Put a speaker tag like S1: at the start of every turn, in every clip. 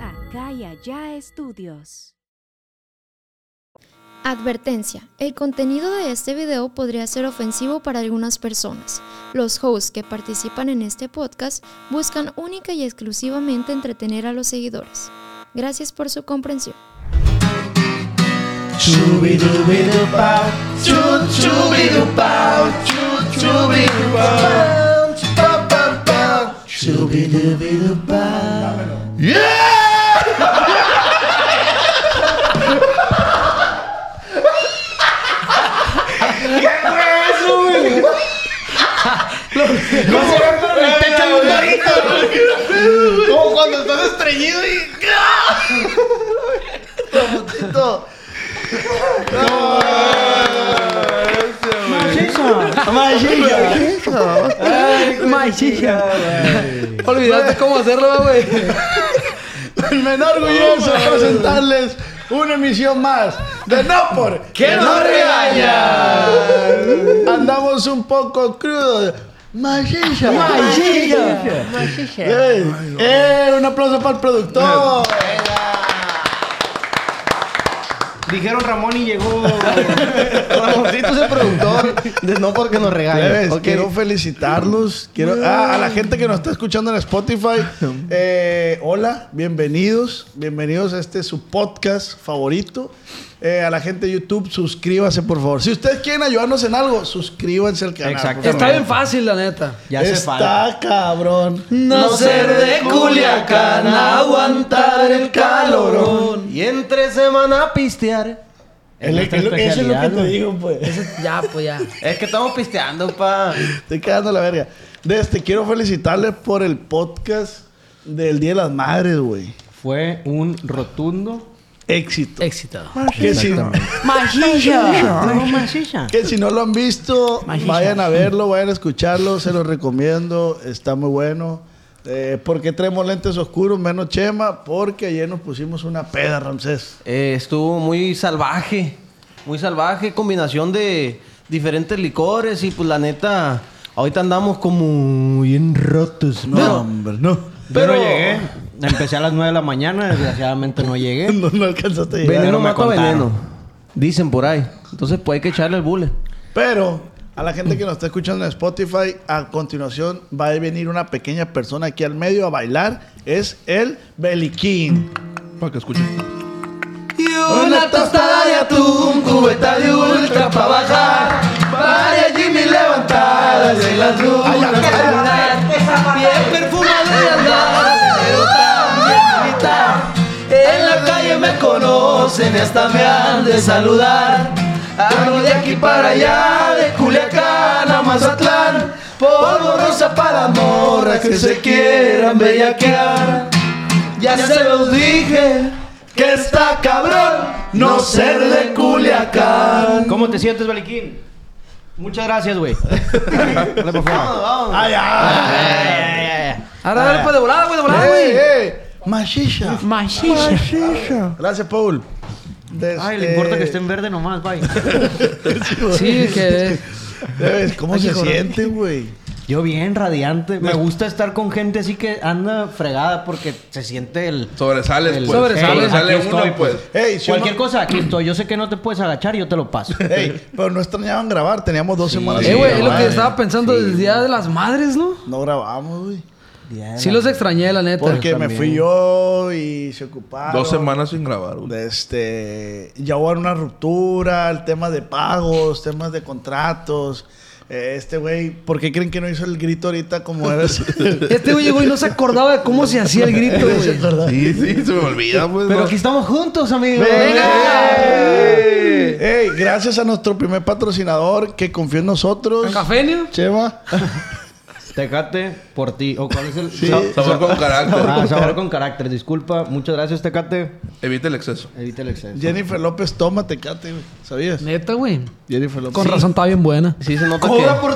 S1: Acá y allá estudios.
S2: Advertencia, el contenido de este video podría ser ofensivo para algunas personas. Los hosts que participan en este podcast buscan única y exclusivamente entretener a los seguidores. Gracias por su comprensión.
S3: Chubidubidupow, chub chubidupow, chub chubidupow, chupa pa pa, chubidubidupow. Yeah! Como cuando estás estreñido y. ¡Robotito!
S4: Olvidaste cómo hacerlo, güey.
S3: Me orgulloso de presentarles una emisión más de No Por Que No Regañan. Andamos un poco crudos. Machicha. Machicha. Eh, un aplauso para el productor.
S5: Dijeron Ramón y llegó.
S4: Ramoncito es el productor de No Porque Nos Regañan.
S3: Plebes,
S4: Ok.
S3: Quiero felicitarlos. Quiero, ah, a la gente que nos está escuchando en Spotify. eh, hola, bienvenidos. Bienvenidos a este su podcast favorito. Eh, a la gente de YouTube, suscríbase por favor. Si ustedes quieren ayudarnos en algo, suscríbanse al canal.
S5: Exacto.
S3: por favor.
S4: Está bien fácil, la neta.
S5: Ya hace falta.
S3: Está cabrón.
S4: No ser de Culiacán, aguantar el calorón.
S5: Y entre semana a pistear.
S3: Es lo- es lo- eso es lo que te digo, pues.
S4: Ya, pues ya.
S5: Es que estamos pisteando, pa.
S3: Estoy cagando la verga. Desde quiero felicitarles por el podcast del Día de las Madres, güey.
S5: Fue un rotundo.
S3: Éxito.
S4: Excitado.
S3: Que si, que si no lo han visto, vayan a verlo, vayan a escucharlo, se los recomiendo, está muy bueno. Eh, ¿Por qué traemos lentes oscuros menos Chema? Porque ayer nos pusimos una peda, Ramsés.
S5: Eh, estuvo muy salvaje. Muy salvaje. Combinación de diferentes licores. Y pues la neta. Ahorita andamos como bien rotos, ¿no?
S3: hombre, no.
S5: Pero
S4: Yo no
S5: llegué. Empecé a las 9 de la mañana. Desgraciadamente no llegué.
S3: No, no alcanzaste a llegar.
S5: Veneno
S3: No me
S5: mata
S3: contaron.
S5: veneno. Dicen por ahí. Entonces pues hay que echarle el bule.
S3: Pero a la gente que nos está escuchando en Spotify, a continuación va a venir una pequeña persona aquí al medio a bailar. Es el Beliquín.
S6: Para que escuchen.
S4: Una tostada de atún, cubeta de ultra pa' bajar. Varias Jimmy levantadas en las
S3: ay,
S4: dunas.
S3: ay,
S4: Bien perfumada de andar, pero también de gritar. En la calle me conocen y hasta me han de saludar. Ando de aquí para allá, de Culiacán a Mazatlán. Polvorosa para morras que se quieran bellaquear. Ya se los dije que está cabrón no ser de Culiacán.
S5: ¿Cómo te sientes, Baliquín? Muchas gracias, güey. Dale, por favor.
S3: ¡Ay, ay! Eh,
S4: Ahora dale para pues, de volada, güey, de volada,
S3: ¡Ey, ey! ¡Machicha! ¡Machicha! Gracias, Paul.
S7: Ay, le importa que esté en verde nomás, bye.
S4: Sí, que
S3: esté. ¿Cómo se siente, güey?
S7: Yo bien radiante.
S3: Eh.
S7: Me gusta estar con gente así que anda fregada porque se siente el...
S6: Sobresales,
S7: el-
S6: pues.
S4: Sobresales,
S6: Sobresale
S7: aquí
S6: uno,
S7: estoy,
S6: pues.
S3: Ey, si
S7: Cualquier
S3: uno-
S7: cosa, aquí estoy. Yo sé que no te puedes agachar, yo te lo paso.
S3: Ey, pero no extrañaban grabar, teníamos dos semanas.
S4: Eh,
S3: sin
S4: güey, es lo
S3: grabar,
S4: que
S3: eh.
S4: estaba pensando del Día de las Madres, ¿no?
S3: No grabamos, güey.
S4: Sí los extrañé, la neta.
S3: Porque me fui yo y se ocuparon.
S6: Dos semanas sin grabar, güey.
S3: Este, ya hubo una ruptura, el tema de pagos, temas de contratos. Eh, Este güey, ¿por qué creen que no hizo el grito ahorita como era?
S4: Este güey llegó y no se acordaba de cómo se hacía el grito, güey.
S6: Sí, sí, se me olvida, pues.
S7: Pero
S6: no.
S7: aquí estamos juntos, amigo.
S3: ¡Venga! Ey, gracias a nuestro primer patrocinador que confió en nosotros.
S4: ¿Cafenio?
S3: Chema.
S7: Tecate, por ti. ¿O cuál es el
S3: Sí.
S7: sa-
S6: Sabor con carácter.
S7: Ah, sabor con carácter. Disculpa. Muchas gracias, Tecate.
S6: Evita el exceso.
S7: Evita el exceso.
S3: Jennifer López toma tecate, güey. ¿Sabías?
S4: Neta, güey.
S3: Jennifer López.
S4: Con razón está bien buena.
S5: Sí, se nota
S7: Cobra
S5: que...
S7: por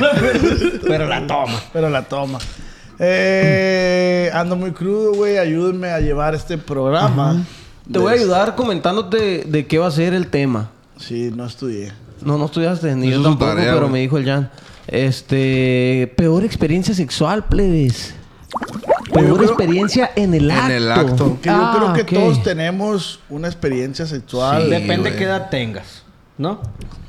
S7: pero- pero la toma.
S3: Pero la toma. Eh, ando muy crudo, güey. Ayúdenme a llevar este programa.
S5: Te voy a ayudar comentándote de qué va a ser el tema.
S3: Sí, no estudié.
S5: No, no estudiaste, ni yo
S6: Eso es su
S5: tampoco,
S6: tarea,
S5: pero
S6: güey.
S5: me dijo el Jan. Este... Peor experiencia sexual, plebes. Peor
S3: creo-
S5: experiencia en el acto.
S6: En el acto.
S3: Que yo
S5: Ah,
S3: creo que
S5: ok.
S3: todos tenemos una experiencia sexual.
S6: Sí.
S7: Depende
S6: güey.
S7: qué edad tengas, ¿no?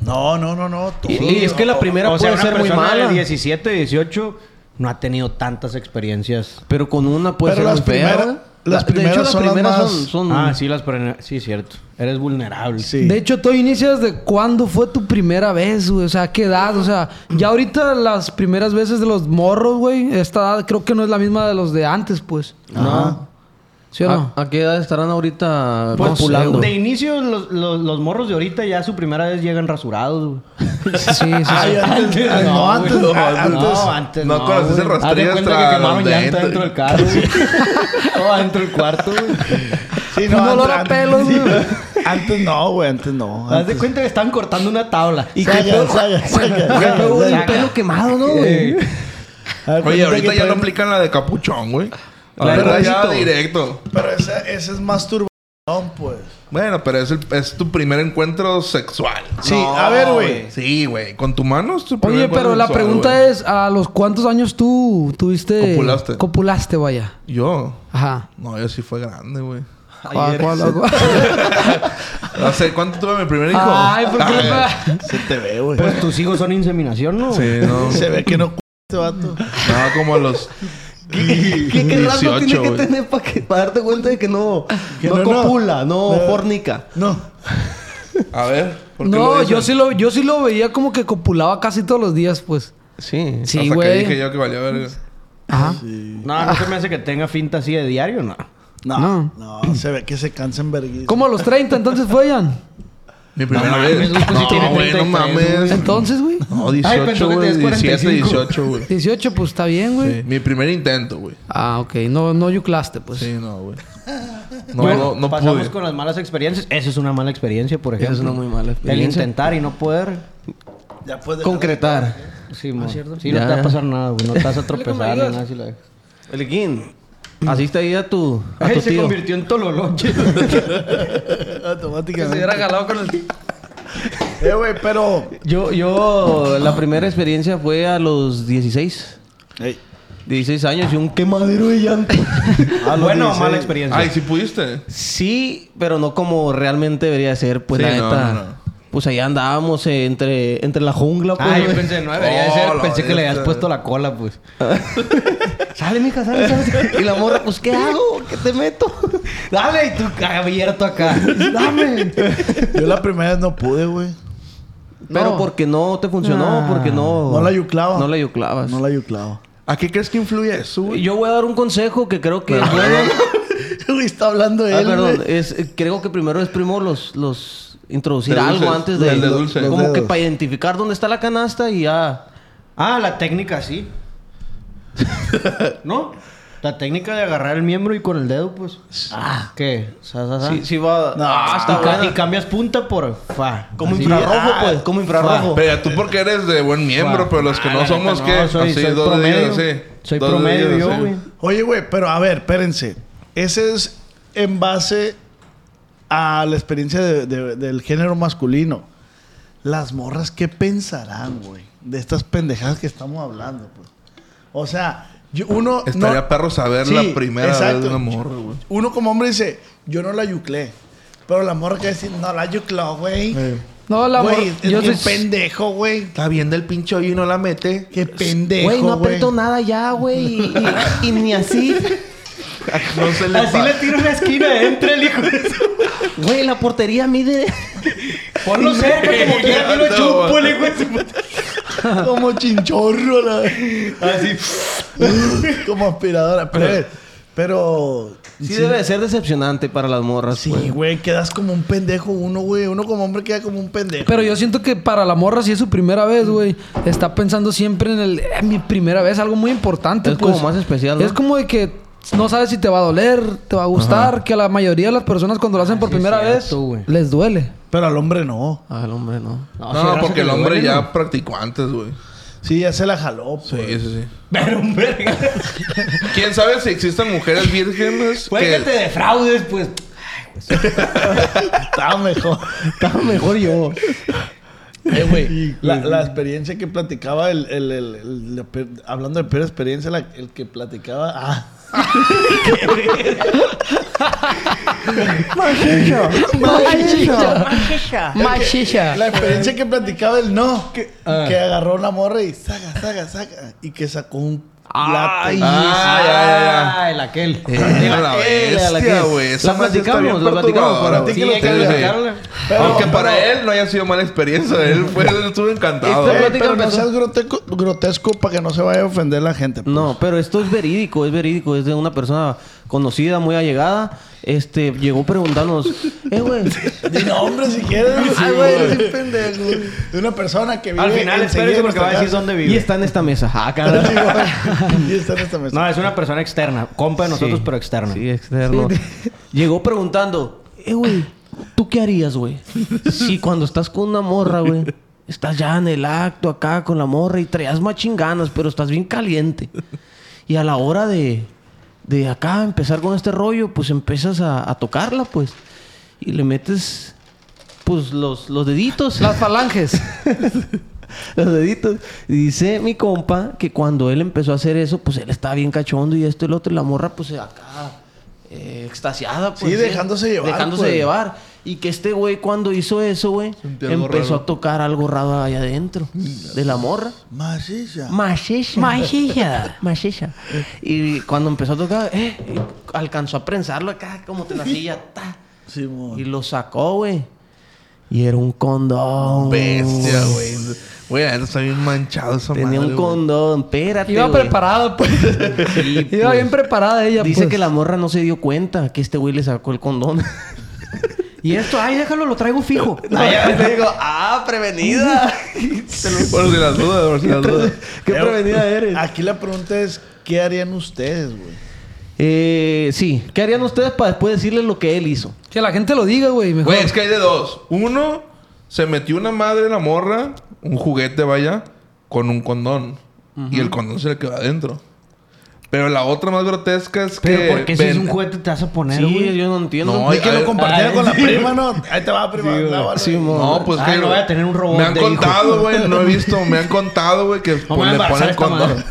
S3: No, no, no, no.
S5: Y,
S3: todos.
S5: y es que la primera
S7: o sea,
S5: puede
S7: una
S5: ser muy
S7: persona
S5: mala.
S7: de 17, 18 no ha tenido tantas experiencias.
S5: Pero con una puede
S3: Pero
S5: ser
S3: las
S5: muy fea.
S3: primeras- las
S5: La- de
S3: primeras
S5: hecho, las
S3: son las
S5: primeras
S3: más-
S5: son... son-
S7: Ah, sí, las pre- sí, cierto. Eres vulnerable.
S3: Sí.
S4: De hecho, tú inicias de cuándo fue tu primera vez, güey. O sea, ¿qué edad? O sea, ya ahorita las primeras veces de los morros, güey. Esta edad creo que no es la misma de los de antes, pues.
S3: No.
S4: ¿Sí o no?
S5: ¿A, a qué edad estarán ahorita
S4: Pues,
S5: copulando?
S7: de inicio, los, los- los morros de ahorita ya su primera vez llegan rasurados. güey.
S4: Sí, sí, sí.
S3: Ay, antes, ah, no,
S7: güey.
S3: antes, ah, antes.
S7: No, antes
S6: no conoces
S7: güey.
S6: el rastrillo
S7: Haz de cuenta
S6: hasta
S7: que quemaron
S6: donde
S7: llanta
S6: entra.
S7: dentro del carro, güey. o adentro del cuarto, güey.
S3: Sí,
S4: Un olor a
S3: antes-
S4: pelos,
S3: sí,
S4: güey.
S3: Antes no, güey. Antes no.
S7: Haz de
S3: Antes.
S7: cuenta que estaban cortando una tabla.
S3: Y saca, saca, saca, saca, saca.
S5: el pelo quemado, ¿no,
S7: Eh,
S5: güey?
S3: Haz de
S6: Oye,
S3: cuenta
S6: ahorita
S3: que
S6: ya no
S3: traen-
S6: aplican la de capuchón, güey.
S5: La de
S6: Ahorita ya
S5: Rosito.
S6: directo.
S3: Pero esa, esa es más turbación, pues.
S6: Bueno, pero es, el- es tu primer encuentro sexual.
S3: Sí, a ver, güey.
S6: Sí, güey. Con tu mano es tu primer
S4: Oye,
S6: encuentro
S4: pero la
S6: sexual,
S4: pregunta
S6: güey.
S4: es, ¿a los cuántos años tú tuviste...
S6: Copulaste.
S4: Copulaste, vaya.
S6: Yo.
S4: Ajá.
S6: No, yo sí fue grande, güey.
S4: ¿Cuál, cuál, cuál?
S6: No sé, ¿cuánto tuve mi primer hijo?
S4: Ay, ¿por qué le
S6: Ah,
S4: pa-
S3: Se te ve, güey.
S7: Pues tus hijos son inseminación, ¿no?
S6: Sí, no.
S3: Se ve que no c- este vato.
S6: No, como a los. ¿Qué,
S5: ¿Qué, qué rasgo tiene que
S6: güey.
S5: tener para darte cuenta de que no,
S3: Que
S5: no,
S3: no, no.
S5: copula, no, fornica?
S3: No.
S6: A ver. ¿por qué lo
S4: No,
S6: dicen?
S4: yo sí, lo, yo sí lo veía como que copulaba casi todos los días, pues.
S5: Sí.
S4: Sí,
S6: Hasta que
S4: güey.
S6: dije yo que valía verga.
S4: Ajá.
S7: No, no se me hace que tenga finta así de diario, no.
S3: No.
S4: No.
S3: No, se ve que se cansan verguis.
S4: Como a los 30 entonces fue, Jan.
S6: Mi primera
S7: mames,
S6: vez.
S7: güey, pues sí tiene
S6: No, güey, no
S7: 33,
S6: mames.
S4: Entonces, güey.
S6: No,
S7: Ay, pensó
S6: 18,
S7: que
S6: güey.
S7: tenías
S6: 17,
S7: 45.
S6: 18, güey.
S4: 18, pues está bien, güey.
S6: Sí, Mi primer intento, güey.
S4: Ah, ok. No, no yuclaste, pues.
S6: Sí, no, güey. No,
S7: Bueno,
S6: no, no
S7: pasamos
S6: pude.
S7: con las malas experiencias. Eso es una mala experiencia, por ejemplo.
S5: es una muy mala experiencia.
S7: El intentar y no poder. Ah,
S3: Ya puedes dejar-
S5: Concretar.
S7: Sí, mo. Sí,
S5: Ya.
S7: no te va a pasar nada, güey. No te vas a tropezar ni
S4: ayudas.
S7: nada si la dejas.
S5: Eliquín, asiste ahí a tu, a
S7: Ay,
S5: tu
S7: se
S5: tío.
S7: convirtió en tololoche.
S4: Que se
S3: Automáticamente.
S4: hubiera jalado con el...
S3: Eh, güey, pero.
S5: Yo, yo, la primera experiencia fue a los 16.
S3: Ey.
S5: 16 años y un quemadero de llanta.
S3: A los
S7: bueno,
S3: 16.
S7: mala experiencia.
S6: Ay, si pudiste.
S5: Sí, pero no como realmente debería ser. Pues
S6: Sí,
S5: la
S6: no,
S5: neta,
S6: no, no.
S5: Pues allá andábamos eh, entre, entre la jungla. Pues,
S7: Ah, yo
S5: güey.
S7: pensé, no debería de
S6: Oh,
S7: ser.
S6: la
S7: Pensé que le habías
S6: bestia.
S7: puesto la cola, pues.
S5: Sale, mija, sale, sale. Y la morra, pues, ¿qué hago? ¿Qué te meto?
S7: Dale, y tú abierto acá. Dame.
S3: Yo la primera vez no pude, güey.
S5: Pero
S4: No.
S5: porque no te funcionó, porque no...
S3: No la yuclaba.
S5: Oh. No la yuclabas.
S3: No la yuclaba.
S6: ¿A qué crees que influye eso, güey?
S5: Yo voy a dar un consejo que creo que... es bueno.
S3: Güey, está hablando él.
S5: Ah, perdón.
S3: güey.
S5: Es, creo que primero es primo los... los introducir
S6: De dulces.
S5: algo antes de...
S6: El de dulce.
S5: Como
S3: Los
S5: que
S3: dedos.
S5: para identificar dónde está la canasta y ya...
S7: Ah, la técnica sí. ¿No? La técnica de agarrar el miembro y con el dedo, pues. Ah. ¿Qué? Sa, sa, sa.
S5: Sí, sí va...
S3: No,
S5: Ah, está
S7: y, ca-
S5: buena.
S7: y cambias punta por fa.
S5: Como
S7: Así.
S5: infrarrojo,
S7: Ah,
S5: pues. Como infrarrojo.
S6: Pero tú porque eres de buen miembro,
S7: fa.
S6: pero los que
S7: Ah,
S6: no
S7: la
S6: somos,
S7: neta,
S6: ¿qué?
S7: no, Soy,
S6: Así,
S7: soy
S6: dos
S7: promedio.
S6: de ellos, sí.
S7: Soy
S6: Dos de
S7: promedio
S6: ellos, sí.
S7: yo, güey.
S3: Oye, güey, pero a ver, espérense. Ese es en base a la experiencia de- de- del género masculino. Las morras, ¿qué pensarán, güey? De estas pendejadas que estamos hablando, pues. O sea, yo- uno.
S6: Estaría
S3: no-
S6: perro saber
S3: Sí,
S6: la primera
S3: exacto.
S6: vez de una morra, güey.
S3: Uno como hombre dice, yo no la yuclé. Pero la morra que dice, no la yucló, güey.
S4: No, la
S3: Güey,
S4: mor-
S3: es
S4: Yo
S3: que
S4: soy...
S3: pendejo, güey.
S6: Eh. Está viendo el pincho y no la mete.
S3: Qué pendejo, güey.
S5: Güey, no apretó nada ya, güey. Y, y- y ni así.
S6: No se le
S7: Así
S6: pa-
S7: le tiro una esquina, entra el hijo de su...
S5: Güey, la portería mide...
S7: Ponlo cerca como quiera, yo lo chupo el hijo de su... puta.
S3: Como chinchorro, la...
S7: Así.
S3: como aspiradora. Pero, a ver, pero
S5: Sí, debe de ser decepcionante para las morras.
S3: Sí,
S5: pues.
S3: güey, quedas como un pendejo uno, güey. Uno como hombre queda como un pendejo.
S8: Pero yo siento que para la morra, si es su primera vez, güey, está pensando siempre en el. "Eh, mi primera vez, algo muy importante.
S5: Es
S8: pues.
S5: como más especial, ¿no?
S8: Es como de que no sabes si te va a doler, te va a gustar. Que a la mayoría de las personas, cuando lo hacen por primera
S7: cierto,
S8: vez,
S7: güey.
S8: les duele.
S3: Pero al hombre no.
S5: Ah, el hombre, no.
S7: sí,
S6: No,
S7: raza que
S6: porque el
S7: le
S6: hombre
S7: duele,
S6: ya
S7: ¿no?
S6: practicó antes, güey.
S3: Sí, ya se la jaló,
S6: Sí,
S3: pues.
S6: sí, sí.
S7: Pero, hombre,
S6: ¿Quién sabe si existen mujeres vírgenes
S7: puede que te
S6: que...
S7: defraudes, pues.
S3: Está mejor.
S7: Estaba mejor yo.
S3: Eh, güey. La, la experiencia que platicaba el... el- el- el- la pe- hablando de peor experiencia, la- el que platicaba... Ah. La experiencia que platicaba el no. Que, que agarró una morra y saca, saca, saca. Y que sacó un
S7: Ay,
S3: plato.
S6: Ah, ya, ya, ya.
S7: el aquel.
S6: Eh, a la bestia, güey. Esa
S7: La
S6: frase está bien
S7: platicamos, la platicamos.
S6: perturbadora,
S7: pero-
S6: güey.
S7: Sí, hay
S6: Sí,
S7: que
S6: sí.
S7: platicarla.
S3: Pero-
S6: Aunque para
S3: pero-
S6: él no haya sido mala experiencia, él fue, él estuvo encantado.
S3: Eh,
S6: güey.
S3: pero no seas groteco- grotesco, para que no se vaya a ofender la gente. pues.
S5: No, pero esto es verídico, es verídico. Es de una persona conocida, muy allegada. Este, llegó a preguntarnos... Eh, güey.
S3: Di nombre si quieres. Ay, güey, eres un pendejo. De una persona que vive
S7: Al final,
S3: enseguida
S7: espérese
S3: en
S7: porque va a
S3: nuestra
S7: decir dónde vive.
S5: Y está en esta mesa. Ah,
S3: casa.
S5: caray.
S3: Sí, güey. Y está en esta mesa.
S7: No, es una persona externa. Compa de nosotros,
S5: Sí.
S7: pero externa.
S5: Sí, externo. Llegó preguntando, eh, güey, ¿tú qué harías, güey? Si cuando estás con una morra, güey, estás ya en el acto acá con la morra y traías más chinganas, pero estás bien caliente. Y a la hora de, de acá empezar con este rollo, pues empiezas a, a tocarla, pues. Y le metes, pues, los, los deditos.
S8: Las falanges.
S5: los deditos. Y dice mi compa que cuando él empezó a hacer eso, pues él estaba bien cachondo y esto y lo otro. Y la morra, pues acá, eh, extasiada. Pues,
S3: Sí, dejándose llevar,
S5: Dejándose
S3: pues.
S5: llevar. Y que este güey, cuando hizo eso, güey,
S6: Sentí algo
S5: empezó
S6: raro.
S5: a tocar algo raro allá adentro de la morra.
S3: Más ella.
S5: Mashisha. Mashisha. Y cuando empezó a tocar, eh, y alcanzó a prensarlo acá, como tenacilla. ta.
S3: Sí, mo.
S5: Y lo sacó, güey. Y era un condón.
S6: Bestia, güey. Güey, ahorita está bien manchado esa
S5: Tenía
S6: madre,
S5: un
S6: güey.
S5: condón, espérate.
S8: Iba
S5: güey.
S8: preparada, pues.
S5: Sí,
S8: Iba
S5: pues.
S8: bien preparada ella,
S5: Dice
S8: pues.
S5: que la morra no se dio cuenta que este güey le sacó el condón.
S7: Y esto, ay, déjalo, lo traigo fijo.
S5: te digo, ah, prevenida.
S6: Por si las dudas, por si las dudas.
S5: Qué
S3: Eh,
S5: prevenida eres.
S3: Aquí la pregunta es, ¿qué harían ustedes, güey?
S5: Eh, sí. ¿Qué harían ustedes para después decirles lo que él hizo?
S8: Que la gente lo diga, güey. Mejor.
S6: Güey, es que hay de dos. Uno, se metió una madre en la morra, un juguete, vaya, con un condón. Y el condón se le quedó adentro. Pero la otra más grotesca es que...
S7: Pero
S5: eh,
S7: porque si es
S6: ven-
S7: un juguete te vas a poner,
S5: Sí,
S7: güey.
S5: yo no entiendo.
S6: No,
S3: De que
S6: ay,
S3: lo compartieron
S7: ay,
S3: con la
S7: sí.
S3: prima, ¿no? Ahí te va, prima.
S7: güey.
S3: lávalo.
S5: Sí, mo-
S6: No, pues
S7: Ay,
S6: que...
S7: no voy a tener un robot
S6: Me han
S7: de hijo.
S6: contado, güey. No he visto. Me han contado, güey, que
S7: No me
S6: pues, le
S7: embarazar
S6: ponen
S7: esta
S6: condón.
S7: madre.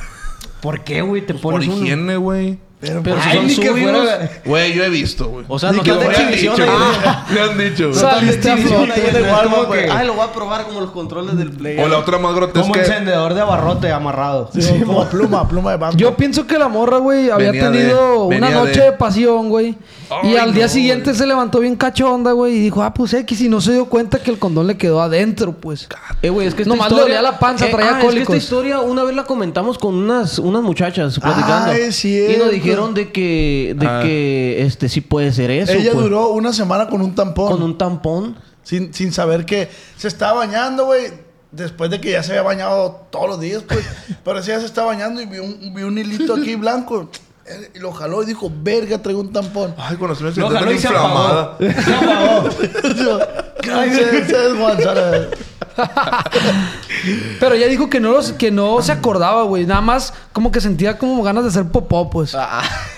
S7: ¿Por qué, güey? Te
S6: Por
S7: pones un...
S6: higiene, güey.
S3: Pero, pues,
S5: Pero Pues si
S7: Ay,
S5: son
S7: ni que
S5: subidos.
S7: fuera-
S6: Güey, yo he visto, güey.
S5: O sea, no
S6: Ni que
S5: estás de
S6: lo hayan
S5: exhibición
S6: dicho,
S5: ahí.
S6: güey. Me han dicho, güey.
S8: Saliste a
S7: exhibición
S8: flote.
S7: ahí en el Walmart,
S5: Como que,
S7: güey.
S5: Ay, lo voy a probar como los controles del play.
S6: O la otra más
S7: Como
S6: grotesca...
S7: encendedor de abarrote amarrado.
S3: sí, como pluma, pluma de banco.
S8: Yo pienso que la morra, güey, había
S6: Venía de-
S8: tenido una
S6: venía
S8: noche
S6: de-
S8: de, pasión, güey.
S6: Ay,
S8: Y al día
S6: no,
S8: siguiente se levantó bien cachonda, güey. Y dijo, ah, pues X. Y no se dio cuenta que el condón le quedó adentro, pues.
S5: Eh, güey, es que esta
S8: Nomás le
S5: historia...
S8: dolía la panza, traía
S5: ah, Es que esta
S8: cólicos.
S5: historia una vez la comentamos con unas, unas muchachas platicando.
S3: Ah, es
S5: y
S3: cierto.
S5: nos dijeron de que... De
S6: Ah.
S5: que... Este, sí puede ser eso,
S3: Ella
S5: pues.
S3: duró una semana con un tampón.
S5: Con un tampón.
S3: Sin, sin saber que se estaba bañando, güey. Después de que ya se había bañado todos los días, pues. Pero sí, ya se estaba bañando y vio un, vio un hilito aquí blanco. eh, Y lo jaló y dijo, verga, traigo un tampón.
S6: Ay, cuando se me
S7: No,
S6: siento tan
S7: jaló y se
S6: inflamada.
S7: apagó. Se apagó.
S3: Yo, se, se desguanzó, la verdad.
S8: Pero ella dijo que no, los, que no se acordaba, güey. Nada más como que sentía como ganas de hacer popó, pues.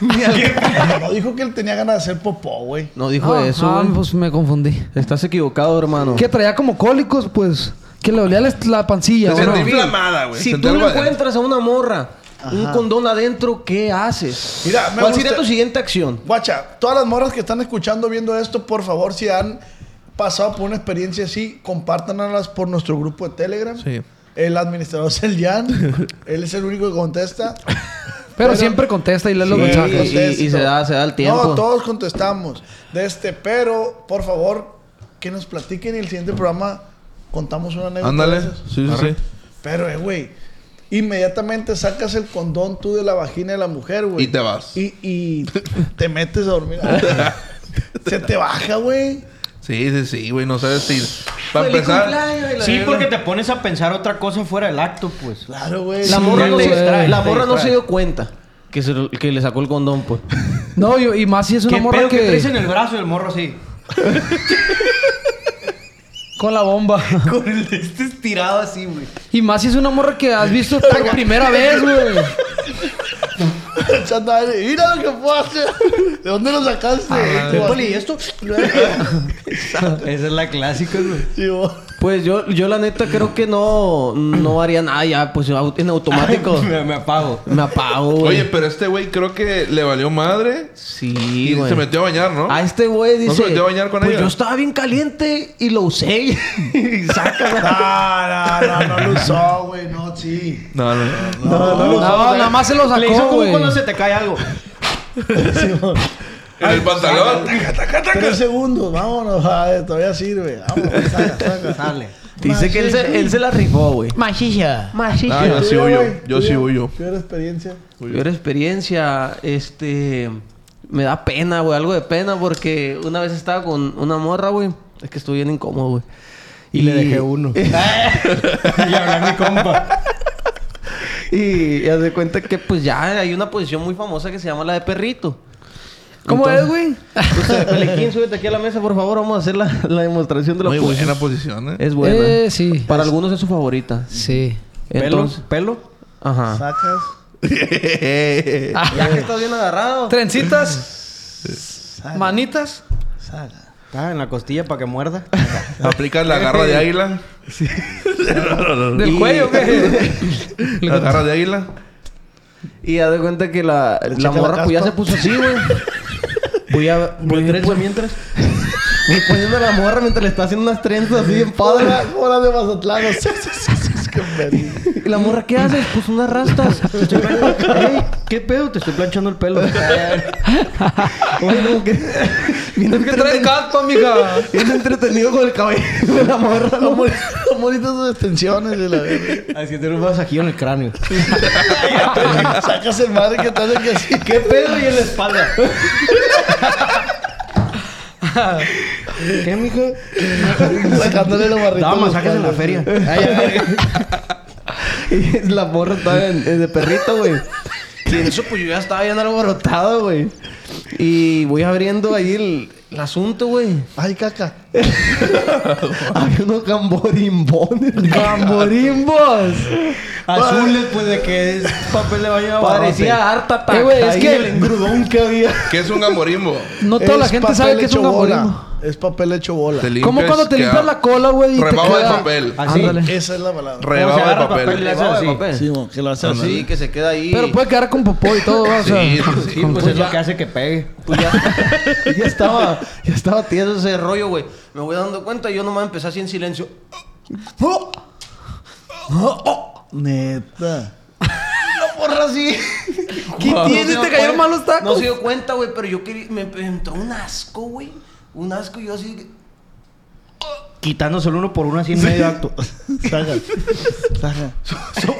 S3: No dijo que él tenía ganas de hacer popó, güey.
S5: No dijo
S8: Ah,
S5: eso,
S8: ah,
S5: güey.
S8: pues me confundí.
S5: Estás equivocado, hermano.
S8: Que traía como cólicos, pues. Que le olía la, la pancilla,
S6: Se
S8: ¿o no?
S6: sentí inflamada, güey.
S5: Si
S6: Sentí
S5: tú
S6: algo
S5: le
S6: adentro.
S5: encuentras a una morra un condón adentro, ¿qué haces?
S3: Mira, me gusta-
S5: ¿Cuál sería tu siguiente acción?
S3: Guacha, todas las morras que están escuchando, viendo esto, por favor, si han pasado por una experiencia así, compártanlas por nuestro grupo de Telegram.
S6: Sí.
S3: El administrador es el Jan. Él es el único que contesta.
S8: Pero,
S3: Pero-
S8: siempre contesta y lee los
S5: Sí,
S8: mensajes.
S5: y- y se da- se da el tiempo.
S3: No, todos contestamos. De este, pero, por favor, que nos platiquen y el siguiente programa contamos una anécdota.
S6: Ándale.
S3: de esas.
S6: Sí, sí, sí.
S3: Pero, eh, güey. Inmediatamente sacas el condón tú de la vagina de la mujer, güey.
S6: Y te vas.
S3: Y, y te metes a dormir. Se te baja, güey.
S6: Sí, sí, sí, güey. No sabes si... Para empezar...
S7: Sí, porque te pones a pensar otra cosa fuera del acto, pues.
S3: Claro, güey.
S5: La
S3: Sí,
S5: morra, no,
S8: te
S5: se-
S8: distrae,
S5: Pues, la
S7: te
S5: morra no
S7: distrae.
S5: se dio cuenta que, se lo- que le sacó el condón, pues.
S8: No, yo- y más si es una
S7: ¿Qué
S8: morra
S7: pedo que traes en
S8: que...
S7: el brazo el morro así?
S8: Con la bomba.
S7: Con el de este estirado así, güey.
S8: Y más si es una morra que has visto por primera vez, güey.
S3: Chata, Mira lo que puedo hacer. ¿De dónde lo sacaste? Tú así,
S7: Poli, ¿y esto? Esa es la clásica, güey.
S3: sí, güey.
S5: Pues yo, yo la neta creo que no, no haría nada ya, pues au- en automático.
S7: Me, me apago.
S5: Me apago, güey.
S6: Oye, pero este güey creo que le valió madre.
S5: sí,
S6: Y
S5: güey.
S6: se metió a bañar, ¿no?
S5: A este güey dice...
S6: ¿No se metió a bañar con
S5: pues
S6: ella?
S5: yo estaba bien caliente y lo usé. y saca.
S3: No, no, no, no lo usó, güey. No, sí.
S6: No, no, no.
S3: No, no, lo usó.
S8: No, nada más se lo
S7: Le hizo
S8: sacó,
S7: como
S8: güey.
S7: cuando se te cae algo.
S6: En el pantalón.
S3: Tres segundos, vámonos. ay, todavía sirve. Vámonos, saca, saca.
S7: Sale.
S5: Dice que él se, él se la rifó, güey. Machilla.
S8: Eh,
S6: Ah, yo sí
S3: Tuya,
S6: huyo.
S3: güey,
S6: Yo sí
S3: tuya,
S6: huyo.
S3: tuya la experiencia?
S5: Peor experiencia, este... Me da pena, güey. Algo de pena porque una vez estaba con una morra, güey. Es que estuve bien incómodo, güey. Y, le dejé uno.
S7: Y hablar mi compa.
S5: Y, y haz de cuenta que pues ya hay una posición muy famosa que se llama la de perrito.
S8: ¿Cómo es, güey?
S5: Entonces, Pelequín, súbete aquí a la mesa, por favor. Vamos a hacer la, la demostración de la
S6: Muy
S5: posición.
S6: buena posición, ¿eh?
S5: Es buena.
S8: Eh, sí.
S5: Para algunos es su favorita.
S8: Sí.
S5: Entonces,
S7: ¿Pelo?
S5: ajá.
S3: Sacas.
S5: Ya que estás bien agarrado.
S8: ah, Trencitas. Manitas.
S3: Saca.
S7: Está en la costilla para que muerda.
S6: Aplicas la garra de águila.
S8: Del cuello, güey.
S6: La garra de águila.
S5: Y haz de cuenta que la, la
S3: checa la
S5: morra pues ya
S3: caspa. Pues
S5: se puso así, güey. Voy a... Voy
S7: ¿Trenza mientras?
S5: voy poniendo a la morra mientras le está haciendo unas trenzas así en
S3: Hola,
S5: padre.
S3: hola de Mazatlán. Sí, sí, sí, sí, es que me-
S5: Y la morra, ¿qué haces? Pues unas rastas.
S7: Ey, ¿Qué pedo? Te estoy planchando el pelo.
S5: Oye, como que... Bien,
S8: ¿Qué traes caspa, mija?
S5: bien entretenido con el cabello de la morra. ¿no?
S3: Son bonitas sus extensiones. y la verga.
S7: Haciendo un masajillo en el cráneo.
S3: Sacas el madre que tal que así.
S7: ¿Qué pedo? Y en la espalda. ¿Qué, mijo?
S3: Sacándole la barrita.
S7: Daba
S3: a los
S7: masajes en la
S3: padres.
S7: feria.
S5: Y la morra estaba en, en de perrito, güey. Y en eso, pues yo ya estaba bien alborotado, güey. Y voy abriendo ahí el, el asunto, güey.
S3: Ay, caca.
S5: Había unos gamborimbones. ¡Gamborimbos!
S7: Azules, pues de que es papel de baño
S5: Parecía harta,
S8: Eh, güey, es que-
S5: el engrudón que había.
S6: ¿Qué es un gamborimbo?
S8: No toda la
S3: Es
S8: gente
S3: papel
S8: sabe que es
S3: hecho
S8: un
S3: bola.
S8: gamborimbo.
S3: Es papel hecho bola.
S6: Te limpias,
S8: Como cuando te
S6: queda-
S8: limpias la cola, güey. y te
S6: Rebaba de
S8: queda-
S6: papel.
S7: Así.
S8: Ándale.
S3: Esa es la palabra.
S7: Como se
S6: Rebaba de
S7: agarra papel,
S6: papel.
S7: le hace
S5: Rebaba de
S7: así.
S5: papel.
S3: Sí, mo, que lo hace así.
S5: Sí, que se queda ahí.
S8: Pero pues, puede quedar con popó y todo, o sea.
S6: Sí, sí,
S5: Sí,
S6: sí.
S5: pues,
S7: Pues es
S5: ya-
S7: lo que hace que pegue.
S5: Pues ya, ya estaba, ya estaba tieso ese rollo, güey. Me voy dando cuenta y yo nomás empecé así en silencio.
S3: Neta.
S5: porra así. este
S8: ¿Qué tienes? ¿Te cayeron mal los tacos?
S5: No se dio cuenta, güey, pero yo quería... Me me entró un asco, güey. Un asco y yo así...
S7: Quitándoselo uno por uno así en medio acto.
S3: Saca. Saca.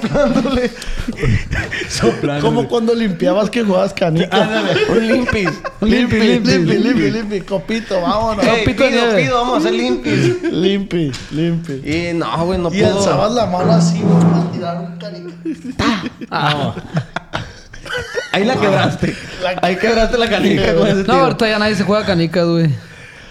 S5: Soplándole
S3: Como cuando limpiabas que jugabas
S6: Ah,
S3: canica.
S5: un limpis.
S3: Limpi, limpi, limpi, limpi. Copito, vámonos.
S5: Ey,
S8: Copito de
S5: pido,
S8: nieve.
S5: pido, vamos a hacer limpis.
S3: Limpi, limpi.
S5: Y no, güey, no
S3: Y alzabas
S5: puedo.
S3: la mano así, güey, para tirar un canica.
S5: Ah, Ahí la quebraste. Ahí quebraste Ah. la canica con ese
S8: No,
S5: tiro.
S8: ahorita ya nadie se juega canicas, güey.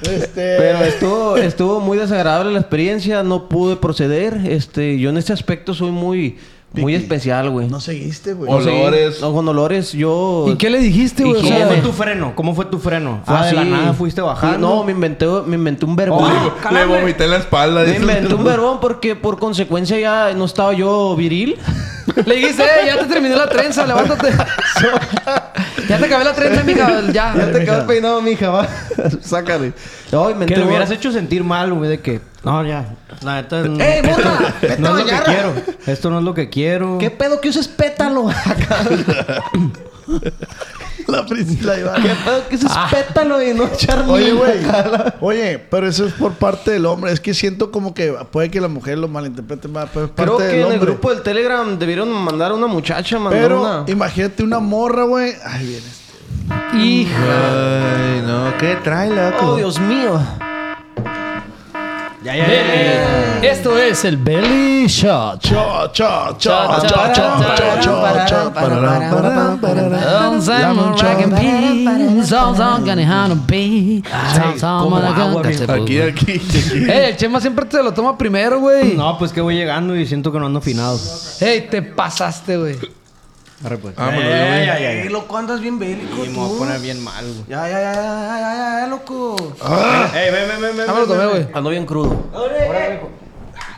S3: Este.
S5: Pero estuvo, estuvo muy desagradable la experiencia, no pude proceder. Este, yo en este aspecto soy muy, muy
S3: Piqui.
S5: especial, güey.
S3: No seguiste, güey.
S6: O sea, Olores.
S5: No, con olores, yo.
S8: Pues. ¿Y qué le dijiste, güey? O
S7: ¿Cómo
S8: sea,
S7: fue tu freno? ¿Cómo fue tu freno?
S5: Fue
S7: ah, de la
S5: así.
S7: nada fuiste bajando. Oh,
S5: No, me inventé, me inventé un verbón.
S6: Le- Le vomité en la espalda.
S5: Ah, me
S6: dice.
S5: inventé un verbón porque por consecuencia ya no estaba yo viril.
S8: le dijiste, eh, ya te terminé la trenza, levántate. ya te acabé la trenza, mija. Ya.
S5: Ya te quedas peinado, mija, va. Sácale. No, inventé
S7: Que te
S5: un-
S7: hubieras hecho sentir mal, güey, de que... No, ya. La neta... no-
S5: ¡Ey, morra!
S7: Esto
S5: Vete
S7: no
S5: a
S7: es lo que
S5: bañar.
S7: quiero. Esto no es lo que quiero.
S5: ¿Qué pedo que uses pétalo?
S3: La Priscila Iván.
S5: Que es pétalo de no echar
S3: Oye, güey. Oye, pero eso es por parte del hombre. Es que siento como que puede que la mujer lo malinterprete más, pero es parte
S5: Creo
S3: del
S5: que en el
S3: hombre.
S5: grupo del Telegram debieron mandar a una muchacha, mandó
S3: pero
S5: una.
S3: imagínate una morra, güey. Ay, viene. este.
S8: Hija.
S6: Ay, no, ¿qué trae, loco?
S5: Oh, Dios mío.
S9: Esto es el Belly Shot.
S3: Cho, cho, cho, cho,
S9: Cha,
S3: cho, cho,
S9: cha,
S3: cho,
S9: cha,
S3: cho, cho, parará, parará, parará.
S9: Don't say
S3: Lemon
S9: my rag and
S3: chop.
S9: peas, don't talk any how to be, don't talk
S5: como
S9: my
S5: agua,
S9: gun-
S5: viejo.
S6: Aquí, aquí, aquí.
S8: Ey, el Chema siempre te lo toma primero, güey.
S7: No, pues que voy llegando y siento que no ando afinado.
S8: Ey, te pasaste, güey.
S6: Vámonos, güey.
S5: Ey, loco, andas bien bélico.
S7: Y me voy a poner bien mal, güey.
S5: Ya, ya, ya, ya, ya, ya, ya, loco.
S7: Ey, ven, ven, ven, ven.
S8: Ya me lo tomé, güey.
S5: Ando bien crudo.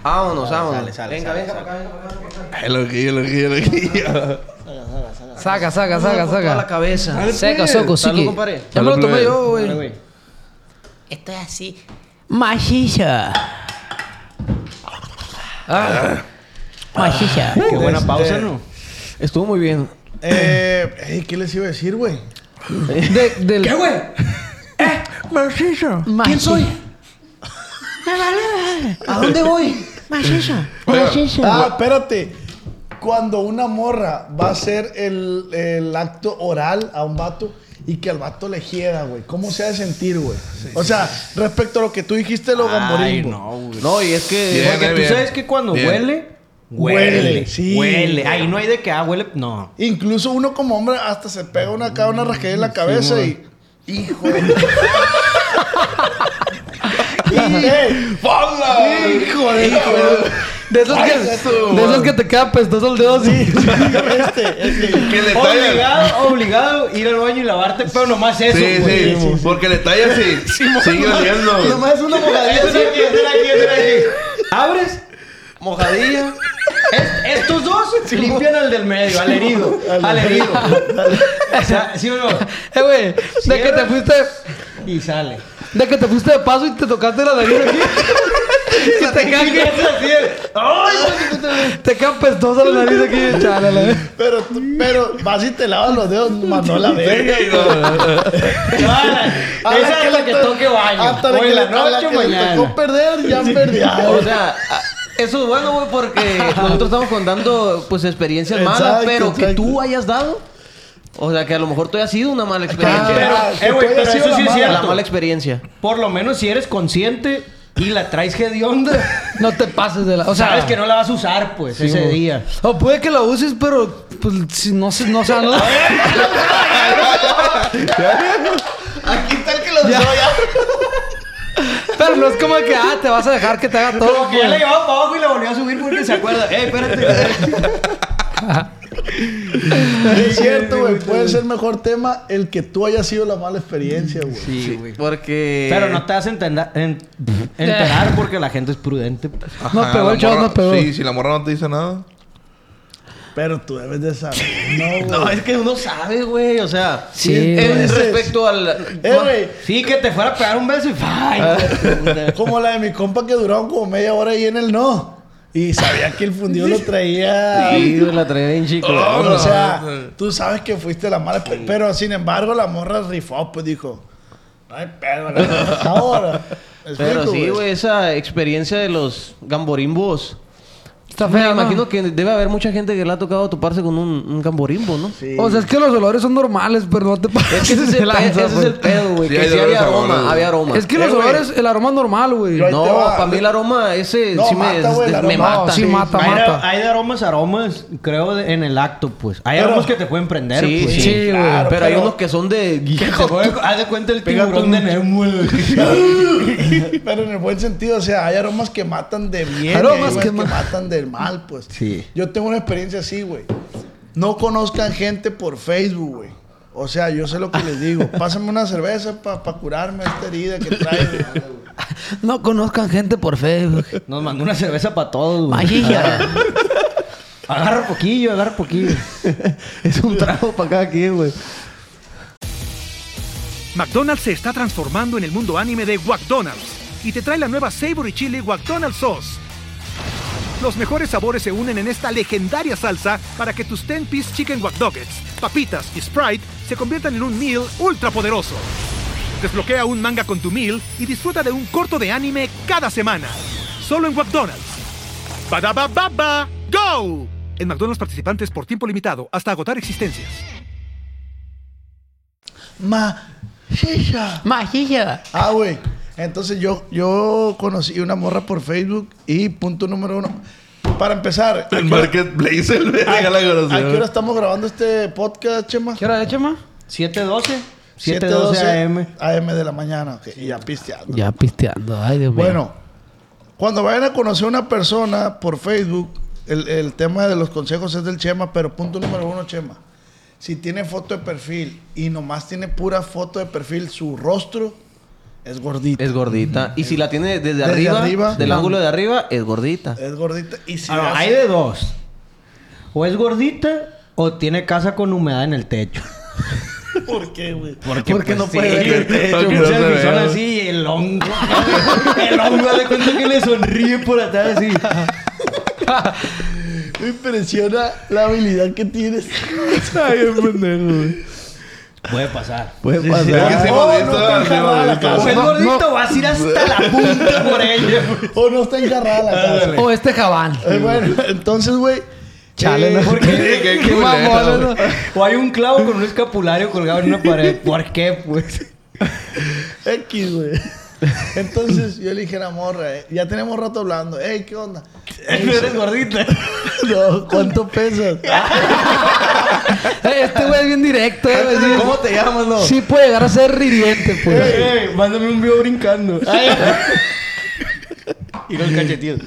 S5: Vámonos, vámonos.
S7: Sale, sale,
S5: venga,
S7: sale,
S5: venga,
S7: sale.
S5: para acá, venga, para acá.
S6: Ay, loquillo, loquillo, loquillo.
S8: Saca, saca, saca,
S5: Por toda la
S8: saca.
S5: cabeza.
S9: Seca, soco,
S5: Salud,
S9: sique.
S5: compadre.
S8: Ya me lo tomé yo,
S7: Dale,
S8: güey.
S7: güey.
S9: Esto es así. Majicha.
S8: Ah.
S7: Ah.
S9: Majicha.
S7: Qué buena pausa, ¿no?
S5: Estuvo muy bien.
S3: Eh, ey, ¿qué les iba a decir, güey?
S8: De- del- Eh,
S9: ¿Quién soy?
S5: ¿A dónde voy?
S3: Ah, espérate. Cuando una morra va a hacer el, el acto oral a un vato y que al vato le hieda, güey. ¿Cómo se ha de sentir, güey? o sea, respecto a lo que tú dijiste, lo gamborimbo.
S7: güey.
S5: No, y es que.
S6: Bien,
S7: Porque tú
S6: bien.
S7: sabes que cuando
S6: Bien.
S7: huele...
S3: Huele,
S7: Huele,
S3: sí.
S7: Huele. Ahí no hay de que, ah, huele... No.
S3: Incluso uno como hombre hasta se pega una, ca- una rasquilla en la cabeza y... ¡Hijo de... Ey,
S6: ¡Hola!
S3: ¡Hijo de... hijo de-
S8: de, esos que,
S3: Ay, eso,
S8: de esos que te queda apestoso el dedo así.
S3: Este, este.
S6: Que le talla.
S5: Ah,
S7: Obligado, obligado, ir al baño y lavarte, pero nomás
S5: Pues
S7: eso,
S6: Sí,
S7: güey.
S6: sí, porque le talla así. Sigue oliendo. güey.
S7: Nomás una mojadilla. Eso aquí, eso aquí, eso aquí. Abres,
S5: Mojadilla.
S7: Es- estos dos limpian al del medio, al herido. al herido. o sea, ¿sí o no?
S8: Eh, güey. De que te
S7: Cierra.
S8: fuiste.
S7: Y sale.
S8: De que te fuiste de paso y te tocaste la nariz aquí. y te
S7: Y le haces
S8: cae
S7: así de, ¡Ay, güey!
S8: te queda apestosa la nariz aquí. Chala, la verga.
S3: Pero, pero vas y te lavas los dedos, mandó la verga.
S6: Venga, y no.
S7: Chale.
S3: A
S7: Es
S3: la
S7: hasta que
S3: to-
S7: toque baño.
S3: Hasta
S7: o
S3: la que,
S7: en la
S3: le- a la
S7: noche o
S3: que le tocó
S7: mañana.
S3: perder, ya perdía.
S5: O sea, a- eso es bueno, güey, porque nosotros estamos contando, pues, experiencias malas,
S3: Exacto,
S5: pero que
S3: exacto.
S5: tú hayas dado. O sea, que a lo mejor tú hayas sido una mala experiencia.
S7: Pero,
S3: Ah, que
S7: eh, güey,
S3: tú hayas
S7: pero
S3: sido
S7: eso
S3: la
S7: sí es
S3: mala.
S5: la
S7: cierto.
S5: mala experiencia.
S7: Por lo menos si eres consciente y la traes hedionda,
S8: No te pases de la. O sea,
S7: sabes que no la vas a usar, pues, ese
S8: güey.
S7: día.
S8: O puede que la uses, pero pues si no se no se no.
S3: Aquí está el que lo usó ya.
S8: Pero no es como que ah, te vas a dejar que te haga todo.
S7: Como que ya le
S8: güey.
S7: llevaba para abajo y la volvió a subir porque se acuerda. ¡Eh, espérate!
S3: Es cierto, güey. Puede ser mejor tema el que tú hayas sido la mala experiencia, güey.
S7: Sí, güey.
S5: Porque.
S7: Pero no te vas a entenda- en- enterar porque la gente es prudente. pues.
S8: Nos pegó
S6: la
S8: el shot,
S6: morra-
S8: nos pegó.
S6: Sí, si la morra no te dice nada.
S3: Pero tú debes de saber. No,
S5: No,
S3: güey.
S5: es que uno sabe, güey. O sea,
S8: Sí,
S6: Eh,
S5: en
S3: güey.
S5: respecto al.
S3: Eh, güey.
S7: Sí, que te fuera a pegar un beso y ¡ay! pues,
S3: Como la de mi compa que duraron como media hora ahí en el no. Y sabía que el fundido lo traía.
S5: Sí, güey, la traía bien chico.
S6: Oh,
S3: o sea,
S6: no.
S3: tú sabes que fuiste la mala. pe- Pero sin embargo, la morra rifó, pues dijo. No hay pedo, la neta". Ahora. ¿me
S5: Pero
S3: explico,
S5: sí, güey, esa experiencia de los gamborimbos.
S8: Está
S5: Me
S8: fea, ¿no?
S5: imagino que debe haber mucha gente que le ha tocado toparse con un, un gamborimbo, ¿no?
S3: Sí.
S8: O sea, es que los olores son normales, pero no te pases
S5: Es que ese es
S8: de
S5: el, pe-
S8: lanza, pues.
S5: ese es
S8: güey.
S5: el pedo, güey.
S6: Sí,
S5: que
S6: hay
S5: sí había
S6: dolores
S5: aroma,
S6: sabores, güey.
S5: había aroma.
S8: Es que los
S3: Eh, güey.
S8: olores, el aroma es normal, güey.
S3: Yo ahí te
S5: No,
S3: va.
S5: para mí el aroma ese
S3: No,
S5: sí me,
S3: mata, güey, el
S5: me
S3: aroma.
S5: mata.
S8: sí,
S5: Sí,
S8: mata,
S7: Hay, de-
S8: mata.
S7: hay de aromas, aromas, creo, de- en el acto, pues. Hay
S3: Pero-
S7: aromas que te pueden prender,
S5: sí,
S7: pues.
S5: sí,
S8: Sí,
S5: güey.
S3: claro,
S5: pero, hay
S3: pero-
S5: unos que son de...
S7: Que te puede- haz de cuenta el
S5: Este
S3: Pégate
S7: tiburón de
S3: un-
S7: Nemo, güey.
S3: Pero en el buen sentido, o sea, hay aromas que matan de bien. y hay
S8: Aromas
S3: aromas
S8: que
S3: que,
S8: ma-
S3: matan del mal, pues.
S7: Sí.
S3: Yo tengo una experiencia así, güey. No conozcan gente por Facebook, güey. O sea, yo sé lo que les digo. Pásame una cerveza para curarme esta herida que traigo.
S8: No conozcan gente por Facebook.
S7: Nos mandó una cerveza para todos, güey.
S5: Ah.
S8: Magia.
S7: Agarra poquillo, agarra poquillo.
S5: es un trago para cada quien, güey.
S10: McDonald's se está transformando en el mundo anime de McDonald's y te trae la nueva Savory Chili McDonald's Sauce. Los mejores sabores se unen en esta legendaria salsa para que tus 10-piece chicken wack doggets, papitas y Sprite se conviertan en un meal ultra poderoso. Desbloquea un manga con tu meal y disfruta de un corto de anime cada semana. Solo en McDonald's. Badaba baba go. En McDonald's participantes por tiempo limitado hasta agotar existencias.
S3: Ma, shisha.
S9: Magia.
S3: Ah, güey. Entonces yo, yo conocí una morra por Facebook y punto número uno. Para empezar, ¿a
S6: El
S3: qué hora-
S6: marketplace, el verga, la
S3: ¿a qué hora
S6: grosería.
S3: estamos grabando este podcast, Chema?
S7: ¿Qué hora es, Chema? 7.12.
S3: 7:12
S7: 7.12 AM.
S3: AM de la mañana. ok, Y ya pisteando.
S9: Ya pisteando. Ay, Dios mío.
S3: Bueno, cuando vayan a conocer a una persona por Facebook, el, el tema de los consejos es del Chema, pero punto número uno, Chema. Si tiene foto de perfil y nomás tiene pura foto de perfil, su rostro es gordito.
S5: Es
S3: Es,
S5: gordita. Y si la tiene desde, arriba,
S3: arriba.
S5: del ángulo de arriba, es gordita.
S3: gordito. Y si
S7: A ver,
S3: hace-
S7: Ah, hay de dos. O es gordita o tiene casa con humedad en el techo.
S3: ¿Por qué, güey?
S7: Porque,
S5: no puede ver el
S6: techo,
S7: Un
S6: que pues, no se vea.
S7: selfie son así y el hongo. el hongo de cuenta que le sonríe por atrás así.
S3: Me impresiona la habilidad que tienes.
S7: Puede pasar.
S3: Puede
S6: Es que sí, gordito, sí, gordito.
S7: O es
S6: Pues, No,
S7: gordito, vas a ir hasta la punta por ella.
S3: O Oh, no está engarrada
S7: Ah,
S3: la casa.
S8: O este jabán.
S3: Eh, bueno, entonces, güey.
S7: Chale,
S3: eh,
S7: ¿no? ¿Por qué?
S6: Sí, qué
S7: Qué
S6: culero,
S7: mamón,
S6: güey.
S7: ¿no? O hay un clavo con un escapulario colgado en una pared. ¿Por qué, pues?
S3: eh, X, güey. Entonces yo le dije a la morra, eh, ya tenemos rato hablando. Ey, ¿qué onda?
S7: No eres gordita.
S3: No, ¿cuánto pesas?
S8: Eh, Este güey es bien directo, eh, güey, sí.
S5: ¿Cómo te llamas, no?
S8: Sí puede llegar a ser hiriente, pues.
S7: Ey, ey, mándame un video brincando. y los cachetillos.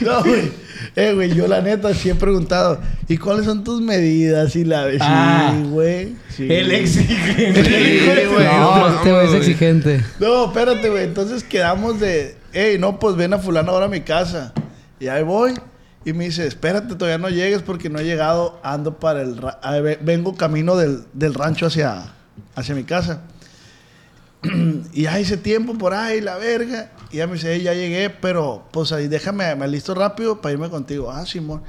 S3: No, güey. Eh, güey, yo la neta sí he preguntado, ¿y cuáles son tus medidas? Y la
S7: Ah.
S3: sí, güey. Sí.
S7: El exige.
S6: Sí, güey.
S8: No,
S6: no
S8: este güey es
S6: mames, güey.
S8: exigente.
S3: No, espérate, güey. Entonces quedamos de, hey, no, pues ven a fulano ahora a mi casa. Y ahí voy. Y me dice, espérate, todavía no llegues porque no he llegado. Ando para el... ra- ah, ve- Vengo camino del, del rancho hacia, hacia mi casa. y ahí hice tiempo por ahí, la verga. Y ya me dice, "Ey, ya llegué, pero pues ahí déjame, me listo rápido para irme contigo. Ah, Simón.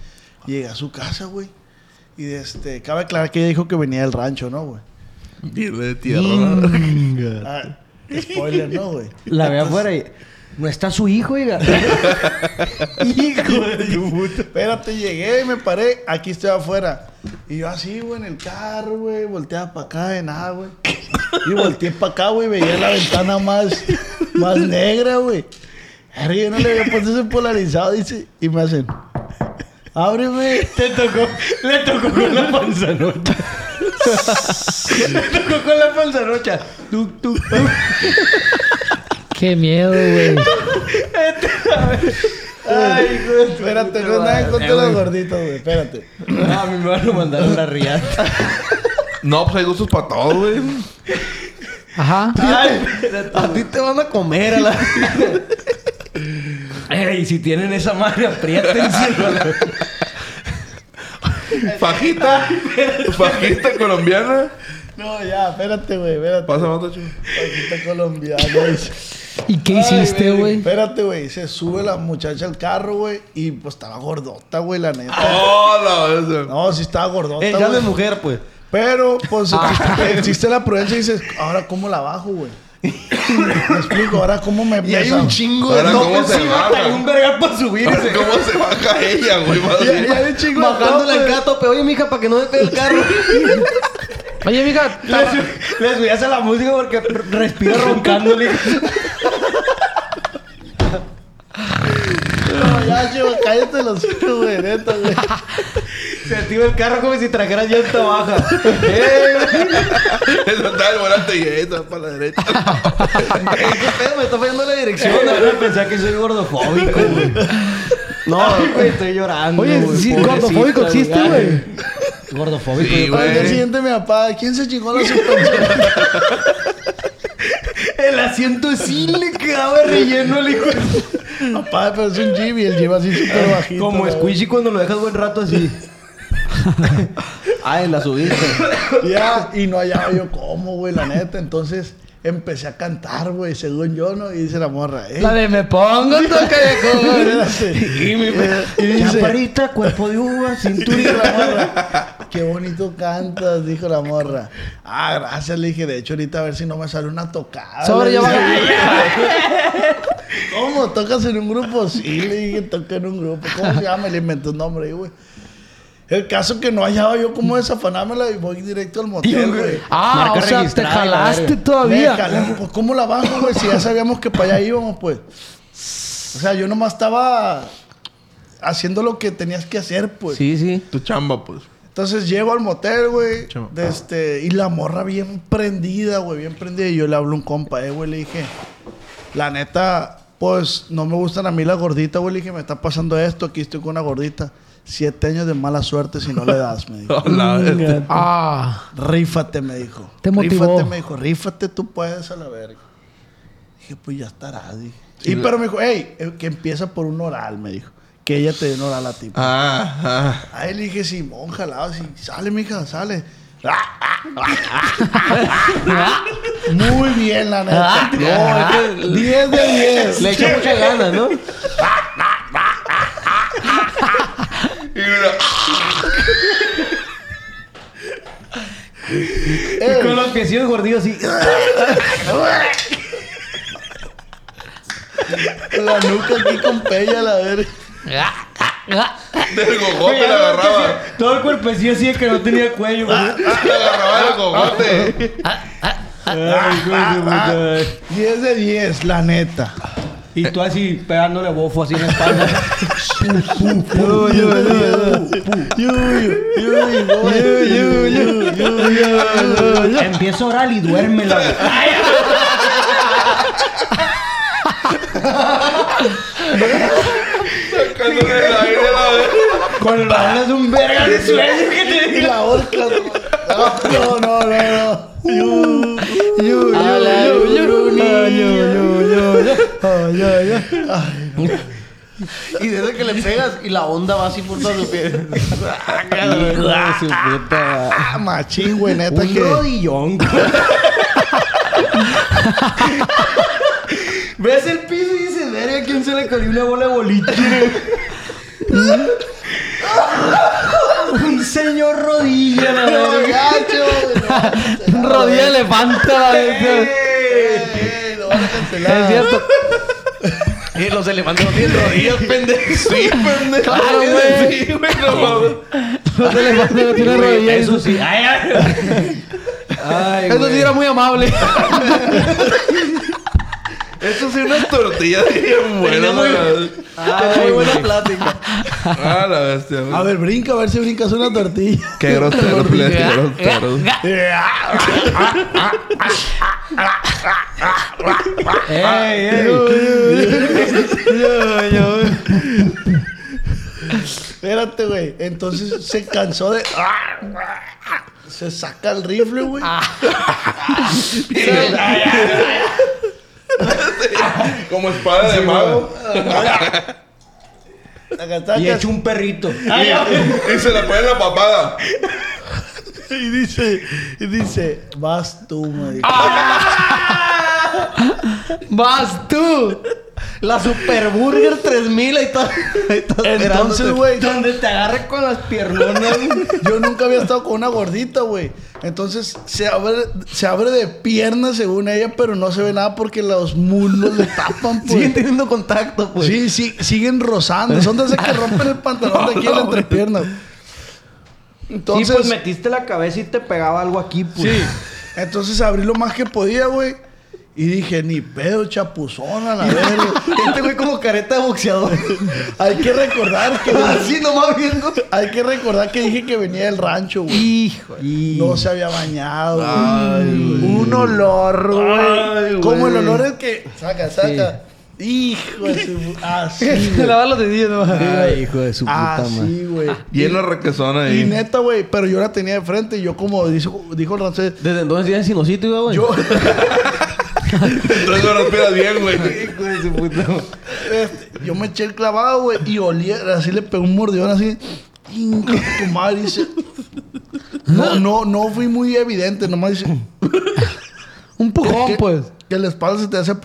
S3: Llegué a su casa, güey. Y este, cabe aclarar que ella dijo que venía del rancho, ¿no, güey?
S6: Dile de tierra.
S3: Ah, spoiler, ¿no, güey?
S7: La ve afuera y. No está su hijo, oiga.
S3: Hijo de tu puta. Espérate, llegué, me paré, aquí estoy afuera. Y yo así, güey, en el carro, güey, volteaba para acá de nada, güey. Y volteé para acá, güey, veía la ventana más, más negra, güey. Verga, Yo no le había puesto ese polarizado, dice, y me hacen, ábreme.
S7: Te tocó, le tocó con la panzanocha. le tocó con la panzanocha. Tuc, tuc, tuc.
S9: Qué miedo, güey.
S3: Ay, hijo de tu Espérate, no es nada en contra de los gorditos, güey, espérate.
S7: Ah, a mí me van a mandar a la riata.
S6: No, pues hay gustos para todo, güey.
S8: Ajá.
S5: A ti te van a comer a la...
S7: Ey, si tienen esa madre, apriétenselo.
S6: Fajita. Fajita colombiana.
S3: No, ya, espérate, güey, espérate.
S6: Pásame otra, chico.
S3: Paquita colombiano, dice.
S8: ¿Y qué
S3: Ay,
S8: hiciste, güey?
S3: Espérate, güey. Se sube la muchacha al carro, güey. Y pues estaba gordota, güey, la neta.
S6: Hola, eso.
S3: No, sí estaba gordota,
S7: Ey, ya de
S3: güey.
S7: mujer, pues.
S3: Pero, pues, existe, existe la prudencia y dices, ahora cómo la bajo, güey. me explico, ahora cómo me
S5: Y hay
S3: pesa?
S5: un chingo de...
S6: Ahora,
S5: No,
S6: ¿cómo
S5: pues,
S6: se
S7: Hay un
S6: baja?
S7: vergal para subir.
S6: Ahora, ¿Cómo se baja ella, güey? Más
S3: Y hay- y
S6: bien.
S3: hay un chingo de
S5: Bajándole al
S3: tope.
S5: gato, pero oye, mija, para que no me pegue el carro.
S8: Oye, mija,
S7: Le, su- le subías a la música porque r- respira roncándole.
S3: No, ya, chico, cállate los hijos, güey, neta, güey.
S7: Se activa el carro como si trajera llanta baja.
S6: Eso está el volante y esa para la derecha.
S5: ¿Qué pedo? Me está fallando la dirección.
S7: Yo no voy a pensar Eh, que soy gordofóbico, güey.
S5: No,
S7: Ay, güey, estoy llorando.
S8: Oye,
S7: güey,
S8: sí,
S7: pobrecita,
S8: gordofóbico existe, güey.
S7: Gordofóbico.
S6: Sí,
S7: yo-
S3: Al día
S6: güey.
S3: siguiente mi papá, ¿quién se chingó la suspensión?
S7: El asiento sí le quedaba relleno al hijo. de-
S3: papá, pero es un Jeep y el Jeep así súper bajito.
S7: Como
S3: güey.
S7: squishy cuando lo dejas buen rato así.
S5: Ay, la subiste.
S3: Ya, y no hallaba yo cómo, güey, la neta. Entonces, empecé a cantar, güey, según yo, ¿no? Y dice la morra, eh.
S8: La de me pongo tu callejón.
S3: y, y dice,
S4: Chaparrita, cuerpo de uva, cintura.
S3: dijo la morra, qué bonito cantas, dijo la morra. Ah, gracias, le dije, de hecho, ahorita a ver si no me sale una tocada.
S8: Sobre,
S3: Le
S8: ya
S3: dije,
S8: va.
S3: ¿Cómo? ¿Tocas en un grupo? Sí, le dije, toca en un grupo. ¿Cómo se llama? Le inventé un nombre ahí, güey. El caso que no hallaba yo cómo desafanármela y voy directo al motel, güey.
S8: Ah, o sea, te jalaste
S3: Me
S8: todavía.
S3: jalaron, pues, ¿Cómo la bajo, güey? Si ya sabíamos que para allá íbamos, pues. O sea, yo nomás estaba haciendo lo que tenías que hacer, pues.
S5: Sí, sí.
S6: Tu chamba, pues.
S3: Entonces llego al motel, güey.
S6: Chema.
S3: de Este, y la morra bien prendida, güey, bien prendida. Y yo le hablo a un compa, eh, güey, le dije, la neta, pues no me gustan a mí las gorditas, güey. Le dije, me está pasando esto, aquí estoy con una gordita. Siete años de mala suerte si no le das, me dijo.
S6: Hola, este.
S8: Ah,
S3: Rífate, me dijo.
S8: Te motivó.
S3: Rífate, me dijo. Rífate, tú puedes a la verga. Dije, pues ya estará, dije. y pero me dijo, hey, eh, que empieza por un oral, me dijo. Que ella te dé un oral a ti.
S6: Ah, ah.
S3: Ahí le dije, Simón, jalado, sí, sale, mija, sale. Muy bien, la neta. No, es que 10 de 10.
S5: Le eché muchas ganas, ¿no?
S6: Y mira,
S5: Con los piecitos gordillos así.
S3: La nuca aquí con pella, la verga.
S6: del cogote la agarraba.
S7: Todo el cuerpecillo así de que no tenía cuello, güey.
S6: La agarraba del cogote.
S7: Ay, hijo de su puta.
S3: 10 de 10, la neta.
S7: Y tú así pegándole bofo así en la espalda. Empiezo a orar y duérmela. güey.
S6: Sacándole el aire a la vez.
S7: Con el balón es un verga de sueño que te
S3: Y
S7: digo.
S3: la horca. No, no, no, no. Yu, yu, yu, yu, yu, yu, yu, yu. Ay, ay, ay. Ay, no.
S5: Y desde que le pegas y la onda va así por todos los pies.
S3: Ah, machín, güey, neta
S7: Un
S3: que.
S7: rodillón. güey. Ves el piso y dices, verga, ¿quién se le cayó una bola de boliche? un señor rodilla, la
S3: No,
S7: verga.
S3: gacho, güey.
S8: rodilla de elefante. la bestia.
S3: Eh, lo van a cancelar.
S8: Es cierto.
S5: Y los elefantes no tienen rodillas, pendejo.
S6: Sí, pendejo.
S8: Claro, güey.
S6: Sí, güey, no mames.
S8: Los elefantes no tienen rodilla.
S7: Eso sí. Ay, ay. Ay,
S8: Eso
S7: güey.
S8: sí era muy amable.
S6: Eso sí, unas tortillas bien buenas.
S5: muy-
S6: la vez.
S5: Ah, muy buena plática.
S6: Ah, la bestia. güey.
S3: A ver, brinca, a ver si brincas una tortilla.
S6: Qué grosero, plebe, qué grosero.
S7: Ey, ey.
S3: Espérate, güey. Entonces se cansó de. Se saca el rifle, güey.
S6: Como espada de mago.
S3: Taca, taca.
S7: Y hecho un perrito.
S6: Y se la pone en la papada.
S3: Y dice, y dice, vas tú, me dijo.
S8: Vas tú.
S5: La Superburger 3000 ahí está. Ahí está
S3: Entonces,
S5: esperándote.
S3: güey,
S7: Donde te agarra con las piernonas. güey.
S3: yo nunca había estado con una gordita, güey. Entonces se abre, se abre de pierna según ella, pero no se ve nada porque los muslos le tapan, pues.
S5: Siguen teniendo contacto, pues.
S3: Sí, sí, siguen rozando. Son de esas que rompen el pantalón de aquí en la entrepierna. Entonces,
S7: sí, pues metiste la cabeza y te pegaba algo aquí, pues.
S3: sí. Entonces abrí lo más que podía, güey. Y dije, ni pedo, chapuzona, la verga.
S5: Este güey como careta de boxeador.
S3: Hay que recordar que.
S5: Así nomás viendo.
S3: Hay que recordar que dije que venía del rancho, güey.
S7: Hijo. Y...
S3: No se había bañado, güey. Un olor, güey. Como el olor es que. Saca, saca. Hijo de su. Así.
S8: Te
S3: güey.
S8: lavas los dedillos, no.
S5: Ay, hijo de su
S3: Ah, Así, güey.
S5: Ah,
S6: Lleno de requesón
S3: Y
S6: ahí.
S3: neta, güey, pero yo la tenía de frente y yo como dijo, dijo el rancés,
S5: Desde entonces tienes sinosito, güey.
S3: yo,
S6: Entonces lo respiras bien, güey.
S5: Hijo de su puta madre.
S3: este, yo me eché el clavado, güey, y olía, así le pegó un mordión así, "Inca tu madre, dice. No, no, no fui muy evidente, nomás dice,
S8: Un pujón,
S3: ¿Qué-
S8: pues.
S3: Que la espalda se te hace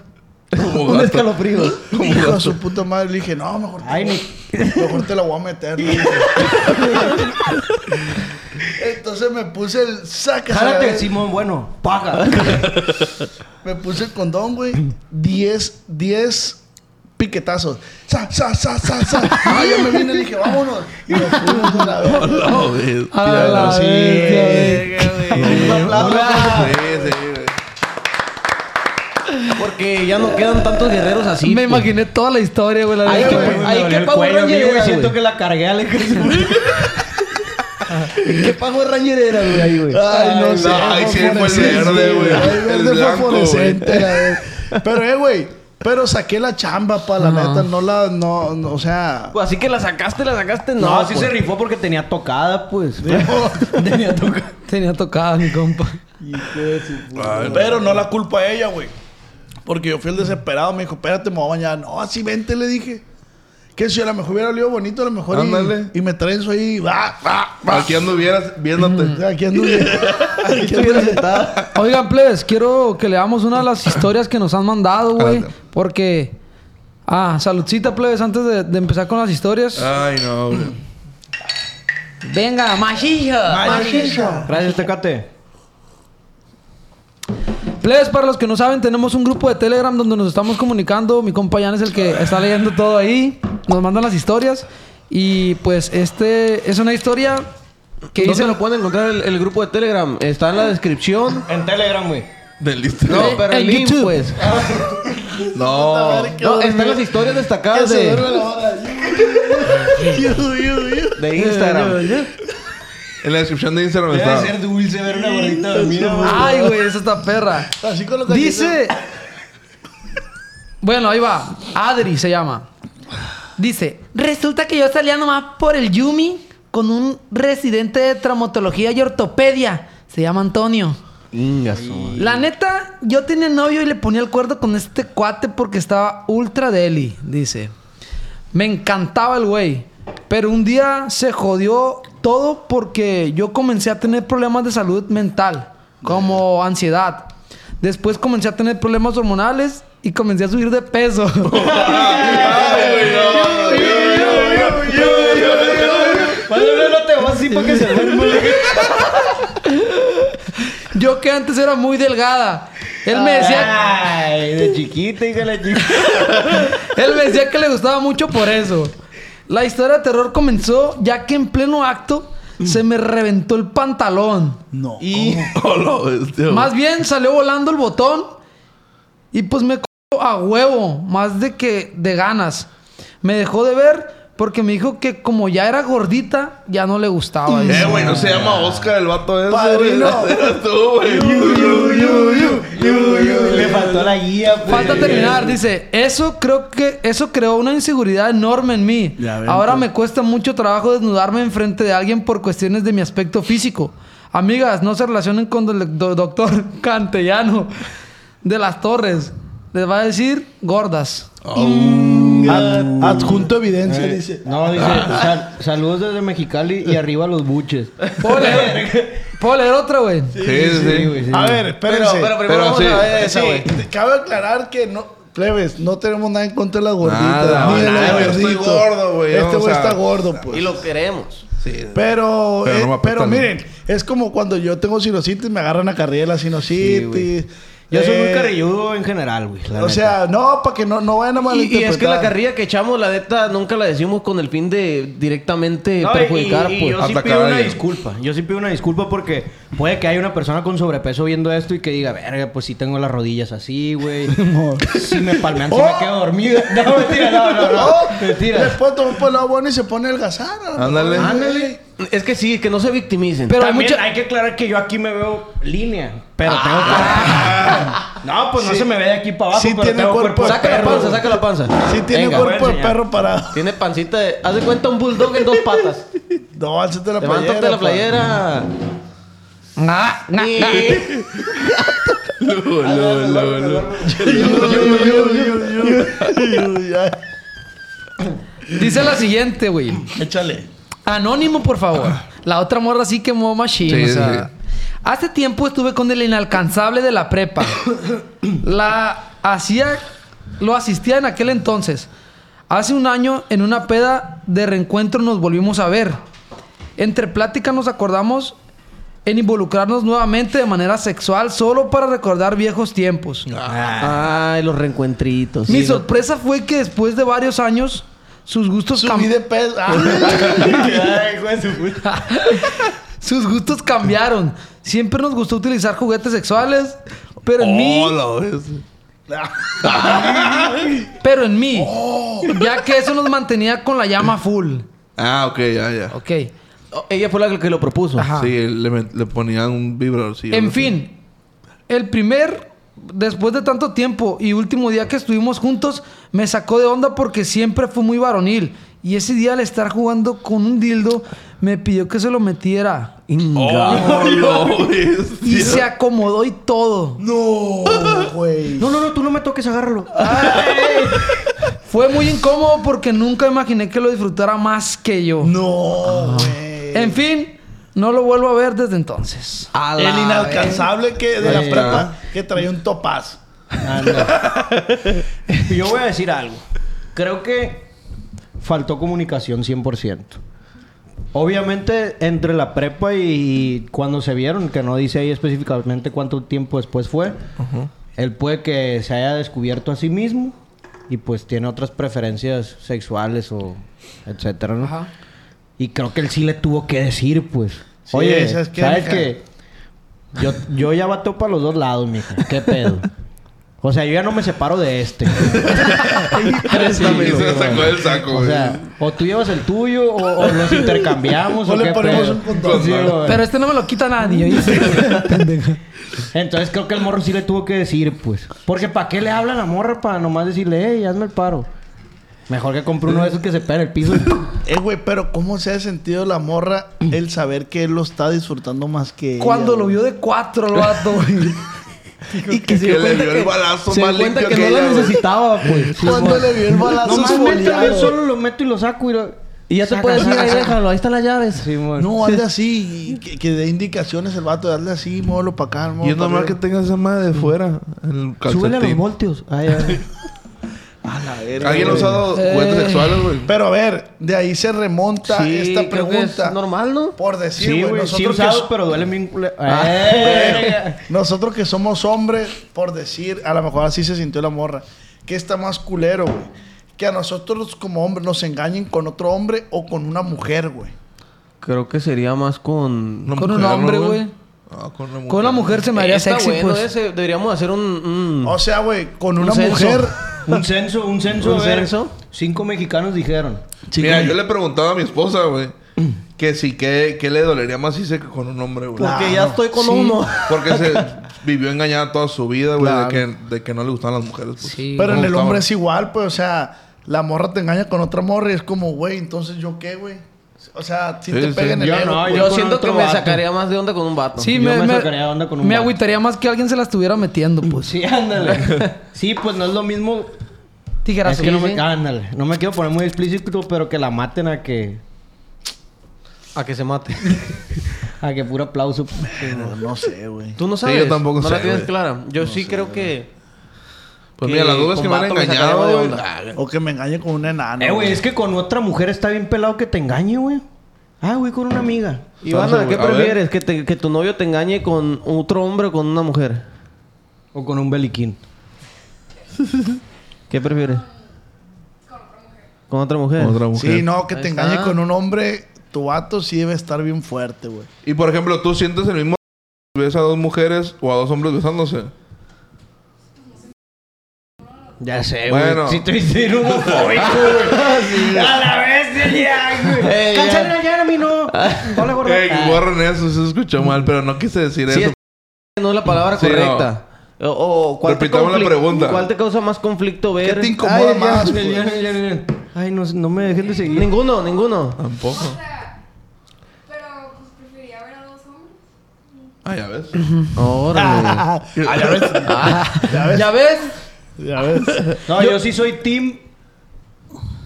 S6: Como
S5: Un
S6: gato.
S5: escalofrío.
S3: Hijo de su puta madre, le dije, no, mejor te,
S7: Ay,
S3: mejor te la voy a meter. le dije. Entonces me puse el saca.
S4: Jálate,
S3: ¿sabes?
S4: Simón, bueno, paga.
S3: Me puse el condón, güey. 10, 10 piquetazos. Sa, sa, sa, sa, sa. Ah, yo me vine y dije, vámonos. Y me fui de la verga.
S6: No, güey.
S8: A la,
S3: sí.
S8: bestia, güey.
S3: Un aplauso.
S5: Ah.
S6: Sí, sí, güey.
S5: Porque ya no quedan tantos guerreros así.
S8: Me
S5: pues.
S8: imaginé toda la historia, güey. La
S4: Ay,
S8: neta,
S4: qué,
S8: güey.
S4: ay,
S7: dolió
S4: qué
S7: el
S4: Power
S7: cuello a mí,
S4: Ranger
S7: güey,
S4: era,
S7: siento
S4: Siento que la cargué al
S5: ¿Qué Power Ranger era, güey? ahí, güey?
S3: Ay, no sé.
S6: Ay, sí, fue el
S3: fosforescente,
S6: verde, güey.
S3: Ay,
S6: El
S3: verde
S6: blanco,
S3: fosforescente, la verga. Pero, eh, güey. Pero saqué la chamba, pa, la neta. No la, no, no, o sea...
S5: Pues así que la sacaste, la sacaste. No,
S4: No, sí
S5: pues.
S4: se rifó porque tenía tocada, pues. tenía tocada.
S8: Tenía tocada mi compa.
S3: Pero no la culpa a ella, güey. Porque yo fui el desesperado. Me dijo, espérate, me voy a bañar. No, así vente, le dije. Que si a lo mejor hubiera olido bonito, a lo mejor. y-
S6: Ándale.
S3: Y, me trenzo ahí. Va, va, va.
S6: Aquí ando vieras, viéndote.
S3: Aquí anduve. Aquí anduve sentado.
S8: Oigan, plebes, quiero que leamos una de las historias que nos han mandado, güey.
S6: Adelante.
S8: Porque. Ah, saludcita, plebes, antes de, de empezar con las historias.
S6: Ay, no, güey.
S9: Venga, machija.
S4: Gracias, Tecate.
S8: Plebes, para los que no saben, tenemos un grupo de Telegram donde nos estamos comunicando. Mi compa Jan es el que está leyendo todo ahí. Nos mandan las historias. Y pues, este es una historia que
S5: ¿Dónde
S8: dice.
S5: lo pueden encontrar el, el grupo de Telegram? Está en la descripción.
S4: En Telegram, güey.
S6: Del listo.
S5: No, pero el
S8: en
S5: link,
S8: YouTube.
S5: pues.
S6: No.
S5: No, están las historias
S3: Que
S5: destacadas
S3: se duerme
S5: de,
S3: la hora. Yo, yo, yo.
S5: de Instagram.
S6: En la descripción de Instagram
S4: Debe
S6: está.
S4: ser dulce ver una gordita dormida, güey.
S8: Ay, güey, esa está perra.
S3: Así Ah, con lo que
S8: Dice. Bueno, ahí va. Adri se llama.
S9: Dice, resulta que yo salía nomás por el Yumi con un residente de traumatología y ortopedia. Se llama Antonio. La neta, yo tenía novio y le ponía el cuerdo con este cuate porque estaba ultra deli, dice. Me encantaba el güey, pero un día se jodió todo porque yo comencé a tener problemas de salud mental, como ansiedad. Después comencé a tener problemas hormonales y comencé a subir de peso.
S4: Mándale una te vas así para que se duerma.
S8: Yo que antes era muy delgada. Él me decía,
S4: Ay, de chiquita, hija de la chiquita.
S8: él me decía que le gustaba mucho por eso. La historia de terror comenzó ya que en pleno acto se me reventó el pantalón.
S3: No. Oh.
S8: Y
S6: Hola, bestia.
S8: más bien salió volando el botón y pues me co- a huevo, más de que de ganas. Me dejó de ver porque me dijo que como ya era gordita, ya no le gustaba.
S6: Eh,
S8: dice.
S6: güey, no se llama Oscar el vato ese.
S3: Padrino.
S6: güey. Eras tú, güey.
S4: Le faltó la guía, pues.
S8: Falta terminar, dice, eso creo que eso creó una inseguridad enorme en mí.
S3: Ya ven,
S8: Ahora
S3: pues.
S8: me cuesta mucho trabajo desnudarme enfrente de alguien por cuestiones de mi aspecto físico. Amigas, no se relacionen con el do- doctor Cantellano de las Torres. Les va a decir gordas.
S3: Ad- adjunto evidencia, dice.
S4: No, dice, sal- saludos desde Mexicali y arriba los buches.
S8: ¿Puedo leer, ¿Puedo leer otra, güey?
S6: Sí, sí,
S4: güey, sí.
S3: A ver, espérense.
S6: Pero vamos a sí. ver
S3: Sí, cabe aclarar que no. Plebes, no tenemos nada en contra de las gorditas.
S6: Nada,
S3: ni de los
S6: nada, yo estoy
S3: gorditos.
S6: gordo, güey,
S3: Este
S6: o
S3: güey
S6: sea,
S3: está gordo, pues.
S5: Y lo queremos.
S6: Sí.
S3: Pero,
S6: Pero
S3: eh,
S6: no me apesta,
S3: pero
S6: ¿no?
S3: miren, es como cuando yo tengo sinusitis, me agarran a carrilla de la sinusitis.
S4: Yo soy muy
S3: Eh,
S4: carrilludo en general, güey. la
S3: O
S4: neta.
S3: sea, no, para que no, no vayan a
S5: Y, y
S3: malinterpretar.
S5: es que la carrilla que echamos, la neta, nunca la decimos con el fin de directamente
S4: No, y-
S5: perjudicar,
S4: y- y
S5: pues.
S4: yo sí
S6: Atacar
S4: pido
S6: a
S4: una
S6: alguien.
S4: disculpa. Yo sí pido una disculpa porque puede que haya una persona con sobrepeso viendo esto y que diga, verga, pues sí tengo las rodillas así, güey. si me palmean, si me quedo dormida. No, mentira, no, no,
S3: Oh,
S4: no.
S3: Les
S4: Mentira.
S3: puedo tomar por el lado bueno y se pone el gazar.
S6: Ándale.
S4: Ándale.
S5: Es que sí, que no se victimicen.
S8: Pero hay
S4: También
S8: mucha-
S4: hay que aclarar que yo aquí me veo línea, pero tengo
S5: Ah,
S4: cuerpo. No, pues no
S3: Sí.
S4: se me ve de aquí para abajo,
S3: Sí
S4: pero
S3: tiene
S4: tengo cuerpo.
S3: cuerpo de
S4: de
S5: saca la
S4: perro,
S5: panza,
S4: güey.
S5: saca la panza.
S3: Sí tiene
S5: Venga.
S3: cuerpo de
S4: voy a enseñar.
S3: perro parado.
S5: Tiene pancita de... Haz de cuenta un bulldog en dos patas.
S3: No, alzate la playera.
S5: Levántate la
S3: pa.
S5: playera.
S9: Ah, ah, ah.
S5: Y-
S6: Luego, luego, luego, luego.
S8: Dice la siguiente, güey.
S3: Échale.
S8: Anónimo, por favor. La otra morra sí quemó machine,
S6: Sí,
S8: o sea.
S6: sí.
S8: Hace tiempo estuve con el inalcanzable de la prepa. La hacía, lo asistía en aquel entonces. Hace un año, en una peda de reencuentro, nos volvimos a ver. Entre plática nos acordamos en involucrarnos nuevamente de manera sexual solo para recordar viejos tiempos.
S5: Ay, los reencuentritos.
S8: Mi
S5: Sí, lo-
S8: sorpresa fue que después de varios años, sus gustos cam-
S3: Subí de peso.
S7: Ay, hijo de su puta.
S8: Sus gustos cambiaron. Siempre nos gustó utilizar juguetes sexuales, pero en mí, pero en mí,
S6: Oh.
S8: ya que eso nos mantenía con la llama full.
S6: Ah, ok, ya, ya.
S8: Ok.
S5: Oh, Ella fue la que lo propuso.
S8: Ajá.
S6: Sí, le, met- le ponían un vibrador. sí, algo
S8: En
S6: así.
S8: fin, el primer, después de tanto tiempo y último día que estuvimos juntos, me sacó de onda porque siempre fue muy varonil. Y ese día al estar jugando con un dildo, me pidió que se lo metiera.
S6: Oh, no,
S8: Y
S6: bestia.
S8: se acomodó y todo.
S3: No, güey.
S5: No, no, no, tú no me toques, agárralo.
S8: Fue muy incómodo porque nunca imaginé que lo disfrutara más que yo.
S3: No, güey.
S8: En fin, no lo vuelvo a ver desde entonces.
S7: Ah.
S3: El inalcanzable que de la
S6: Ahí
S3: prepa que traía un topaz.
S7: Yo voy a decir algo. Creo que faltó comunicación 100%. Obviamente, entre la prepa y, y cuando se vieron, que no dice ahí específicamente cuánto tiempo después fue, él puede que se haya descubierto a sí mismo y pues tiene otras preferencias sexuales o etcétera, ¿no? Y creo que él sí le tuvo que decir, pues.
S3: Sí,
S7: Oye,
S3: ¿sabes
S7: ¿sabes
S3: qué,
S7: qué?
S3: mija?
S7: Yo, yo ya bato para los dos lados, mija. ¿Qué pedo? O sea, yo ya no me separo de este.
S6: Sí, se sacó del saco,
S7: O
S6: güey.
S7: sea, o tú llevas el tuyo o, o los intercambiamos.
S3: O le
S7: qué
S3: ponemos
S7: pedo.
S3: un condón.
S7: Sí, güey.
S8: Pero este no me lo quita nadie.
S5: ¿eh?
S8: ¿oíste?
S7: Entonces creo que el morro sí le tuvo que decir, pues. Porque ¿para qué le hablan a la morra para nomás decirle, hey, hazme el paro? Mejor que compre uno de esos que se pega en el piso.
S3: Eh, güey, pero ¿cómo se ha sentido la morra el saber que él lo está disfrutando más que ella,
S8: Cuando lo
S3: güey?
S8: vio de cuatro, el vato, güey.
S3: Y
S6: Que
S3: que se dio
S6: le
S3: cuenta
S6: dio el balazo
S7: se
S6: más
S7: dio cuenta
S6: limpio
S7: que,
S6: que
S7: no
S6: ella,
S7: la
S6: güey.
S7: necesitaba, pues. Sí,
S3: Cuando
S7: güey.
S3: le vio el balazo
S7: Nomás mételo, yo
S3: esfoliado.
S7: solo lo meto y lo saco y lo-
S5: Y ya
S7: Saca,
S5: te puedes ir
S7: saca,
S5: ahí,
S7: saca.
S5: déjalo. Ahí están las llaves. Sí,
S3: No, hazle así. y Que, que dé indicaciones el vato. Hazle así, móvelo para acá.
S6: Y
S3: muévelo
S6: es normal
S3: pa'
S6: que
S3: arriba.
S6: tengas esa madre de fuera. En el
S7: Súbele a los
S6: calcetín.
S7: voltios. Ay, ay.
S6: ¿Alguien ha usado juguetes sexuales, güey?
S3: Pero a ver, de ahí se remonta
S7: Sí,
S3: esta
S7: creo que
S3: pregunta.
S7: Es normal, ¿no?
S3: Por decir, güey, nosotros,
S7: sí
S3: que Ah,
S7: usado,
S3: so-
S7: pero duele bien cule-
S3: Eh,
S7: Ay.
S3: nosotros que somos hombres, por decir, a lo mejor así se sintió la morra. ¿Qué está más culero, güey? Que a nosotros como hombres nos engañen con otro hombre o con una mujer, güey.
S5: Creo que sería más con.
S6: Una
S8: Con un
S6: mujer,
S8: hombre,
S6: ¿no,
S8: güey.
S6: Ah, con una mujer.
S8: Con una mujer se me haría
S5: Está
S8: sexy,
S5: bueno
S8: pues.
S5: ese. Deberíamos hacer un. un-
S3: O sea, güey, con
S7: Un
S3: una
S7: censo.
S3: mujer...
S7: Un censo, un censo.
S5: ¿Un
S7: a ver,
S5: censo?
S7: Cinco mexicanos dijeron.
S6: Mira, yo le preguntaba a mi esposa, güey, que si que, que le dolería más hice que con un hombre, güey.
S7: Porque ya estoy con uno.
S6: Porque se vivió engañada toda su vida, güey,
S3: Claro.
S6: de, que, de que no le gustaban las mujeres. Pues.
S8: Sí.
S3: Pero en
S6: No
S3: el
S6: gustaban.
S3: hombre es igual, pues, o sea, la morra te engaña con otra morra y es como, güey, entonces yo qué, güey. O sea, si
S6: Sí,
S3: te
S6: sí.
S3: pegan el
S7: Yo
S3: ego,
S7: no,
S3: güey.
S5: Yo
S7: con
S5: siento que
S7: otro
S5: me
S7: vato.
S5: sacaría más de onda con un vato.
S8: Sí,
S7: Yo
S8: me,
S7: me
S8: me,
S7: sacaría de onda con un
S8: me
S7: vato.
S8: agüitaría más que alguien se la estuviera metiendo, pues.
S7: Sí, ándale. sí, pues no es lo mismo.
S8: Tijeras.
S7: Es que no
S8: sí.
S7: me... Ándale. No me quiero poner muy explícito, pero que la maten a que...
S5: A que se mate.
S7: A que puro aplauso.
S3: No, no sé, güey.
S5: Tú no
S6: Sí,
S5: sabes.
S6: yo tampoco
S5: No
S6: sé,
S5: la tienes
S6: güey.
S5: clara. Yo sí creo que.
S6: Pues mira, las dudas
S5: con
S6: que me han
S5: vato me
S6: engañado,
S5: sacaría de
S6: güey.
S5: onda.
S6: ah,
S3: O que me engañe con un enano.
S7: Eh, güey, es que con otra mujer está bien pelado que te engañe, güey. Ah, güey, con una amiga.
S5: Ivana,
S6: Entonces,
S5: ¿qué
S6: güey, a ver.
S5: prefieres? ¿Que, te- que tu novio te engañe con otro hombre o con una mujer?
S7: O con un beliquín.
S5: ¿Qué prefieres? Con otra mujer.
S6: con otra mujer.
S3: Sí, no, que te
S5: Ahí
S3: engañe
S5: está.
S3: con un hombre, tu vato sí debe estar bien fuerte, güey.
S6: Y por ejemplo, ¿tú sientes el mismo si ves a dos mujeres o a dos hombres besándose?
S7: Ya sé, güey.
S6: Bueno.
S7: Si estoy sin homofóbico, güey. A la bestia ya, güey. Cancelen al llano, mi no. Hola, gordo.
S6: Ey,
S7: Ah.
S6: borren eso, se escuchó mal, pero no quise decir
S5: Sí,
S6: eso.
S5: No es la palabra
S6: Sí, no.
S5: correcta. O, o, ¿cuál te
S6: Repitamos la
S5: conflic-
S6: pregunta.
S5: ¿Cuál te causa más conflicto
S3: ¿Qué
S5: ver?
S3: te incomoda
S7: ya,
S3: más,
S7: ya,
S3: güey?
S7: ya, ya, ya, ya. Ay, no, no me dejen de seguir.
S5: Ninguno, ninguno.
S6: Tampoco.
S11: Pero pues preferiría ver a dos hombres.
S6: Ah, ya ves.
S5: Órale.
S3: ya ves. ya ves.
S8: ¿Ya ves?
S3: Ya ves.
S7: No, yo, sí soy team.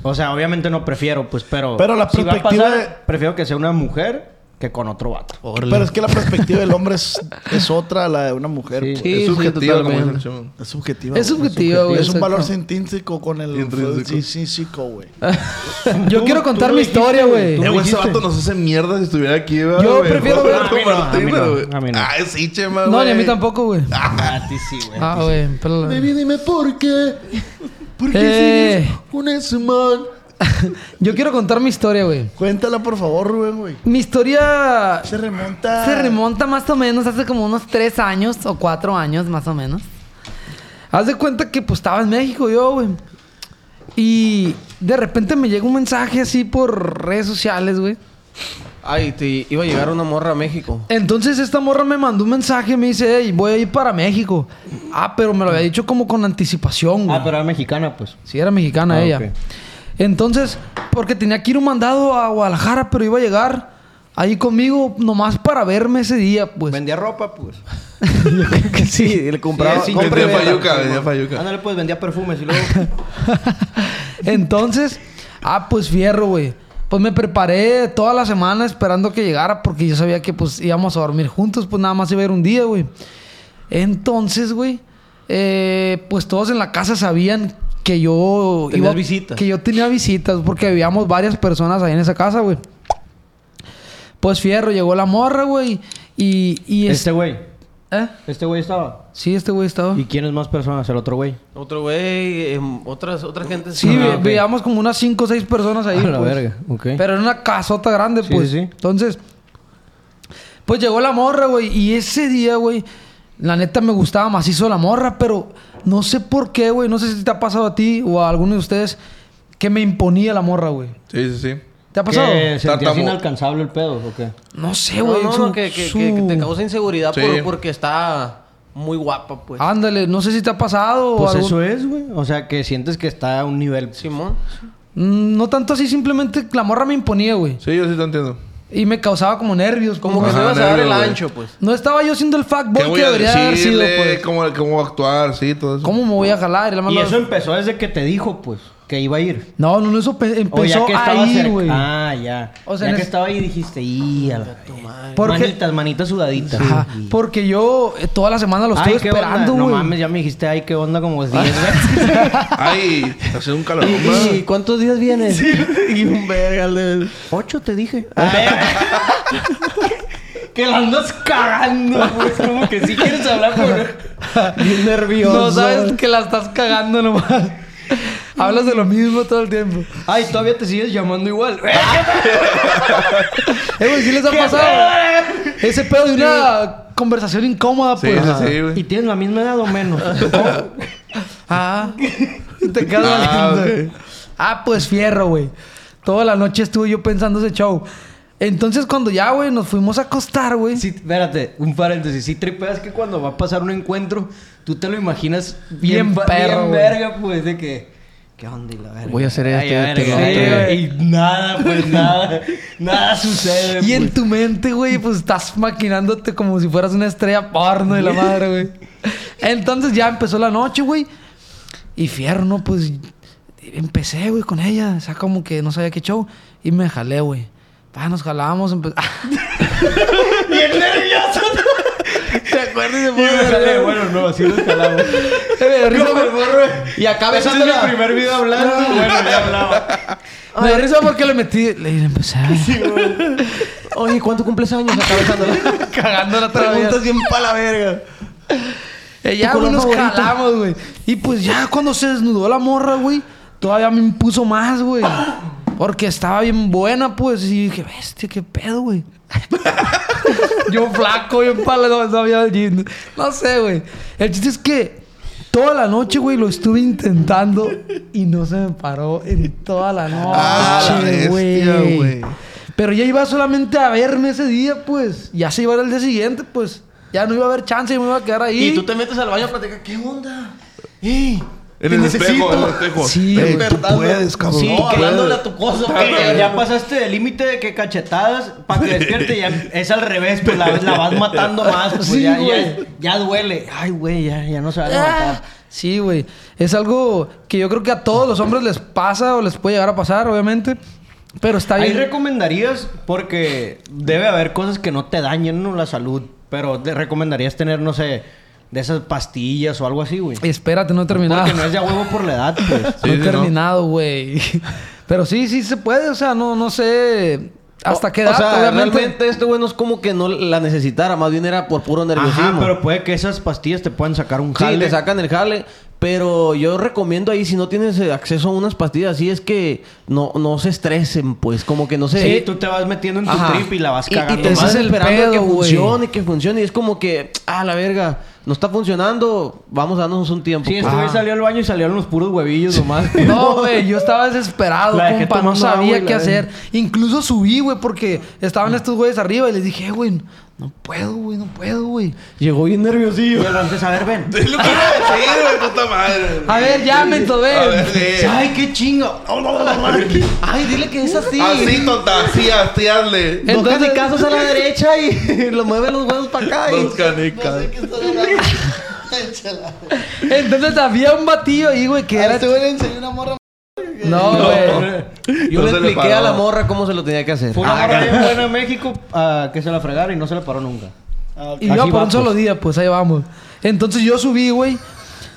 S7: O sea, obviamente no prefiero, pues, pero.
S3: Pero la
S7: si va a
S3: perspectiva
S7: pasar,
S3: de-
S7: Prefiero que sea una mujer que con otro vato.
S3: Pero es que la perspectiva del hombre es, es otra a la de una mujer.
S7: Sí.
S3: pues.
S8: Sí,
S6: es
S8: sí,
S6: subjetiva, como
S8: totalmente.
S6: dice el chavo.
S3: Es subjetiva.
S8: Es
S3: güey.
S8: subjetivo, güey.
S3: Es un valor
S8: exacto.
S3: intrínseco con el
S6: Intrínseco.
S3: sí, sí, sí, co, güey.
S8: Yo
S7: Tú-
S8: quiero
S7: tú
S8: contar
S7: lo
S8: mi
S7: dijiste,
S8: historia, güey.
S7: güey.
S6: Eh, güey, ese
S7: dijiste.
S6: vato nos hace mierda si estuviera aquí, ¿verdad,
S8: Yo
S6: güey?
S8: prefiero ver-
S6: Roberto
S7: A mí no, a mí
S6: Martínez,
S7: no,
S6: güey.
S7: a mí no.
S6: Ah, sí, Chema,
S8: No, ni a mí
S6: güey.
S8: tampoco, güey.
S7: A ti sí, güey.
S8: Ah, güey. pero-
S3: Baby, dime por qué. ¿Por
S8: Eh.
S3: qué sigues con ese man?
S8: Yo quiero contar mi historia, güey.
S3: Cuéntala, por favor, Rubén, güey.
S8: Mi historia
S3: Se
S7: Ah.
S3: remonta.
S9: Se remonta más o menos hace como unos tres años o cuatro años más o menos.
S8: Haz de cuenta que pues estaba en México yo, güey. Y de repente me llega un mensaje así por redes sociales, güey.
S5: Ay, te iba a llegar una morra a México.
S8: Entonces esta morra me mandó un mensaje, me dice, hey, voy a ir para México. Ah, pero me lo había dicho como con anticipación, güey.
S7: Ah, pero era mexicana, pues.
S8: Sí, era mexicana
S7: Ah,
S8: ella.
S7: ok.
S8: Entonces, porque tenía que ir un mandado a Guadalajara, pero iba a llegar ahí conmigo nomás para verme ese día, pues.
S7: Vendía ropa, pues.
S5: sí, le compraba.
S7: Sí, sí,
S5: compra y
S6: Vendía
S7: compré-
S5: venta.
S6: Fayuca, vendía
S8: Ah,
S6: Fayuca.
S7: Ándale, pues, vendía perfumes y luego...
S8: Entonces, ah, pues fierro, güey. Pues me preparé toda la semana esperando que llegara porque yo sabía que pues íbamos a dormir juntos, pues nada más iba a ir un día, güey. Entonces, güey, eh, pues todos en la casa sabían que yo
S5: Tenías visitas.
S8: que yo tenía visitas porque habíamos varias personas ahí en esa casa, güey. Pues fierro, llegó la morra, güey, y y es-
S7: Este güey.
S8: ¿Eh?
S7: Este güey estaba.
S8: Sí, este güey estaba.
S7: ¿Y quién es más personas? El otro güey.
S5: Otro güey, em, otras, otra gente.
S8: Sí,
S7: Ah,
S8: ve-
S7: ok.
S8: veíamos como unas 5 o 6 personas ahí.
S7: A la
S8: pues.
S7: verga, ok.
S8: Pero era una casota grande,
S7: Sí,
S8: pues.
S7: sí, sí.
S8: Entonces, pues llegó la morra, güey. Y ese día, güey, la neta me gustaba macizo la morra, pero no sé por qué, güey. No sé si te ha pasado a ti o a alguno de ustedes que me imponía la morra, güey.
S6: Sí, sí, sí.
S8: ¿Te ha pasado?
S7: ¿Que sentías
S6: Tartamo-
S7: inalcanzable el pedo o qué?
S8: No sé,
S5: No,
S8: güey.
S5: no,
S8: su-
S5: no, que, que-
S8: su-
S5: que- que te causa inseguridad
S6: Sí.
S5: por- porque está muy guapa, pues.
S8: Ándale, no sé si te ha pasado. o
S7: Pues
S8: algún-
S7: eso es, güey. O sea, que sientes que está a un nivel.
S5: Simón.
S8: Mm, No tanto así, simplemente la morra me imponía, güey.
S6: Sí, yo sí te entiendo.
S8: Y me causaba como nervios.
S5: Como que
S6: Ajá,
S5: no ibas a dar el
S6: nervio, güey.
S5: ancho, pues.
S8: No estaba yo siendo el
S6: ¿Qué
S8: fuckboy
S6: voy
S8: que
S6: a
S8: debería haber sido,
S6: decirle?
S8: pues. ¿Cómo?
S6: ¿Cómo, ¿Cómo actuar? Sí, todo eso.
S8: me voy a jalar? Y la
S7: Y
S8: mando-
S7: eso empezó desde que te dijo, pues, que iba a ir.
S8: No, no, no, eso pe-
S7: O
S8: empezó
S7: estaba
S8: ahí,
S7: cerca-
S8: güey.
S7: Ah, ya.
S8: O sea,
S7: ya
S8: en
S7: que
S8: es-
S7: estaba ahí dijiste, "Y a la
S8: Porque-
S7: Manitas, manitas sudaditas.
S8: Ajá,
S7: Sí.
S8: Porque yo eh, toda la semana lo estuve
S7: Ay, qué onda.
S8: esperando,
S7: No
S8: güey.
S7: mames, ya me dijiste, ay, qué onda, como 10 veces.
S6: Ay, hace un calor.
S5: ¿Y cuántos días vienes?
S7: y un verga, de... Ocho te dije. que la andas cagando, pues. Como que sí quieres hablar, pero... Bien nervioso.
S8: no sabes que la estás cagando nomás. Hablas de lo mismo todo el tiempo.
S7: Ay, todavía te sigues llamando igual.
S8: Eh, güey, ¿sí les ha pasado? Ese pedo de una conversación incómoda,
S6: Sí,
S8: pues.
S6: sí, sí,
S7: y
S6: güey.
S7: tienes la misma edad o menos. Oh,
S8: Ah. Te quedas
S6: Ah,
S8: valiendo. Ah, pues fierro, güey. Toda la noche estuve yo pensando ese show. Entonces, cuando ya, güey, nos fuimos a acostar, güey.
S7: Sí, espérate, un paréntesis. Sí, tripeas que cuando va a pasar un encuentro, tú te lo imaginas
S8: Bien
S7: bien, pa- bien,
S8: perro, güey.
S7: verga, pues, de que. ¿Qué onda y la verga?
S5: Voy a hacer
S7: Ay,
S5: este,
S7: a
S5: este,
S7: verga,
S8: lo otro.
S7: sí, güey, Y nada, pues nada. nada sucede.
S8: Y en
S7: pues.
S8: tu mente, güey, pues estás maquinándote como si fueras una estrella porno de la madre, güey. Entonces ya empezó la noche, güey. Y fierro, ¿no? Pues empecé, güey, con ella. O sea, como que no sabía qué show. Y me jalé, güey. Pa, nos jalábamos. empe-
S7: Y yo jalé, bueno, no, así lo escalamos.
S8: Eh, me dio risa, güey.
S7: y acá besando es mi primer video hablando. bueno, ya hablaba.
S8: Me dio risa porque le metí... Le, le empecé a...
S5: Oye, ¿cuánto cumples años acá
S8: Cagando la preguntas bien pa' la verga. Eh, ya, güey, nos jalamos, güey. Y pues ya cuando se desnudó la morra, güey, todavía me impuso más, güey. Porque estaba bien buena, pues. Y dije, bestia, qué pedo, güey. yo flaco, yo pala, no, no había gym. No sé, güey. El chiste es que toda la noche, güey, lo estuve intentando y no se me paró en toda la
S6: Ah, la
S8: noche,
S6: bestia,
S8: güey.
S6: güey.
S8: Pero ya iba solamente a verme ese día, pues. Ya se iba al día siguiente, pues. Ya no iba a haber chance, yo me iba a quedar ahí.
S5: Y tú te metes al baño a platicar, ¿qué onda? ¡Ey!
S6: En el espejo, en el espejo.
S8: Sí,
S6: Ey,
S8: güey.
S6: tú
S3: puedes, cabrón.
S5: Sí,
S3: tú
S5: creándole a tu cosa.
S7: Que ya pasaste del límite de que cachetadas para que despierte ya es al revés, pues la, la vas matando más, pues
S8: Sí,
S7: ya, ya,
S8: güey.
S7: ya duele. Ay, güey, ya, ya no se va a
S8: Ah.
S7: levantar.
S8: Sí, güey. Es algo que yo creo que a todos los hombres les pasa o les puede llegar a pasar, obviamente. Pero está
S7: Ahí
S8: bien.
S7: recomendarías, porque debe haber cosas que no te dañen ¿no? la salud, pero te recomendarías tener, no sé, de esas pastillas o algo así, güey.
S8: Espérate, no he terminado.
S7: Porque no es de a huevo por la edad, pues.
S8: no he
S6: sí, ¿no?
S8: terminado, güey. Pero sí, sí se puede. O sea, no, no sé hasta qué edad,
S5: O sea,
S8: obviamente.
S5: realmente este güey no es como que no la necesitara. Más bien era por puro nerviosismo.
S7: Ajá, pero puede que esas pastillas te puedan sacar un jale.
S5: Sí, le sacan el jale. Pero yo recomiendo ahí, si no tienes eh, acceso a unas pastillas así, es que no, no se estresen, pues. Como que no se...
S7: Sí, tú te vas metiendo en tu
S5: Ajá.
S7: trip y la vas
S5: Y-
S7: cagando.
S5: Y, te
S8: Ese
S5: vas
S8: es el
S5: esperando
S8: pedo,
S5: que
S8: güey.
S5: funcione, que funcione. Y es como que... Ah, la verga. No está funcionando. Vamos a darnos un tiempo. pues.
S7: Sí, este güey salió al baño y salieron los puros huevillos nomás.
S8: No, güey, yo estaba desesperado,
S7: La dejé
S8: compa, no
S7: tomando agua
S8: sabía
S7: y
S8: qué
S7: la
S8: hacer. Incluso subí, güey, porque estaban estos güeyes arriba y les dije, "Eh, güey, no puedo, güey, no puedo, güey.
S5: Llegó bien nerviosillo.
S7: Pero antes, a ver, ven.
S6: Es lo que iba a decir, güey, puta madre.
S8: A ver, ya me
S6: A ver,
S8: ven.
S6: sí.
S5: Ay, qué chingo. Ay, dile que es así.
S6: Así, tonta, así, así, hazle.
S8: Entonces-
S5: Entonces, casos a la derecha y lo mueve los huevos para acá. y-
S6: Dos canicas.
S8: Entonces había un batillo ahí, güey, que
S5: Ah,
S8: era.
S4: Este güey le enseñó una morra.
S8: No, güey.
S5: Yo le
S6: No se le
S5: expliqué
S6: paró.
S5: a la morra cómo se lo tenía que hacer.
S7: Fue una morra bien buena en México ah, que se la fregara y no se le paró nunca.
S8: Y iba
S7: Así
S8: por
S7: va,
S8: un solo
S7: pues.
S8: día, pues ahí vamos. Entonces yo subí, güey.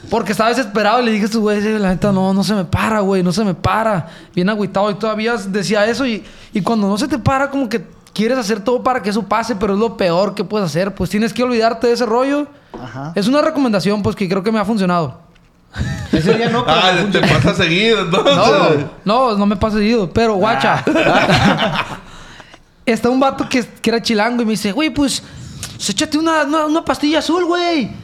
S8: Porque estaba desesperado y le dije a estos güeyes, "Eh, la neta, no, no se me para, güey, no se me para. Bien agüitado y todavía decía eso. Y, y cuando no se te para, como que quieres hacer todo para que eso pase, pero es lo peor que puedes hacer. Pues tienes que olvidarte de ese rollo. Es una recomendación, pues, que creo que me ha funcionado.
S7: Ese día no, pero
S6: Ah, te pasa seguido, entonces.
S8: No, no, no me pasa seguido, pero guacha. Está un vato que, que era chilango y me dice, güey, pues, se échate una, una, una pastilla azul, güey.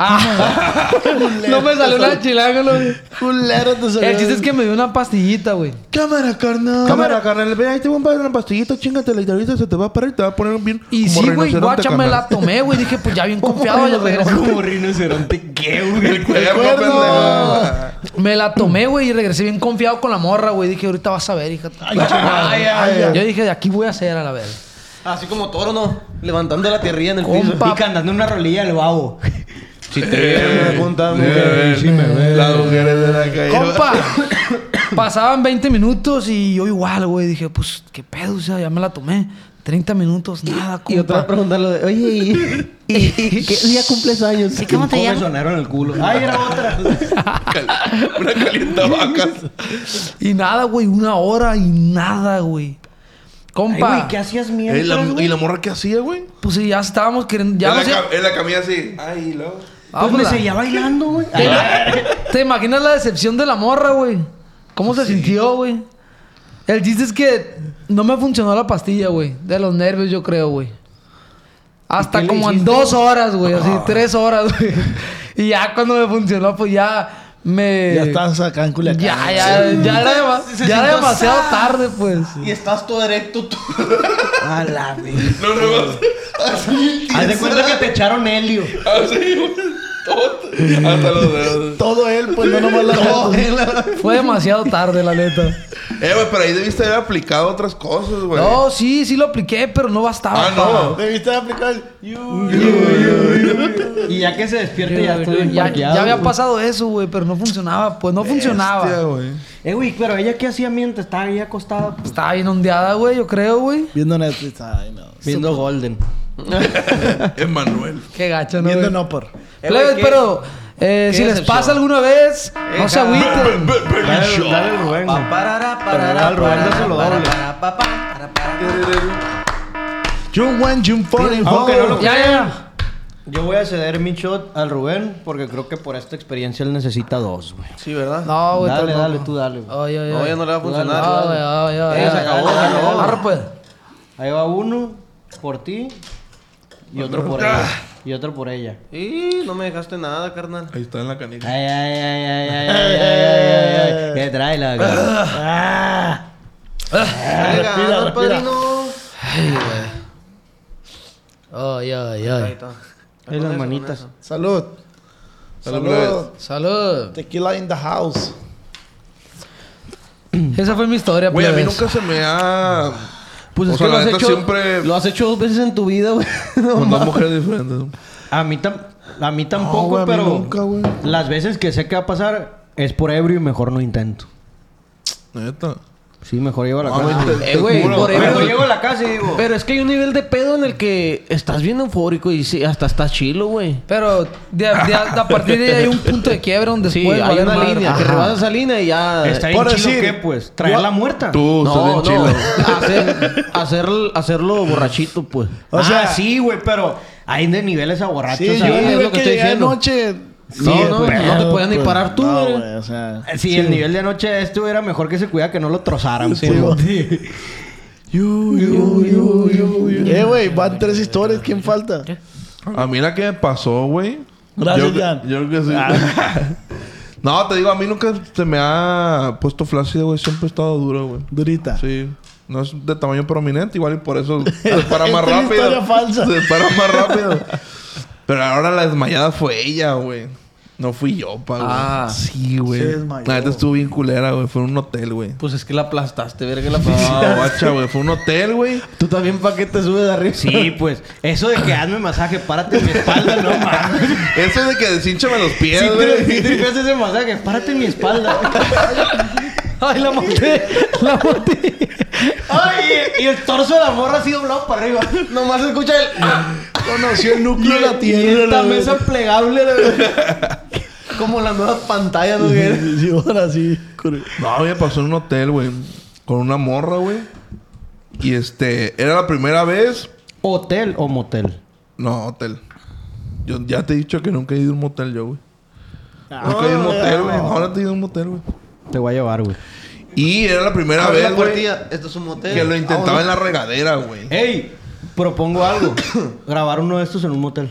S8: Ah, no me salió una chilanga, no.
S4: Culero te salió.
S8: El chiste es que me dio una pastillita, güey.
S6: Cámara, carnal. Cámara, carnal. Ve, ahí te voy a poner una pastillita, chingatela. Y ahorita se te va a parar y te va a poner un bien.
S8: Y
S6: como
S8: sí, güey,
S6: rinoceronte,
S8: guacha, me
S6: carnal.
S8: la tomé, güey. Dije, pues ya bien confiado, ya regresé.
S7: Como rinoceronte, ¿qué,
S6: El
S7: güey?
S6: cuerno,
S4: cuerno.
S6: pendejo.
S8: Me la tomé, güey, y regresé bien confiado con la morra, güey. Dije, ahorita vas a ver, hija. Yo dije, de aquí voy a hacer a la verga.
S5: Así como toro, ¿no? Levantando la tierrilla en el piso.
S7: Y cantando una rolilla al babo.
S5: Si te
S6: Eh,
S5: vieron, contando.
S6: eh, Las mujeres de la calle.
S8: Compa, pasaban 20 minutos y yo igual, güey. Dije, pues, qué pedo, o sea, ya me la tomé. 30 minutos, nada, compa.
S5: Y otra preguntarle, oye, ¿y, y- y qué día cumples años?
S7: ¿Cómo te llamas? sonaron el culo. Ay, era otra.
S6: Cal- Una calienta vaca.
S8: Y nada, güey, una hora y nada, güey.
S7: Ay,
S8: Compa,
S7: güey, ¿qué hacías
S6: Eh, la-
S7: mientras, güey?
S6: ¿Y la morra qué hacía, güey?
S8: pues sí, ya estábamos queriendo. Ya
S6: en,
S8: no
S6: la
S8: sé.
S6: cam- en la camilla así. Ay, lo.
S7: Pues me
S8: vámonos.
S7: seguía bailando, güey.
S8: ¿Te imaginas la decepción de la morra, güey? ¿Cómo se sintió, güey? El chiste es que no me funcionó la pastilla, güey. De los nervios, yo creo, güey. Hasta
S7: qué le
S8: como en
S7: hiciste?
S8: dos horas, güey. Así,
S4: Ah.
S8: tres horas, güey. Y ya cuando me funcionó, pues ya me...
S4: Ya estás acá en Culiacán.
S8: Eh, Ya, ya, ya era, dema-
S4: Se
S8: ya era
S4: sintió
S8: demasiado
S4: sad.
S8: tarde, pues.
S4: Y estás todo erecto tú.
S7: A la vez.
S6: No, no, no.
S7: Haz de cuenta que te echaron helio.
S6: Así, güey. Todo- Hasta los dedos.
S4: Todo él, pues no nomás la gente.
S8: Fue demasiado tarde, la neta.
S6: Eh, güey, pero ahí debiste haber aplicado otras cosas, güey.
S8: No, sí, sí lo apliqué, pero no bastaba.
S6: Ah, no.
S4: Debiste aplicar el... You,
S7: Y ya que se despierta, ya
S8: Ya,
S7: estoy bien
S8: ya,
S7: parqueado,
S8: había
S7: güey.
S8: pasado eso, güey, pero no funcionaba, pues no funcionaba.
S6: Hostia, güey.
S7: Eh, güey, pero ella qué hacía mientras estaba ahí acostada. pues,
S8: Estaba bien ondeada, güey, yo creo, güey.
S4: Viendo Netflix. Ay, no.
S7: Viendo Golden.
S6: Emanuel.
S8: Qué gacho, ¿no?
S4: Viendo
S8: güey?
S4: no por.
S8: Plebes,
S5: ¿qué?
S8: pero eh,
S5: ¿Qué
S8: si les
S5: decepción?
S8: pasa alguna vez, no se
S5: Ejá.
S8: agüiten.
S7: Dale, dale el Rubén. güey. Al Rubén dáselo doble.
S4: You went, you falling.
S7: Aunque no lo
S8: Ya, ya, ya.
S7: Yo voy a ceder mi shot al Rubén porque creo que por esta experiencia él necesita dos, güey.
S5: Sí, ¿verdad?
S8: No, güey,
S7: Dale,
S8: estás
S7: dale,
S8: loco.
S7: tú dale, güey.
S8: Ay, ay,
S5: No,
S8: ay.
S5: ya no le va a funcionar.
S8: No, güey, ay, ay,
S7: Eh,
S8: ay,
S7: se
S8: ay,
S7: acabó,
S8: ay,
S7: se
S8: ay,
S7: acabó.
S8: arre, pues.
S7: Ahí va uno por ti y otro por
S6: Ah.
S7: ella. Y otro por ella.
S5: Y no me dejaste nada, carnal.
S6: Ahí está en la canica.
S7: Ay, ay, ay, ay, ay,
S3: Eh,
S7: ay, ay, ay, ay, ay. ¿Qué Ah. trae la
S6: Ah.
S7: cara?
S5: Venga,
S4: respira,
S5: anda,
S4: respira.
S5: padrino.
S8: Ay, ay,
S5: Ahí
S8: ay.
S5: está.
S7: Ay, las manitas.
S4: Salud.
S6: Salud,
S4: Salud.
S8: Salud.
S4: Tequila in the house.
S8: Esa fue mi historia,
S6: Güey, a mí
S8: plebes.
S6: nunca se me ha.
S5: Pues
S6: O
S5: es
S6: sea,
S5: que lo
S6: la
S5: has,
S6: neta
S5: hecho,
S6: siempre-
S5: lo has hecho dos veces en tu vida, güey.
S6: Con dos mujeres diferentes.
S7: A mí, tam- a mí tampoco,
S6: güey, a mí
S7: pero
S6: nunca, güey.
S7: las veces que sé que va a pasar es por ebrio y mejor no intento.
S6: Neta.
S7: Sí, mejor llego a la
S6: Mami,
S7: casa.
S6: te-
S5: Eh, güey,
S6: juro.
S5: por
S7: Mejor
S5: eso-
S7: llego a la casa y digo...
S5: Pero es que hay un nivel de pedo en el que estás bien eufórico y sí, hasta estás chilo, güey.
S8: Pero de- de- a partir de ahí hay un punto de quiebre donde
S5: Sí,
S8: puedes
S5: hay
S8: valer
S5: una
S8: madre.
S5: línea que
S7: Ajá.
S5: rebasa esa línea y ya.
S7: "Ah, ¿Está bien
S3: Por
S7: chilo
S3: decir,
S7: qué, pues? ¿Traerla muerta?
S6: Tú, estás
S5: no, Ah,
S6: bien
S5: no.
S6: chilo.
S5: Hacer, hacer- hacerlo borrachito, pues.
S3: O sea-
S7: ah, sí, güey, pero hay de niveles a borrachos.
S3: Sí, yo
S7: ¿sabes?
S3: el
S5: es
S3: nivel
S5: lo que
S3: que,
S5: estoy
S3: llegué
S5: diciendo.
S3: anoche...
S5: No,
S3: sí,
S5: no,
S3: pedo,
S5: no te podías ni
S3: pues.
S5: parar tú,
S3: No,
S5: güey.
S3: güey, o sea...
S7: Eh, Sí, el nivel de anoche de esto era mejor que se cuida que no lo trozaran.
S3: Sí,
S7: pues.
S3: güey. Eh, güey, van tres historias. ¿Quién falta?
S6: A mí la que me pasó, güey.
S3: Gracias,
S6: yo,
S3: Jan.
S6: Yo creo que sí.
S5: Ah.
S6: no, te digo, a mí nunca se me ha puesto flácido, güey. Siempre he estado duro, güey.
S3: Durita.
S6: Sí. No es de tamaño prominente, igual y por eso se dispara
S3: Esta
S6: más
S3: es una
S6: rápido.
S3: historia falsa.
S6: Se dispara más rápido. Pero ahora la desmayada fue ella, güey. No fui yo, pa, güey.
S5: Ah.
S6: sí, güey.
S3: Se desmayó.
S6: La neta estuvo bien culera, güey. Fue en un hotel, güey.
S5: Pues es que la aplastaste, verga, la
S6: Ah,
S5: aplastaste.
S6: guacha, güey. Fue un hotel, güey.
S5: Tú también, ¿para qué te subes de arriba?
S7: Sí, pues. Eso de que hazme masaje, párate en mi espalda, no mames.
S6: Eso de que deshínchame los pies,
S7: Si
S6: güey.
S7: tri- si tripeas ese masaje, párate en mi espalda.
S8: Ay, la maté. La maté.
S7: Ay, y y el torso de la morra así doblado para arriba. Nomás escucha el...
S3: Conoció el núcleo de la tierra.
S7: esta
S3: la
S7: mesa plegable, la verdad. Como las nuevas pantallas, ¿no?
S3: verga. Sí, ahora sí. cur-
S6: No, a mí me pasó en un hotel, güey. Con una morra, güey. Y este, era la primera vez.
S7: ¿Hotel o motel?
S6: No, hotel. Yo ya te he dicho que nunca he ido a un motel, yo, güey. nunca
S5: Ah,
S6: he ido a un motel, güey. Ahora te he ido a un motel, güey.
S7: Te voy a llevar, güey.
S6: Y era la primera
S5: Abre
S6: vez,
S5: la
S6: güey.
S5: puertilla, Esto es un motel. Ah,
S6: Que lo intentaba
S5: Vámonos.
S6: en la regadera, güey.
S7: ¡Ey! Propongo algo. Grabar uno de estos en un motel.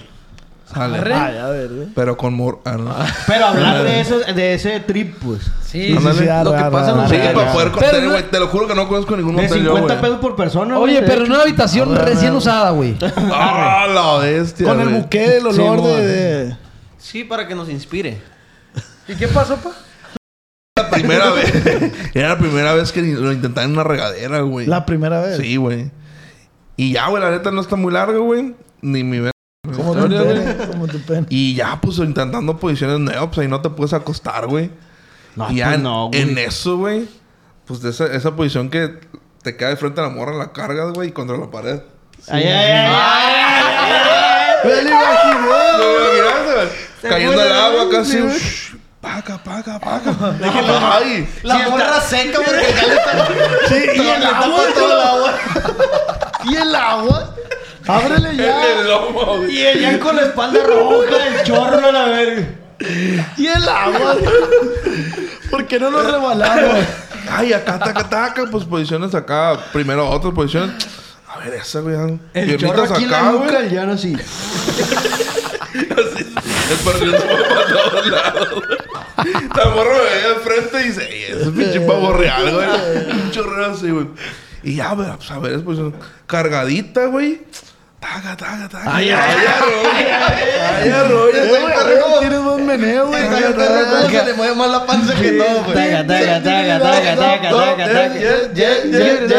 S6: Sale.
S3: Ay, a ver, güey.
S6: Pero con mor... Ah, no.
S7: Pero hablar de, eso, de ese trip, pues.
S8: Sí,
S6: Ándale.
S3: sí,
S8: lo que
S3: arra,
S8: pasa
S3: arra,
S8: no
S6: Sí,
S3: arra,
S6: para poder
S8: Pero
S6: contar,
S8: no-
S6: güey. Te lo juro que no conozco ningún
S7: De
S6: hotel, yo,
S7: 50
S6: güey.
S7: pesos por persona,
S8: Oye,
S7: güey.
S8: pero en una habitación recién usada, güey.
S6: ¡Ah, la bestia,
S3: Con el
S6: güey!
S3: buque del olor
S5: Simón.
S3: de, de-
S5: Sí, para que nos inspire.
S8: ¿Y qué pasó, pa?
S6: La primera vez. era la primera vez que lo intentaba en una regadera, güey.
S3: La primera vez.
S6: Sí, güey. Y ya, güey, la neta no está muy largo, güey. Ni mi ver-
S3: Como tu
S6: historia, güey.
S3: pene. Como tu pene.
S6: Y ya, pues, intentando posiciones nuevas, pues ahí no te puedes acostar, güey.
S7: No,
S6: y ya
S7: pues
S6: en-
S7: no, güey.
S6: en eso, güey, pues de esa, esa posición que te cae de frente a la morra, la cargas, güey, y contra la pared.
S7: Ay, ay, ay,
S3: Me lo imaginé.
S6: Lo imaginaste, güey. Cayendo al agua casi. Shh, Paca, paca, paca. Ay.
S7: La morra seca, porque ya
S6: Y el agua.
S3: ¿Y el agua? Ábrele ya.
S6: El lomo, güey.
S7: Y ella con la espalda roja, el chorro, la verga.
S3: ¿Y el agua? ¿Por qué no lo rebalamos?
S6: Ay, acá, taca, taca, pues posiciones acá. Primero otras posiciones. A ver, esa, güey.
S7: El
S6: Piernitas
S7: chorro aquí en la
S6: güey.
S7: nuca, el llano así.
S6: Esparciendo para todos lados. La morra me veía de frente y dice, "Ey, ese pinche pavo real, güey. Un chorrero así, güey. Y ya, güey, pues a ver, es pues cargadita, güey. Taca, taca, taca. Ay, ay, ay, ay, ay,
S3: Tienes buen meneo, güey.
S5: Se le mueve más la panza que todo,
S7: Taca, taca, taca, taca, taca, taca, taca.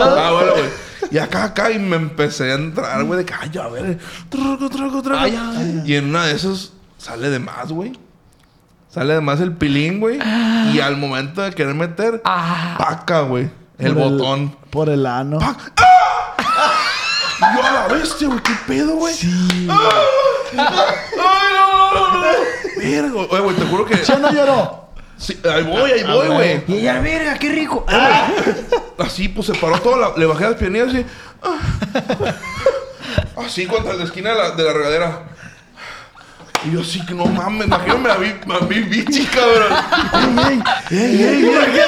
S6: Ah, bueno, güey. Y acá, acá, y me empecé a entrar, güey, de que, ay, a ver, eh, troco, troco, troco. Y en una de esas sale de más, güey. Sale de más el pilín, güey. Y al momento de querer meter, paca, güey. El
S3: Por
S6: botón.
S3: Por el ano.
S6: ¡Pac! ¡Ah! Yo a la bestia, güey, qué pedo, güey. ¡Ah! ¡Ay, no, no, no, no! Vergo. Oye, güey, te juro que.
S3: ¿Quién no lloró?
S6: Sí, ahí voy, ahí voy, güey.
S7: Y ella, verga, qué rico.
S6: Así, pues se paró toda la- Le bajé las piernillas así. ah. Así contra la esquina de la, de la regadera. Y yo así que no mames, imagíname a mi, a mi bichi, cabrón. Ey, ey, ey, ey.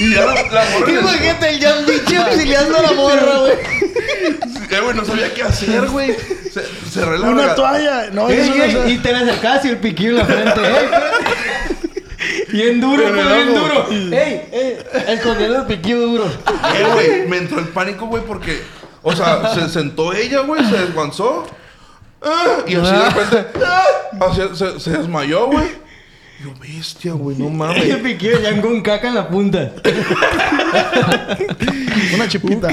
S6: Y ya la, la morra en el-
S7: el Jan Bichi auxiliando a la morra, güey.
S6: Eh, güey, no sabía qué hacer, güey. Se, cerré la
S3: Una
S6: rega-
S3: toalla. No,
S7: Ey,
S3: eso no
S7: ey,
S3: se-
S7: y te la acercabas y el piquillo en la frente. Ey, espérate. bien duro,
S6: Pero
S7: pues, bien
S6: luego-
S7: duro. Ey, ey, escondiendo el piquillo duro.
S6: Eh, güey, me entró el pánico, güey, porque, o sea, se sentó ella, güey, se desguanzó. Ah, y así de repente, ah, así se, se desmayó, güey. Yo, bestia, güey, no
S7: Y el
S6: mames.
S7: piquillo ya con caca en la punta.
S3: Una chipita.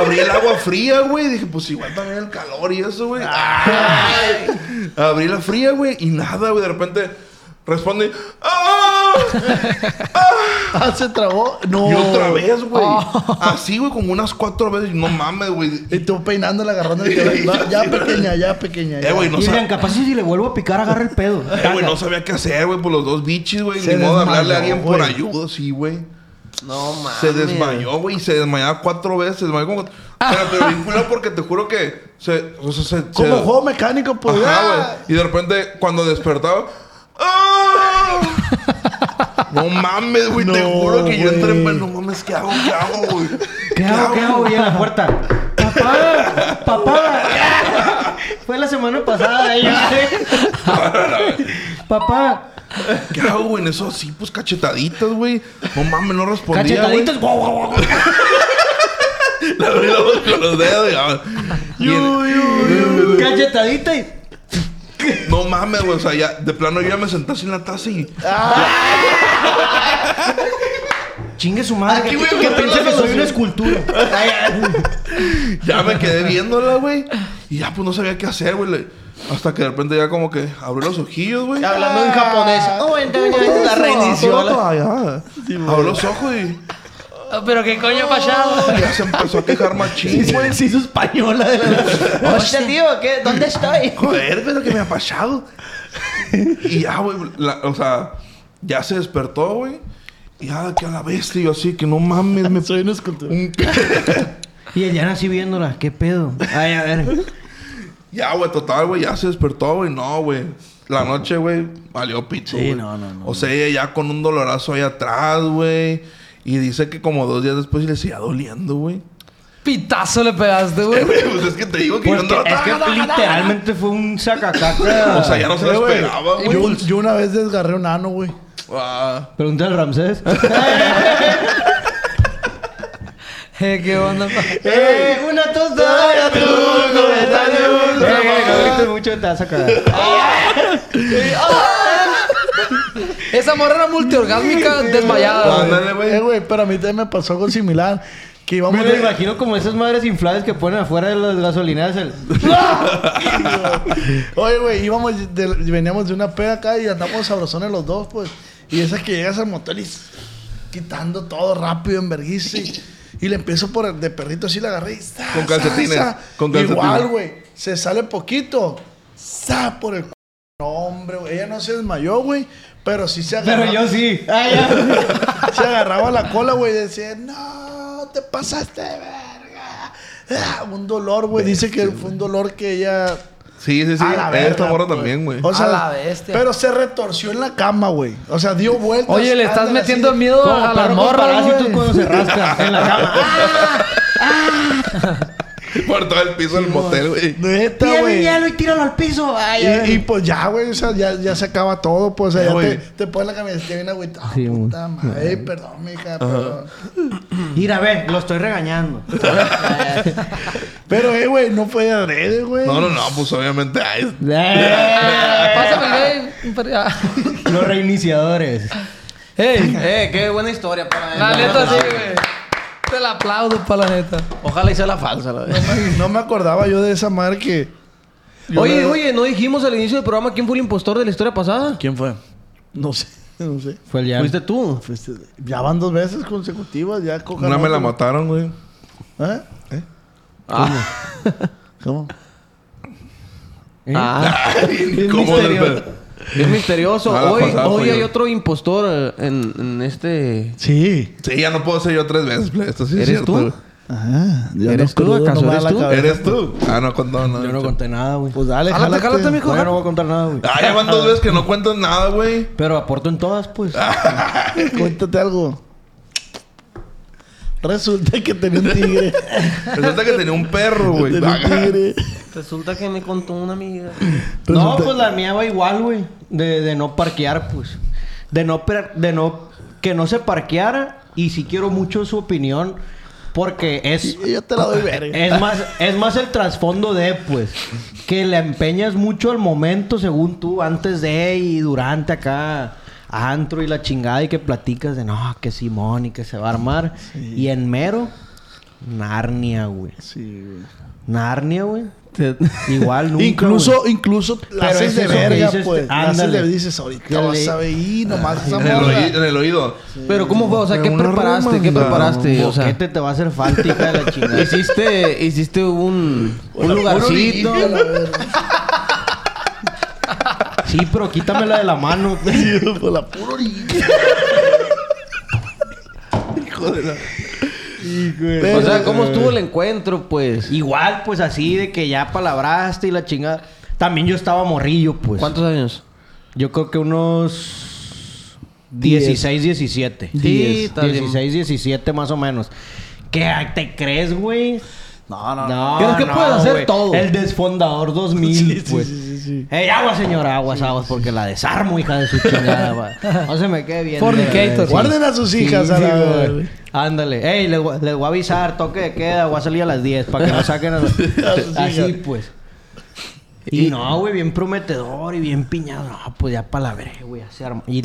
S6: Abrí el agua fría, güey. Dije, pues igual también el calor y eso, güey. Ay. Abrí la fría, güey, y nada, güey. De repente responde, ¡Ah!
S3: Ah, se trabó. No. Ah.
S6: Y otra vez, güey. Así, güey, como unas cuatro veces. No mames, güey.
S3: Y tú peinándola, agarrando el cabello. Va, Ya pequeña, ya pequeña.
S6: Eh,
S3: ya.
S6: güey, no,
S7: y
S6: sab-
S7: vean, capaz si le vuelvo a picar, agarra el pedo.
S6: eh, güey, no sabía qué hacer, güey, por los dos bichis, güey.
S3: Se
S6: Ni modo de hablarle a
S3: desmayó,
S6: alguien por
S3: güey.
S6: ayuda, sí, güey.
S5: No mames.
S6: Se desmayó, güey, y se desmayaba cuatro veces. Se desmayó como. Pero te vinculó porque te juro que. Se, o sea, se,
S3: Como
S6: se-
S3: juego mecánico, pues.
S6: Ajá,
S3: ah.
S6: güey. Y de repente, cuando despertaba. ¡ah! No mames, güey. te
S3: No,
S6: juro que yo entré en.
S3: güey.
S6: No mames, ¿qué hago? ¿Qué hago, güey?
S7: ¿Qué hago? ¿Qué hago? Y en la puerta. ¡Papá! ¡Papá! Fue la semana pasada ella. ¡Papá!
S6: ¿Qué hago, güey? En eso sí, pues cachetaditas, güey. No mames, no respondía. güey.
S7: ¡Cachetaditos! ¡Guau, guau, guau!
S6: Le abrí la boca con los dedos, digamos. Y en-
S7: ¡Cachetadita! y-
S6: No mames, güey. O sea, ya, de plano yo ya me senté así en la taza y.
S7: ¡Chingue su madre!
S6: Aquí
S7: Que,
S6: voy a
S7: que
S6: guardar
S7: piensa
S6: las
S7: que soy
S6: cosas.
S7: una escultura.
S6: Ya me quedé viéndola, güey. Y ya, pues no sabía qué hacer, güey. Le- Hasta que de repente ya como que abrió los ojillos, güey.
S4: Hablando en japonés.
S3: ah,
S4: Oh, entonces la reinició. la-
S6: Abrió los ojos y.
S8: Oh,
S9: Pero qué
S7: Oh,
S9: coño pasado.
S6: Ya se empezó a quejar machín, güey.
S7: Se hizo española de la...
S4: Hostia, tío, ¿qué? ¿dónde estoy?
S6: Joder, pero que me ha pasado. y ya, güey, la- o sea, ya se despertó, güey. Y ya, que a la bestia, yo así, que no mames, me.
S3: Soy una escultura.
S6: un-
S7: Y Eliana así viéndola. ¿Qué pedo? Ay, a ver.
S6: Ya, güey, total, güey, ya se despertó, güey. No, güey. La noche, güey, valió pito.
S7: Sí,
S6: güey.
S7: no, no, no,
S6: O sea, ella ya con un dolorazo ahí atrás, güey. Y dice que como dos días después le seguía doliendo, güey.
S8: Pitazo le pegaste, güey.
S6: Güey, pues es que te digo que
S7: Pues
S6: yo andaba
S7: que- es que literalmente fue un sacacaca.
S6: O sea, ya no se
S3: Eh,
S6: lo
S3: güey,
S6: esperaba, güey.
S3: Yo, yo una vez desgarré un ano, güey.
S6: Ah,
S7: Pregunta al Ramsés.
S8: Eh, ¿Qué onda? pa?
S7: ¡Eh! ¡Una tostada! ¡Tú, comentario! No grites mucho, te vas a cagar.
S8: Esa morra era multiorgásmica desmayada, güey.
S6: ándale,
S3: Eh,
S6: güey.
S3: güey, pero a mí también me pasó algo similar. Que íbamos
S7: Me lo
S3: de-
S7: imagino como esas madres infladas que ponen afuera de las gasolineras. El...
S3: Oye, güey, íbamos de- veníamos de una peda acá y andamos sabrosones los dos, pues. Y esa que llegas al motel y s- quitando todo rápido en vergüenza. Y, y le empiezo por el de perrito así, la agarré y sa,
S6: Con
S3: sa,
S6: calcetines,
S3: sa.
S6: con calcetines.
S3: Igual, güey. Se sale poquito. Sa por el c- No, hombre, güey. Ella no se desmayó, güey. Pero sí se agarró.
S7: Pero yo sí.
S3: Se agarraba la cola, güey, y decía, no, te pasaste de verga. Ah, un dolor, güey. Dice que fue un dolor que ella.
S6: Sí, sí, sí.
S3: A la
S6: Esta
S3: verga,
S6: morra
S3: pues.
S6: también, güey.
S3: O sea,
S9: A la bestia.
S3: Pero se retorció en la cama, güey. O sea, dio vueltas.
S8: Oye, le estás
S3: ándale, así
S8: metiendo
S3: de-
S8: miedo a la
S7: perro con
S8: morra,
S7: parásitos
S8: güey.
S7: cuando se rasca en la cama.
S6: Por todo el piso del motel, güey.
S3: Neta, güey.
S7: y tíralo al piso. Ay,
S3: Y, y pues ya, güey, o sea, ya, ya se acaba todo, pues, o sea,
S6: Ya,
S3: ya te,
S6: güey.
S3: te pones la camiseta bien agüitada.
S7: Sí, güey.
S3: puta madre, Ey, perdón, mija, perdón.
S7: Mira, ve, lo estoy regañando.
S3: Pero, eh, güey, no fue de adrede, güey.
S6: No, no, no, pues obviamente. Ay,
S8: Pásame, güey. un per- ah.
S7: Eh, Los reiniciadores.
S8: Ey,
S4: Eh, qué buena historia para
S8: la neta sí, güey. Te la aplaudo, pa' la neta.
S4: Ojalá hice la falsa, la verdad.
S3: No me acordaba yo de esa madre que. yo
S5: Oye,
S3: la-
S5: oye, ¿no dijimos al inicio del programa quién fue el impostor de la historia pasada?
S3: ¿Quién fue? No sé, no sé.
S7: Fue el
S5: Fuiste tú.
S3: Fuiste- Ya van dos veces consecutivas, ya cojan
S6: Una me la
S3: otro.
S6: mataron, güey.
S3: ¿Eh?
S7: Ah.
S3: ¿Cómo?
S7: ¿Eh?
S5: Ah,
S6: ¿Cómo del
S5: misterio.
S6: pedo?
S5: es misterioso.
S6: Ah, la
S5: hoy
S6: pasada
S5: hoy
S6: fue
S5: hay
S6: yo.
S5: otro impostor eh, en, en este.
S3: Sí.
S6: Sí, ya no puedo ser yo tres veces, plebe. Esto sí
S5: ¿Eres
S6: es cierto.
S5: tú?
S6: güey.
S3: Ajá. Yo
S5: ¿Eres tú,
S3: crudo,
S5: acaso?
S3: me da
S5: ¿Eres
S3: la
S5: tú?
S3: cabeza.
S6: ¿Eres tú? Ah, no contó nada.
S7: Yo no conté nada, güey.
S3: Pues dale,
S8: Jálate,
S3: jálate.
S8: jálate, mijo.
S7: Bueno, no voy a contar nada, güey.
S6: Ah, ya van dos veces que no cuentas nada, güey.
S7: Pero aporto en todas, pues.
S5: Ah.
S3: Cuéntate algo. Resulta que tenía un tigre.
S6: Resulta que tenía un perro, güey.
S3: tenía un tigre.
S5: Resulta que me contó una amiga.
S7: No,
S3: Resulta-
S7: pues la mía va igual, güey. De, de no parquear, pues. De no, per- de no... Que no se parqueara. Y sí quiero mucho su opinión. Porque es...
S3: Yo te la doy verga.
S7: Es más, es más el trasfondo de, pues, que le empeñas mucho al momento, según tú, antes de y durante acá, antro y la chingada, y que platicas de, no, que Simón y que se va a armar. Y en mero, Narnia, güey.
S3: Sí, güey.
S7: Narnia, güey. Igual nunca,
S3: incluso,
S7: güey.
S3: incluso la
S7: Pero
S3: haces
S7: es
S3: de
S7: eso que
S3: verga,
S7: dices,
S3: pues. La haces
S7: ándale.
S3: de dices, ahorita
S7: Dale.
S3: vas a ver y nomás esa
S6: En el,
S3: morra.
S6: oí- en el oído.
S5: Pero ¿cómo fue? O sea, ¿qué
S6: Pero una
S5: preparaste? ¿Qué
S6: romanda,
S5: preparaste? O sea,
S7: Boquete te va a hacer falta, hija de la chingada.
S5: hiciste, hiciste un, un
S6: Una-
S5: lugarcito.
S6: una orilla.
S7: Sí, pero quítamela de la mano. pues.
S3: Por la pura orilla.
S6: Hijo de la-
S5: O sea, ¿cómo estuvo el encuentro, pues?
S7: Igual, pues así de que ya palabraste y la chingada. También yo estaba morrillo, pues.
S5: ¿Cuántos años?
S7: Yo creo que unos 16, 17.
S5: Sí, está bien.
S7: 16, 17 más o menos. ¿Qué te crees, güey?
S3: No, no, no.
S7: No,
S8: Creo que
S7: no,
S8: puedes hacer
S7: güey.
S8: todo.
S7: El desfondador 2000, pues.
S3: sí, sí.
S7: Ey, aguas, señora, aguas, aguas, porque la desarmo, hija de su chingada, güey. No se me quede bien.
S8: Fornicator.
S3: Pues Guarden a sus hijas a la verga.
S7: Ándale. Ey, les, voy- les voy a avisar, toque de queda, voy a salir a las 10 para que no saquen a los... Así, pues. Y no, güey, bien prometedor y bien piñado. No, pues ya para la verga, güey, ya se armó. Y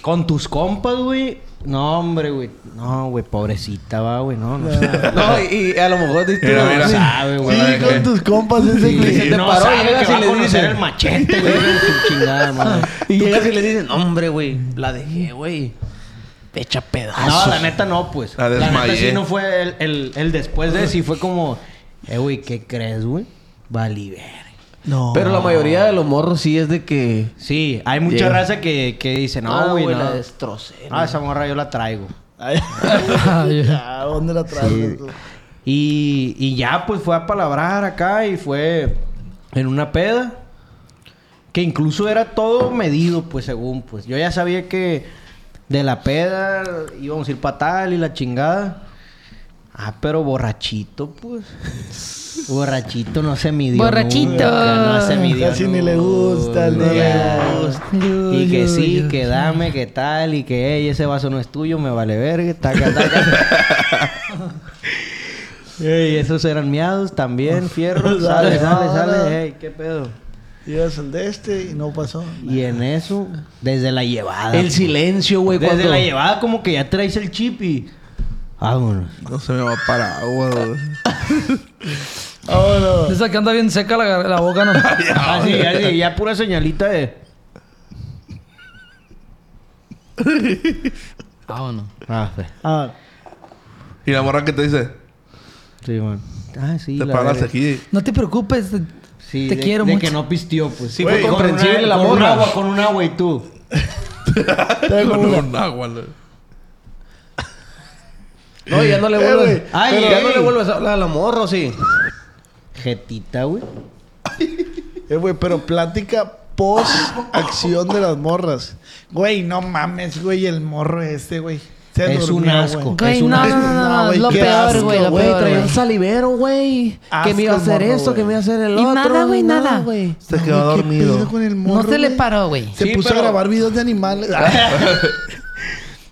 S7: con tus compas, güey. No, hombre, güey. No, güey, pobrecita, va, güey. No, no. sabe.
S5: No, y, y a lo mejor diste
S6: Mira,
S5: una-
S6: mira.
S7: No sabe, güey.
S6: Sí,
S3: Con tus compas ese
S7: Y
S3: que-
S5: se te
S7: no
S5: paró,
S7: sabe
S5: llegas y
S7: que va a
S5: le
S7: conocer
S5: dices.
S7: el machete, güey. de su chingada, madre.
S5: Y llegas y le dices, no, hombre, güey, la dejé, güey. Pecha pedazos.
S7: No, la neta no, pues.
S6: La
S7: La, neta
S6: desmayé.
S7: sí no fue el, el, el después de sí fue como, eh, güey, ¿qué crees, güey? Vale, ver.
S3: No.
S5: Pero la mayoría de los morros sí es de que...
S7: Sí, hay mucha
S5: Yeah.
S7: raza que, que dice,
S3: Ah,
S7: no, güey, no.
S5: la destrocé.
S7: Ah, esa morra yo la traigo.
S3: Ay, ya, ¿Dónde la traes? tú?
S7: Y, y ya, pues fue a palabrar acá y fue en una peda. Que incluso era todo medido, pues según, pues. Yo ya sabía que de la peda íbamos a ir para tal y la chingada. Ah, pero borrachito, pues. borrachito no se midió.
S2: Borrachito.
S7: nunca, no se midió.
S3: Casi ni le gusta, no le
S7: nunca.
S3: gusta.
S7: Y que sí, que dame, que tal, y que ey, ese vaso no es tuyo, me vale verga, taca, taca. Ey, esos eran miados también, fierro, sale, sale, sale, ey, qué pedo.
S3: Ibas al de este y no pasó.
S7: Y en eso, desde la llevada.
S5: El silencio, güey,
S7: desde
S5: cuando...
S7: la llevada como que ya traes el chip y... Vámonos.
S6: No se me va para agua, güey.
S3: Vámonos.
S8: Esa que anda bien seca la, gar- la boca, ¿no?
S7: Así, así, ya pura señalita de...
S8: Vámonos.
S7: Ah, fe.
S3: Ah,
S6: Y la morra que te dice,
S7: sí, man. Ah, sí,
S6: te
S7: la
S6: paras
S7: verga.
S6: aquí.
S8: No te preocupes.
S7: Sí,
S8: Te
S7: de-
S8: quiero
S7: de
S8: mucho.
S7: que no pistió, pues. Sí,
S6: fue
S5: comprensible la
S7: Con un
S5: morra.
S7: agua, con un agua y tú.
S6: Con un agua, güey.
S5: No, ya no le
S3: Eh,
S5: vuelves...
S3: güey,
S5: Ay,
S7: pero-
S5: ya no le vuelves a hablar a la morra, ¿o sí?
S7: Jetita, güey.
S3: Eh, güey, pero plática post acción de las morras. Güey, no mames, güey, el morro este, güey. Se
S7: Es un
S3: durmió, güey.
S7: asco. Es
S2: Güey,
S7: un
S2: no,
S7: asco.
S2: no, no, no,
S8: Ah,
S3: No,
S2: no,
S3: güey,
S2: es lo
S3: qué
S2: peor,
S3: asco,
S2: güey, lo
S3: güey,
S2: peor,
S3: traía
S2: güey.
S3: un
S5: salivero, güey.
S3: Asco me iba a el hacer morro, esto, güey. que me iba a
S5: hacer el
S2: Y otro, nada, güey, nada. nada, güey.
S6: Se quedó
S3: Güey, ¿qué
S6: dormido.
S3: pedo con el
S9: No
S3: morro,
S9: se le
S3: güey?
S9: paró, güey.
S3: Se puso a grabar videos de animales. Ah,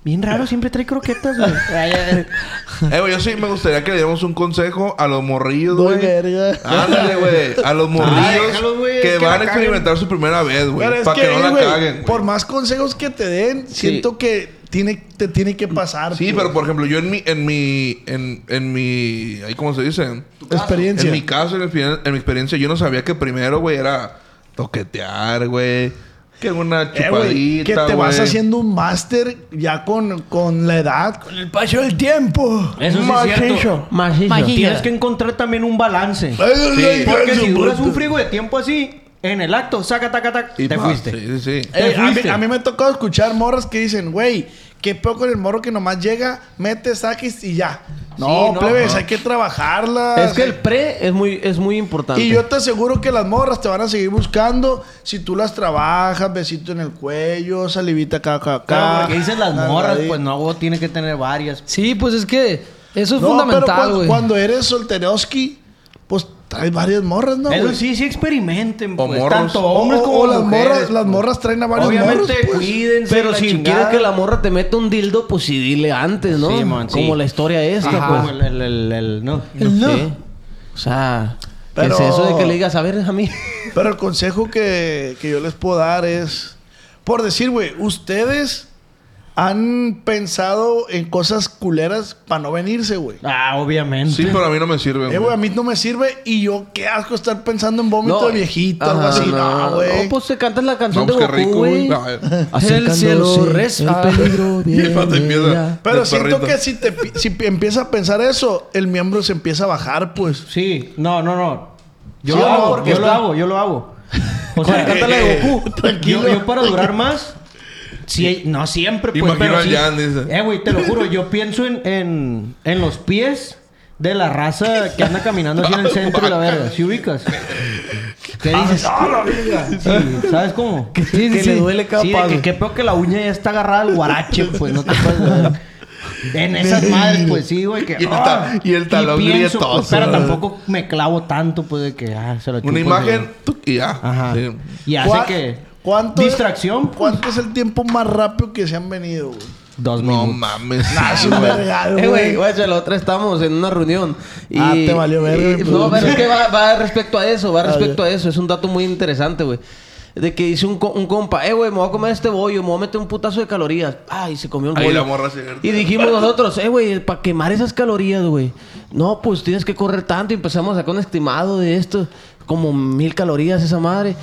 S7: Bien raro, siempre trae croquetas, güey.
S6: Eh, güey, yo sí me gustaría que le diéramos un consejo a los morrillos,
S3: Doy
S6: güey.
S3: verga.
S6: Ándale, güey. A los morrillos
S7: déjalos, güey,
S6: que
S7: que
S6: van a
S7: la caguen.
S6: experimentar su primera vez,
S3: Pero
S6: güey.
S3: es
S6: Para que, no la
S3: güey,
S6: caguen, güey.
S3: Por más consejos que te den, siento que tiene, te tiene que pasar.
S6: Sí,
S3: pues,
S6: pero por ejemplo, yo en mi, en mi, en, en mi, ahí cómo se dice,
S3: Experiencia.
S6: en mi caso, en, mi experien- en mi experiencia, yo no sabía que primero, güey, era toquetear, güey, que una
S3: Eh, güey,
S6: chupadita,
S3: que te vas
S6: güey.
S3: haciendo un máster ya con, con la edad. Con el paso del tiempo.
S7: Eso sí es cierto.
S9: Majizo.
S7: Tienes que encontrar también un balance.
S6: Sí.
S7: Porque si duras un frigo de tiempo así, en el acto, saca, taca, taca,
S6: Y
S7: te
S6: pa,
S7: fuiste.
S6: Sí, sí, sí.
S7: Te
S3: Eh, a, mí,
S7: fuiste.
S3: a mí me ha tocado escuchar morras que dicen, güey, qué peor con el morro que nomás llega, mete, saques y ya. No,
S7: no,
S3: plebes, hay que trabajarlas.
S5: Es que el pre es muy, es muy importante.
S3: Y yo te aseguro que las morras te van a seguir buscando si tú las trabajas, besito en el cuello, salivita acá, acá, acá.
S7: Claro, porque dices las morras,
S3: nalgadita.
S7: pues no, vos tienes que tener varias.
S8: Sí, pues es que eso es
S3: No, pero
S8: fundamental,
S3: cuando,
S8: güey.
S3: cuando eres solteroski, pues traes varias morras, ¿no?
S7: Eso
S3: güey?
S7: sí, sí experimenten,
S6: O
S7: pues.
S6: morros.
S7: Tanto
S3: O-
S7: hombres
S3: o-
S7: como
S3: o las
S7: mujeres,
S3: morras,
S7: pues.
S3: las morras traen a varios morros.
S7: Obviamente,
S3: pues.
S7: cuídense
S5: Pero
S7: la
S5: si
S7: chingada.
S5: quieres que la morra te meta un dildo, pues sí dile antes, ¿no?
S7: Sí, man, sí.
S5: Como la historia esta,
S7: Ajá.
S5: pues.
S7: Como el- el- el- el- no.
S5: Sí. O sea, ¿qué
S3: Pero-
S5: es eso de que le digas, a ver, a mí?
S3: Pero el consejo que, que yo les puedo dar es, por decir, güey, ustedes han pensado en cosas culeras para no venirse, güey.
S7: Ah, obviamente.
S6: Sí, pero a mí no me sirve.
S3: Eh, güey, a mí no me sirve y yo qué asco estar pensando en vómito
S5: No,
S3: de viejito, algo
S5: ajá,
S3: así.
S5: no,
S3: No, güey.
S7: No, pues te cantas la canción
S6: No, pues
S7: de
S6: qué
S7: Goku,
S6: rico, güey.
S7: güey.
S6: A ver.
S7: El cielo reza.
S5: El
S8: Ah.
S5: peligro
S6: Y el vato
S5: viene
S6: empieza.
S5: ya.
S3: Pero
S6: de
S3: siento
S6: perrito.
S3: que si, te, pi- si pi- empiezas a pensar eso, el miembro se empieza a bajar, pues.
S7: Sí, no, no, no. Yo
S3: Sí,
S7: lo
S3: no,
S7: hago,
S3: porque
S7: yo lo
S3: está-
S7: hago, yo lo hago. O sea, canta la de Goku.
S3: Tranquilo.
S7: Yo, yo para durar más. Sí, no siempre, pues,
S6: Imagino
S7: pero
S6: al
S7: sí.
S6: Jan, dice.
S7: Eh, güey, te lo juro. Yo pienso en, en, en los pies de la raza que anda caminando así en el centro de la verga. ¿Sí ubicas? ¿Qué dices? ¡Ah, la verga! Sí, ¿sabes cómo? Sí,
S5: sí, sí.
S7: Sí,
S5: Sí, de que
S7: que qué peor que la uña ya está agarrada al guarache, pues. No te puedes ver. En esas madres, pues sí, güey. Que,
S6: Y el
S7: ¡ah!
S6: ta- y el talón
S7: pienso, pues,
S6: grietoso.
S7: pero tampoco me clavo tanto, pues, de que ah, se lo chupo,
S6: Una imagen tuc, y ya.
S7: se lo- Ajá.
S6: Sí.
S7: Y hace
S3: ¿Cuá-
S7: que...
S3: ¿Cuánto
S7: Distracción. pues.
S3: Es, ¿Cuánto es el tiempo más rápido que se han venido, güey?
S7: Dos
S6: No
S7: minutos.
S6: mames.
S3: Es
S6: sí,
S3: un
S6: güey.
S3: vergal,
S5: Eh, güey,
S3: güey.
S5: guacha, la otra estamos en una reunión. Y,
S3: Ah, te valió verga,
S5: y-
S3: güey,
S5: No,
S3: pues.
S5: pero es que va, va respecto a eso, va
S3: Ah,
S5: respecto a eso. Es un dato muy interesante, güey. De que dice un, co- un compa, eh, güey, me voy a comer este bollo, me voy a meter un putazo de calorías. Ay, se comió un
S6: Ahí
S5: bollo.
S6: la morra se-
S5: Y dijimos nosotros, eh, güey, para quemar esas calorías, güey. No, pues tienes que correr tanto. Y empezamos a sacar un estimado de esto. Como mil calorías esa madre.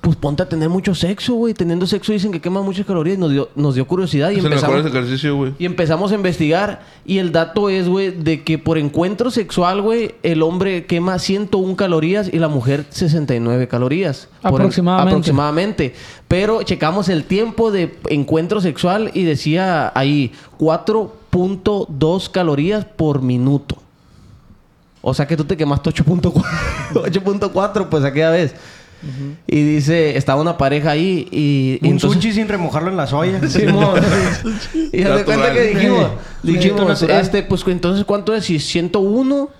S5: Pues ponte a tener mucho sexo, güey. Teniendo sexo dicen que quema muchas calorías. Y nos dio, nos dio curiosidad y
S6: Es el
S5: empezamos...
S6: mejor ejercicio, güey.
S5: Y empezamos a investigar y el dato es, güey, de que por encuentro sexual, güey, el hombre quema 101 calorías y la mujer 69 calorías. Por en-
S8: Aproximadamente.
S5: aproximadamente. Pero checamos el tiempo de encuentro sexual y decía ahí 4.2 calorías por minuto. O sea que tú te quemaste 8.4, 8.4 pues aquella vez. Y dice, estaba una pareja ahí y... y
S7: Un
S5: entonces-
S7: sushi sin remojarlo en las ollas.
S5: Simón. y haz de
S6: Natural.
S5: cuenta que dijimos,
S7: Sí. Sustento
S5: dijimos
S7: natural.
S5: este, pues entonces, ¿cuánto es? Si 101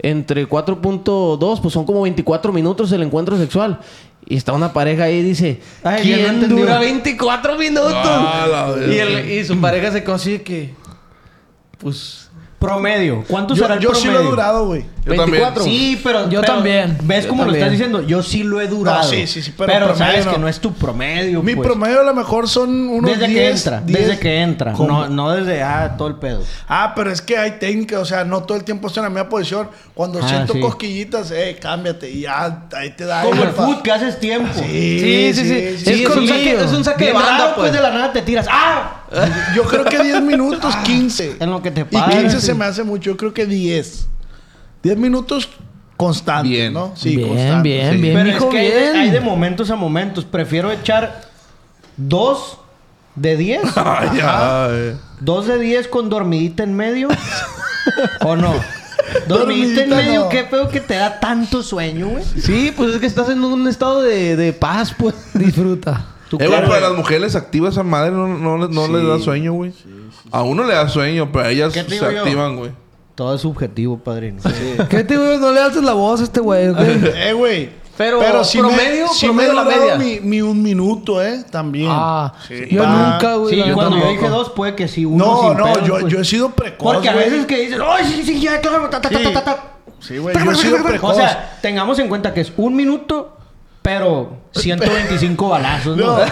S5: entre 4.2, pues son como 24 minutos el encuentro sexual. Y está una pareja ahí y dice,
S7: Ay, ya no
S5: ¿quién
S7: entendió.
S5: dura 24 minutos?
S6: Ah, la verga.
S5: y, el- y su pareja se consigue que, pues,
S7: Promedio. ¿Cuánto
S3: Yo,
S7: será el
S3: yo sí
S7: promedio?
S3: lo he durado, güey.
S6: Yo también.
S5: 24.
S7: Sí, pero...
S8: Yo
S7: pero
S8: también.
S7: ¿Ves
S5: Yo
S7: cómo lo
S5: también.
S7: estás diciendo? Yo sí lo he durado.
S3: No, sí, sí, sí, pero
S7: Pero
S3: promedio
S7: sabes
S3: no.
S7: que no es tu promedio,
S3: Mi
S7: pues.
S3: promedio a lo mejor son unos
S7: Desde
S3: 10,
S7: que entra.
S3: 10.
S7: Desde que entra.
S3: ¿Cómo?
S7: No, no desde... Ah, todo el pedo.
S3: Ah, pero es que hay técnica, o sea, no todo el tiempo estoy en la misma posición. Cuando
S7: Ah,
S3: siento
S7: sí.
S3: cosquillitas, eh, cámbiate y ya, ahí te da.
S7: Como el
S3: alfa.
S7: food que haces tiempo.
S3: Sí, sí, sí.
S5: sí, es, un saque, es un saque de
S7: Bien
S5: banda,
S7: raro,
S5: pues.
S7: pues de la nada te tiras. ¡Ah!
S3: Yo creo que 10 minutos, 15.
S7: En lo que te
S3: Y
S7: paras.
S3: 15 se me hace mucho, yo creo que 10. 10 minutos constantes,
S6: Bien.
S3: ¿no? Sí,
S5: Bien,
S3: constantes.
S5: bien,
S3: sí.
S5: bien.
S7: Pero
S5: mijo,
S7: es que hay de-
S5: bien.
S7: Hay, de momentos a momentos. Prefiero echar dos de 10.
S6: Ay, ay.
S7: dos de 10 con dormidita en medio. ¿O no? Dormidita en
S3: Dormidita
S7: medio,
S3: no.
S7: qué pedo que te da tanto sueño, güey.
S5: sí, pues es que estás en un estado de, de paz, pues.
S8: Disfruta.
S7: Tú
S6: Eh, güey,
S7: claro,
S6: pero a las
S7: güey.
S6: mujeres activas esa madre no, no, le- no les da sueño, güey. A uno le da sueño, pero ellas
S7: ¿Qué te
S6: se
S7: digo yo?
S6: activan, güey.
S7: Todo es subjetivo, padrino.
S8: ¿Qué te güey? No le alces la voz a este güey, güey.
S3: Eh, güey.
S5: Pero
S3: sí
S5: promedio,
S3: me, sí me
S5: promedio
S3: he
S5: la
S3: durado Mi,
S5: media.
S3: mi un minuto, ¿eh? También.
S8: Ah, yo
S3: pa.
S8: nunca, güey.
S7: Sí,
S8: la neta,
S7: cuando yo
S8: tampoco.
S7: dije dos, puede que sí uno
S3: no,
S7: sin
S3: no,
S7: pedos,
S3: yo,
S7: pues.
S3: yo he sido precoz.
S7: Porque a
S3: güey.
S7: veces que dices, ¡ay, sí, sí, ya, claro! Ta, ta, ta,
S3: Sí.
S7: ta, ta, ta".
S3: Sí, güey, yo he sido precoz.
S7: O sea, tengamos en cuenta que es un minuto, pero 125 balazos, ¿no?
S3: No.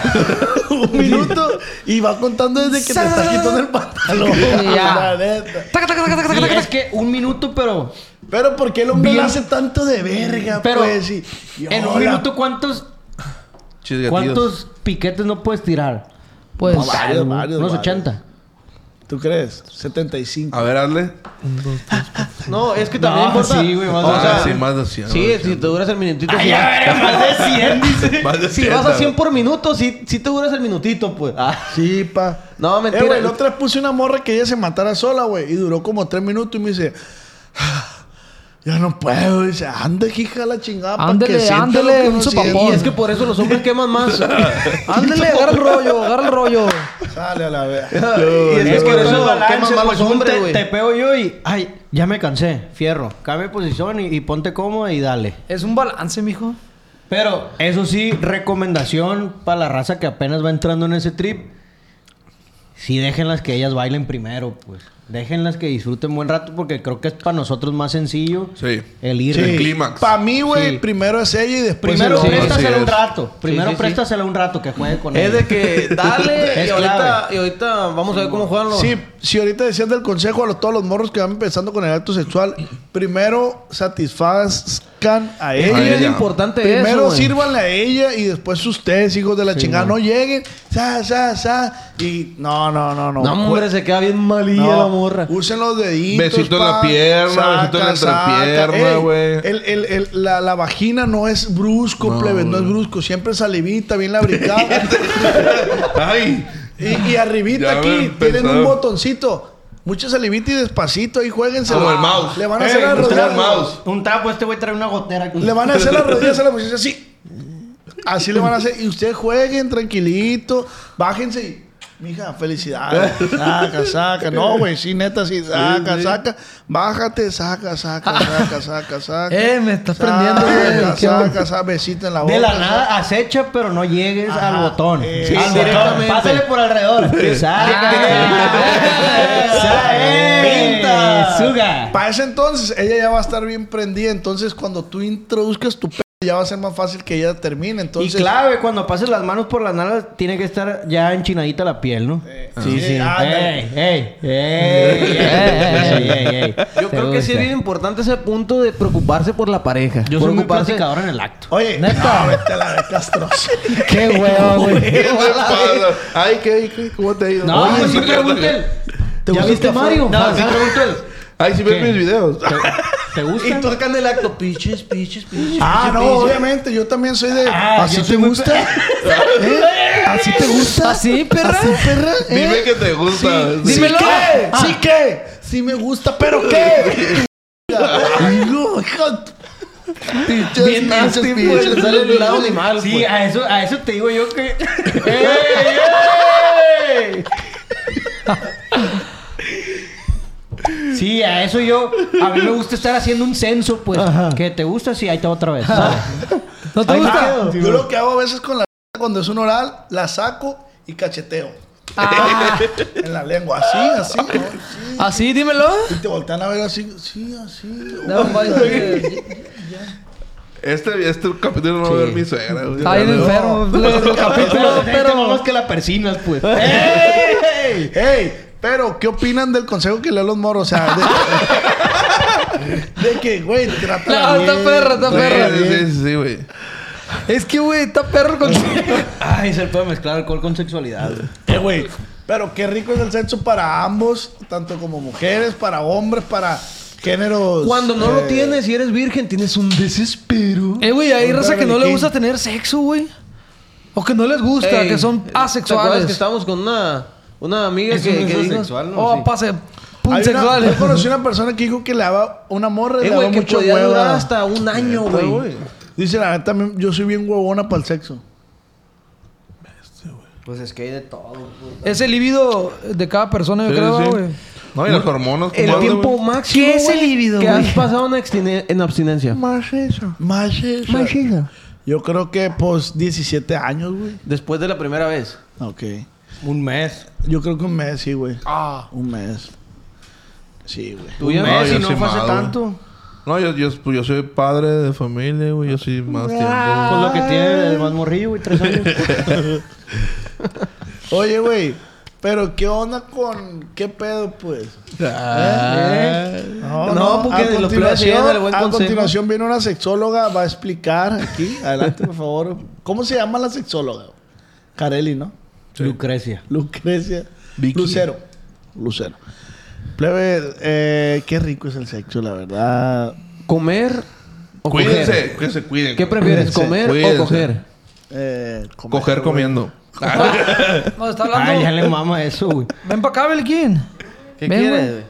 S3: un minuto y va contando desde que te está quitando el pantalón.
S7: ya.
S3: La neta.
S8: Taca, taca, taca, taca,
S7: Sí,
S8: taca, taca.
S7: es que un minuto, pero
S3: Pero ¿por qué el hombre
S7: Bien.
S3: la hace tanto de verga?
S7: Pero
S3: pues, y, y
S7: en un
S3: hola.
S7: minuto, ¿cuántos,
S6: Chis gatillos.
S7: cuántos piquetes no puedes tirar?
S8: Pues,
S3: No, varios, varios,
S7: Unos
S3: varios.
S7: 80.
S3: ¿Tú crees? 75.
S7: Ah.
S6: A ver, hazle.
S5: No, es que también
S7: No,
S5: importa.
S7: sí, güey, más
S5: O
S6: de-
S5: sea,
S6: Ah, sí, más de cien,
S5: Sí,
S6: más de
S5: si
S6: cien.
S5: te duras el minutito. sí.
S7: Pues más de 100,
S6: Más de
S5: Si
S6: 100,
S5: vas a
S6: ¿sabes?
S5: 100 por minuto, sí, sí te duras el minutito, pues. Ah,
S3: Sí, pa.
S5: No, mentira.
S3: Eh, güey, la otra vez puse una morra que ella se matara sola, güey. Y duró como tres minutos y me dice... "Ah, Ya no puedo. Y dice, ande, hija, la chingada. pa'
S8: Ándele,
S3: que sienta lo
S8: ándele,
S3: que
S8: un
S3: no
S8: sopapón".
S5: y
S3: siente".
S5: es que por eso los hombres queman más.
S8: ándale, agarra el rollo, agarra el rollo.
S3: Sale a la verga.
S5: y
S7: Es que
S5: por eso
S7: balance,
S5: queman más
S7: pues,
S5: los
S7: un
S5: hombres,
S7: te, te
S5: güey.
S7: peo yo y... Ay, ya me cansé. Fierro. Cambia de posición y, y ponte cómoda y dale.
S8: Es un balance, mijo.
S7: Pero, eso sí, recomendación para la raza que apenas va entrando en ese trip. Sí, déjenlas que ellas bailen primero, pues. Déjenlas que disfruten buen rato porque creo que es para nosotros más sencillo
S6: Sí.
S7: el ir.
S6: El clímax.
S3: Para mí, güey,
S7: Sí. Pues
S3: primero es ella y después
S7: Primero
S3: el hombre.
S6: presta-
S7: préstasela
S6: Así
S7: un
S6: es.
S7: rato. Primero
S5: sí, sí.
S7: préstasela un rato que juegue con
S5: Es
S7: él.
S5: de que dale
S7: Es
S5: y, ahorita,
S7: clave.
S5: y ahorita vamos a ver cómo juegan los...
S3: Sí, si ahorita decías del consejo a los, todos los morros que van empezando con el acto sexual, primero satisfazcan a
S5: Es
S3: ella.
S6: Ay,
S5: bien
S6: ya.
S5: importante
S3: Primero
S5: eso, güey.
S3: sírvanle a ella y después ustedes, hijos de la chingada, no lleguen. Sa, sa, sa. Y no, no, no, no.
S5: No, hombre, se queda bien malilla
S3: No,
S5: la morra.
S3: Usen los deditos.
S6: Besito en la pierna, besito en la entrepierna,
S3: Ey,
S6: güey.
S3: el- el- el- la, la vagina no es brusco,
S6: No,
S3: plebe, no es
S6: güey.
S3: brusco. Siempre salivita, bien labricada.
S6: Ay.
S3: y, y arribita
S6: Ya me
S3: aquí tienen
S6: empezó.
S3: un botoncito. Mucha salivita y despacito ahí jueguense.
S6: Como el mouse.
S3: Le van a
S6: Ey,
S3: hacer las
S6: como el
S3: rodillas.
S6: mouse.
S7: Un trapo, este güey trae una gotera aquí.
S3: Le van a hacer las rodillas a la muchacha así. Así le van a hacer. Y ustedes jueguen tranquilito. Bájense y. Mija, felicidades. Saca, saca. No, güey, sí, neta, sí. Saca, saca. Bájate, saca, saca, saca, saca, saca.
S8: Eh, me estás
S3: Saca,
S8: prendiendo, güey.
S3: Saca,
S8: Qué
S3: saca, saca, besito en la boca.
S7: De la nada acecha, pero no llegues
S3: Ajá.
S7: al botón.
S3: Eh,
S7: Al
S3: sí,
S7: botón.
S5: directamente.
S7: Pásale por alrededor. Saca. Saca.
S5: Ah. Pinta.
S7: eh, Suga.
S3: Para ese entonces, ella ya va a estar bien prendida. Entonces, cuando tú introduzcas tu p, ya va a ser más fácil que ella termine. Entonces,
S7: y clave, cuando pases las manos por las nalgas, tiene que estar ya enchinadita la piel, ¿no?
S5: Eh,
S7: Sí, sí.
S3: ándale.
S7: Ey, ey, ey, ey, ey, ey, ey.
S5: Yo creo que sí es bien importante ese punto de preocuparse por la pareja.
S7: Yo soy muy
S5: preocuparse...
S7: platicador en el acto.
S3: Oye,
S7: Neta.
S3: no, vete a la de castrosa.
S7: Qué huevo, güey.
S6: ¿Qué te pasa? Ay, ¿qué, qué, ¿cómo te ha ido?
S7: No,
S6: Oye,
S7: pues sí
S6: ¿qué-
S7: pregunta el- ¿Ya viste Mario? No, sí pregunta el-
S6: Ay, si ves mis videos.
S7: ¿Te gusta?
S5: Y tú acá en el acto, piches, piches, piches.
S3: Ah, no,
S5: piches, piches.
S3: obviamente, yo también soy de.
S7: Ah,
S3: ¿Así
S7: yo
S3: te gusta? ¿Eh? ¿Así te gusta?
S8: ¿Así, perra?
S3: ¿Así, perra? ¿Eh?
S6: Dime que te gusta.
S3: ¿Sí
S8: Dímelo.
S3: qué?
S8: Ah.
S3: ¿Sí qué? ¿Sí me gusta? ¿Pero qué? Digo, hijo de tu- Pinches,
S5: Bien
S3: pinches,
S5: nasty,
S3: pinches,
S5: pues, le sale el lado animal,
S7: Sí,
S5: pues.
S7: a eso, a eso te digo yo que. Sí, a eso yo. A mí me gusta estar haciendo un censo, pues. ¿Qué te gusta? Sí, ahí está otra vez.
S8: ¿No te
S7: Ahí
S8: gusta?
S7: está.
S3: Yo lo que hago a veces con la cuando es un oral, la saco y cacheteo. En la lengua, así, así. ¿no? Sí.
S8: ¿Así? Dímelo.
S3: Y te voltean a ver así, sí, así.
S6: Este, este capítulo no va a ver mi suegra. güey.
S8: Está bien enfermo. el capítulo, pero...
S7: que la persinas, pues.
S3: Hey, pero ¿qué opinan del consejo que le dan los moros? O sea, de, de que, güey, trata
S8: No, está perro, está perro.
S6: Sí, sí, sí, sí, güey.
S8: Es que, güey, está perro Eh, el consejo.
S7: Ay, se puede mezclar alcohol con sexualidad. güey.
S3: Eh, güey, pero qué rico es el sexo para ambos, tanto como mujeres, para hombres, para géneros.
S5: Cuando no
S3: eh,
S5: lo tienes y eres virgen, tienes un desespero.
S8: Eh, güey, hay
S3: Un
S8: raza que no le
S3: berrinquín.
S8: gusta tener sexo, güey. O que no les gusta,
S5: Ey,
S8: que son
S5: ¿Te acuerdas que
S8: asexuales.
S5: estábamos con una, una amiga que, que dijo... "Oh,
S8: O oh,
S5: Eh,
S8: pase
S3: hay una-
S8: punsexuales.
S3: Yo conocí una persona que dijo que le daba una morra y
S5: Eh,
S3: le daba
S5: güey, que
S3: mucho
S5: podía durar
S3: hueva.
S5: hasta un año, güey.
S3: Dice, la neta, yo soy bien huevona para el sexo.
S5: Pues es que hay de todo.
S8: Es el líbido de cada persona, yo
S6: Sí,
S8: creo,
S6: sí.
S8: güey.
S6: No, y las hormonas.
S5: El
S6: ¿cómo andan,
S5: tiempo
S6: güey?
S5: máximo,
S8: ¿Qué es
S5: güey,
S8: el líbido,
S5: que
S8: güey?
S5: has pasado en, abstine- en abstinencia.
S3: Más eso. Más eso. Yo creo que, pues, 17 años, güey.
S5: Después de la primera vez.
S3: Ok.
S7: Un mes.
S3: Yo creo que un mes, sí, güey. Ah. Un mes. Sí, güey.
S5: Tú ya
S6: No,
S5: no,
S6: yo
S5: si no
S6: sí
S5: fue hace
S6: mal, güey.
S5: tanto.
S6: No, yo, yo, pues, yo soy padre de familia, güey. Yo soy más tiempo. güey.
S7: Pues lo que tiene el más morrillo, güey, tres años.
S3: Oye, güey. Pero, ¿qué onda con... ¿Qué pedo, pues?
S8: Ah.
S5: Eh. No, porque de lo peor es el buen
S3: a
S5: consejo.
S3: continuación viene una sexóloga, va a explicar aquí. Adelante, por favor. ¿Cómo se llama la sexóloga? Carelli, ¿no?
S7: Lucrecia.
S3: Lucrecia. Lucero. Lucero. Plebe, eh, qué rico es el sexo, la verdad.
S5: ¿Comer o coger?
S6: Cuídense, que se cuiden.
S5: ¿Qué prefieres,
S3: Cuídense,
S5: comer
S6: cuídense.
S5: o coger?
S3: Eh,
S6: Coger
S3: güey.
S6: comiendo.
S8: No, está hablando.
S7: Ay, ya le mama eso, güey.
S8: Ven para acá, Belkin.
S5: ¿Qué
S8: Ven,
S5: quieres,
S8: güey.
S5: güey?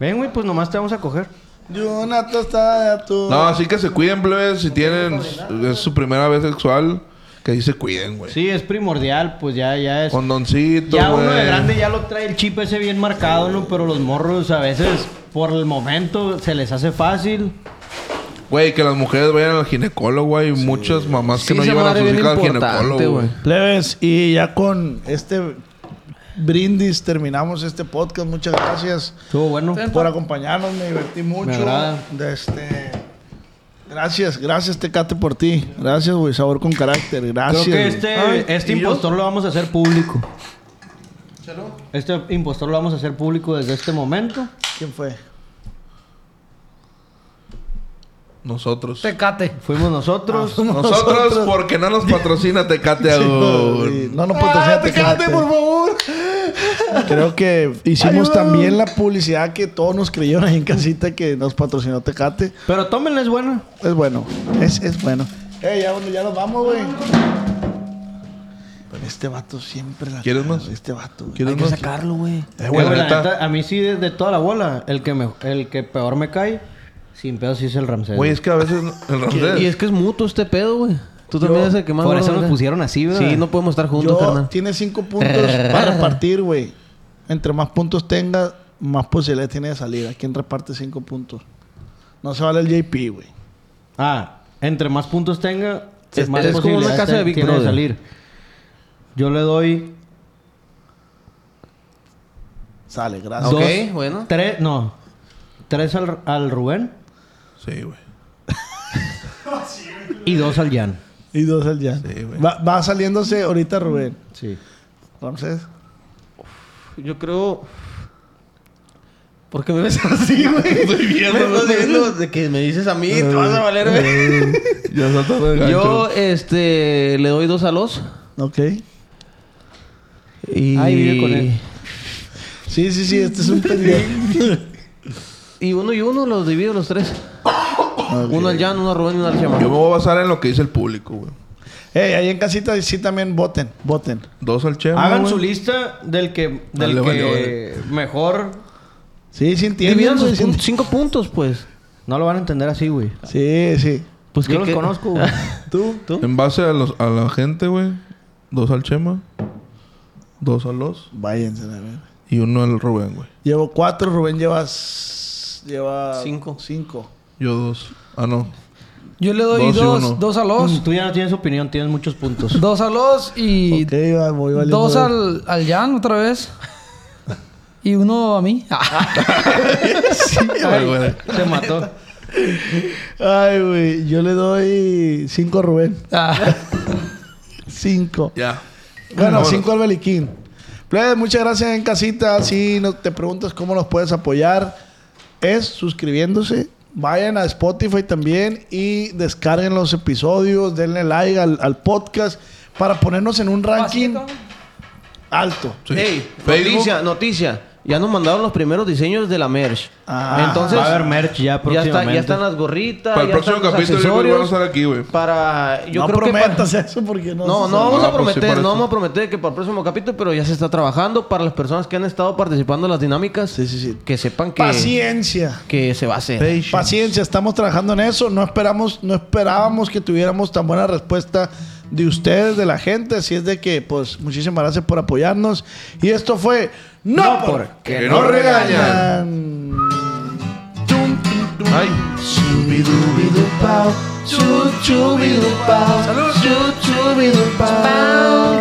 S7: Ven, güey, pues nomás te vamos a coger.
S3: Y una tostada de atún.
S6: No, así que se cuiden, plebes. Si tienen... Es su primera vez sexual. Que ahí se cuiden, güey.
S7: Sí, es primordial, pues ya, ya es.
S6: Condoncito,
S7: Ya uno de
S6: güey.
S7: grande ya lo trae el chip ese bien marcado, ¿no? Pero los morros a veces, por el momento, se les hace fácil.
S6: Güey, que las mujeres vayan al ginecólogo, hay muchas mamás que
S5: Sí,
S6: no
S5: esa
S6: llevan a
S5: madre
S6: sus
S5: bien
S6: hijas al
S5: importante,
S6: ginecólogo, güey.
S5: güey.
S3: Plebes, y ya con este brindis terminamos este podcast. Muchas gracias
S7: Estuvo bueno.
S3: por acompañarnos. Me divertí mucho.
S7: agrada.
S3: De este, gracias, gracias Tecate por ti. Gracias, güey. Sabor con carácter. Gracias.
S7: Creo que
S3: güey.
S7: este,
S3: Ay,
S7: este
S3: y yo-
S7: impostor lo vamos a hacer público. Este impostor lo vamos a hacer público desde este momento.
S3: ¿Quién fue?
S6: Nosotros.
S8: Tecate.
S7: Fuimos nosotros.
S6: Nosotros, porque no nos patrocina Tecate
S3: Sí,
S6: aún.
S3: No,
S5: Ah,
S3: no patrocina Tecate.
S6: favor.
S3: Creo que hicimos
S6: Ayuda.
S3: también la publicidad que todos nos creyeron ahí en casita que nos patrocinó Tecate.
S7: Pero tómenla, es buena.
S3: Es bueno, es, es bueno. Eh, ya, bueno, ya nos vamos, güey. Pero este vato siempre la.
S6: ¿Quieres
S3: caga,
S6: más?
S3: güey, Este vato. güey.
S6: ¿Quieres
S5: Hay que
S6: más?
S5: sacarlo, güey.
S6: Eh, güey, la
S7: Eh, güey, la
S6: neta.
S7: neta, a mí sí, de, de toda la bola, el que, me, el que peor me cae, sin pedo, sí es el Ramsés.
S6: Güey, es que a veces el Ramsés.
S5: Y es que es mutuo este pedo, güey. Tú también eres el que más
S7: por
S5: nos
S7: eso nos
S5: regaña.
S7: pusieron así, ¿verdad?
S5: Sí, no podemos estar
S3: Yo-
S5: juntos, carnal.
S3: tiene cinco puntos para repartir, güey. Entre más puntos tenga, más posibilidades tiene de salir. ¿A quién reparte cinco puntos? No se vale el JP, güey.
S7: Ah, entre más puntos tenga,
S5: Es-
S7: más
S5: es como
S7: posibilidades
S5: una casa
S7: te-
S5: de Big
S7: tiene
S5: Brother.
S7: salir. Yo le doy
S3: Sale, gracias.
S5: Ok,
S7: dos,
S5: bueno.
S7: tres, no, tres al, al Rubén
S6: Sí, güey.
S7: y dos al Jan.
S3: Y dos al ya.
S6: Sí, güey.
S3: va, va saliéndose ahorita Rubén.
S7: Sí.
S3: Entonces,
S5: Yo creo. ¿Por qué me ves así, güey?
S6: Estoy viendo,
S5: Me estás
S6: güey.
S5: viendo de que me dices a mí, te vas a valer, güey.
S6: Ya está todo el
S5: Yo,
S6: gancho.
S5: este, le doy dos a los.
S3: ok.
S5: Y...
S7: Ahí vive con él.
S3: Sí, sí, sí, este es un pendiente.
S5: Y uno y uno los divido los tres. Uno al Jan, uno a Rubén y uno al
S6: Yo me
S5: Chema.
S6: voy a basar en lo que dice el público, güey.
S3: Ey, Eh, ahí en casita sí también voten, voten.
S6: Dos al Chema.
S7: Hagan
S6: güey.
S7: su lista del que,
S6: No
S7: del
S6: le valió,
S7: que mejor...
S3: Sí, sí entienden.
S5: Dividan
S3: güey,
S5: sus
S3: sí
S5: pun-
S3: entienden.
S5: pues, cinco puntos, pues.
S7: No lo van a entender así, güey.
S3: Sí, sí.
S5: Pues
S7: Yo los conozco, güey.
S3: ¿Tú?
S6: En base a, los, a la gente, güey. Dos al Chema. Dos a los.
S3: Váyanse a ver.
S6: Y uno al Rubén, güey.
S3: Llevo cuatro, Rubén lleva... s- Lleva...
S5: Cinco.
S3: Cinco.
S6: Yo dos. Ah, no.
S8: Yo le doy
S6: Dos y
S8: dos.
S6: uno.
S8: Dos a los.
S7: Tú ya no tienes opinión, tienes muchos puntos.
S8: Dos a los y
S3: Ok, va- voy valiendo.
S8: dos al, al Jan otra vez. Y uno a mí. Ah.
S6: Ay, güey.
S7: Se mató.
S3: Ay, güey. Yo le doy cinco a Rubén.
S8: Ah.
S3: Cinco.
S6: Ya.
S3: Bueno,
S6: Vámonos.
S3: cinco al Beliquín. Plebes, muchas gracias en casita. Si no- te preguntas cómo nos puedes apoyar, es suscribiéndose. Vayan a Spotify también y descarguen los episodios, denle like al, al podcast para ponernos en un ranking alto.
S6: Sí.
S5: Ey,
S6: Facebook.
S5: noticia, noticia. Ya nos mandaron los primeros diseños de la merch.
S3: Ah,
S5: Entonces,
S7: Va a haber merch ya
S5: ya, está,
S7: próximamente.
S5: ya están las gorritas.
S6: Para el
S5: ya
S6: próximo
S5: están los
S6: capítulo, yo creo que van a
S5: accesorios,
S6: estar aquí, güey.
S5: Para. Yo
S3: no
S5: creo que para-
S3: prometas eso porque no.
S5: No,
S3: se
S5: no
S3: sabe.
S5: vamos
S6: Ah,
S5: a
S6: pues sí,
S5: prometer,
S6: para
S5: no
S6: eso.
S5: vamos a prometer que para el próximo capítulo, pero ya se está trabajando para las personas que han estado participando en las dinámicas.
S3: Sí, sí, sí.
S5: Que sepan que,
S3: Paciencia.
S5: que se va a hacer.
S3: Paciencia, estamos trabajando en eso. No esperamos, no esperábamos que tuviéramos tan buena respuesta de ustedes, de la gente. Así es de que, pues, muchísimas gracias por apoyarnos. Y esto fue No, porque,
S6: que
S3: no
S6: no
S3: regañan. Tum, tum, tum.
S6: Ay.
S3: Chubidubidupau, chu, chubidupau, chu, chubidupau.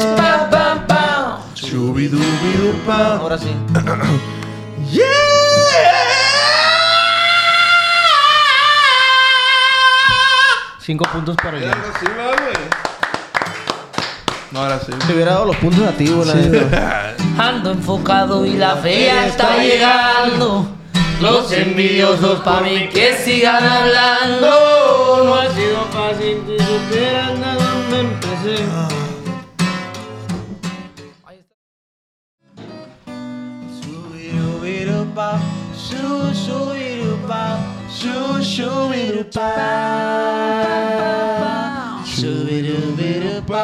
S6: Chubidubidupa.
S5: Ahora sí.
S7: Cinco puntos para el Jan.
S6: Ahora sí, va, güey. No, ahora sí.
S5: Te hubiera dado los puntos a ti, güey. la neta.
S9: Ando enfocado y la feria está llegando. Los envidiosos para mí que sigan hablando. No ha sido fácil que supieran de dónde empecé. Subirubirupa, su, subirupa, su, subirupa. Subirubirupa.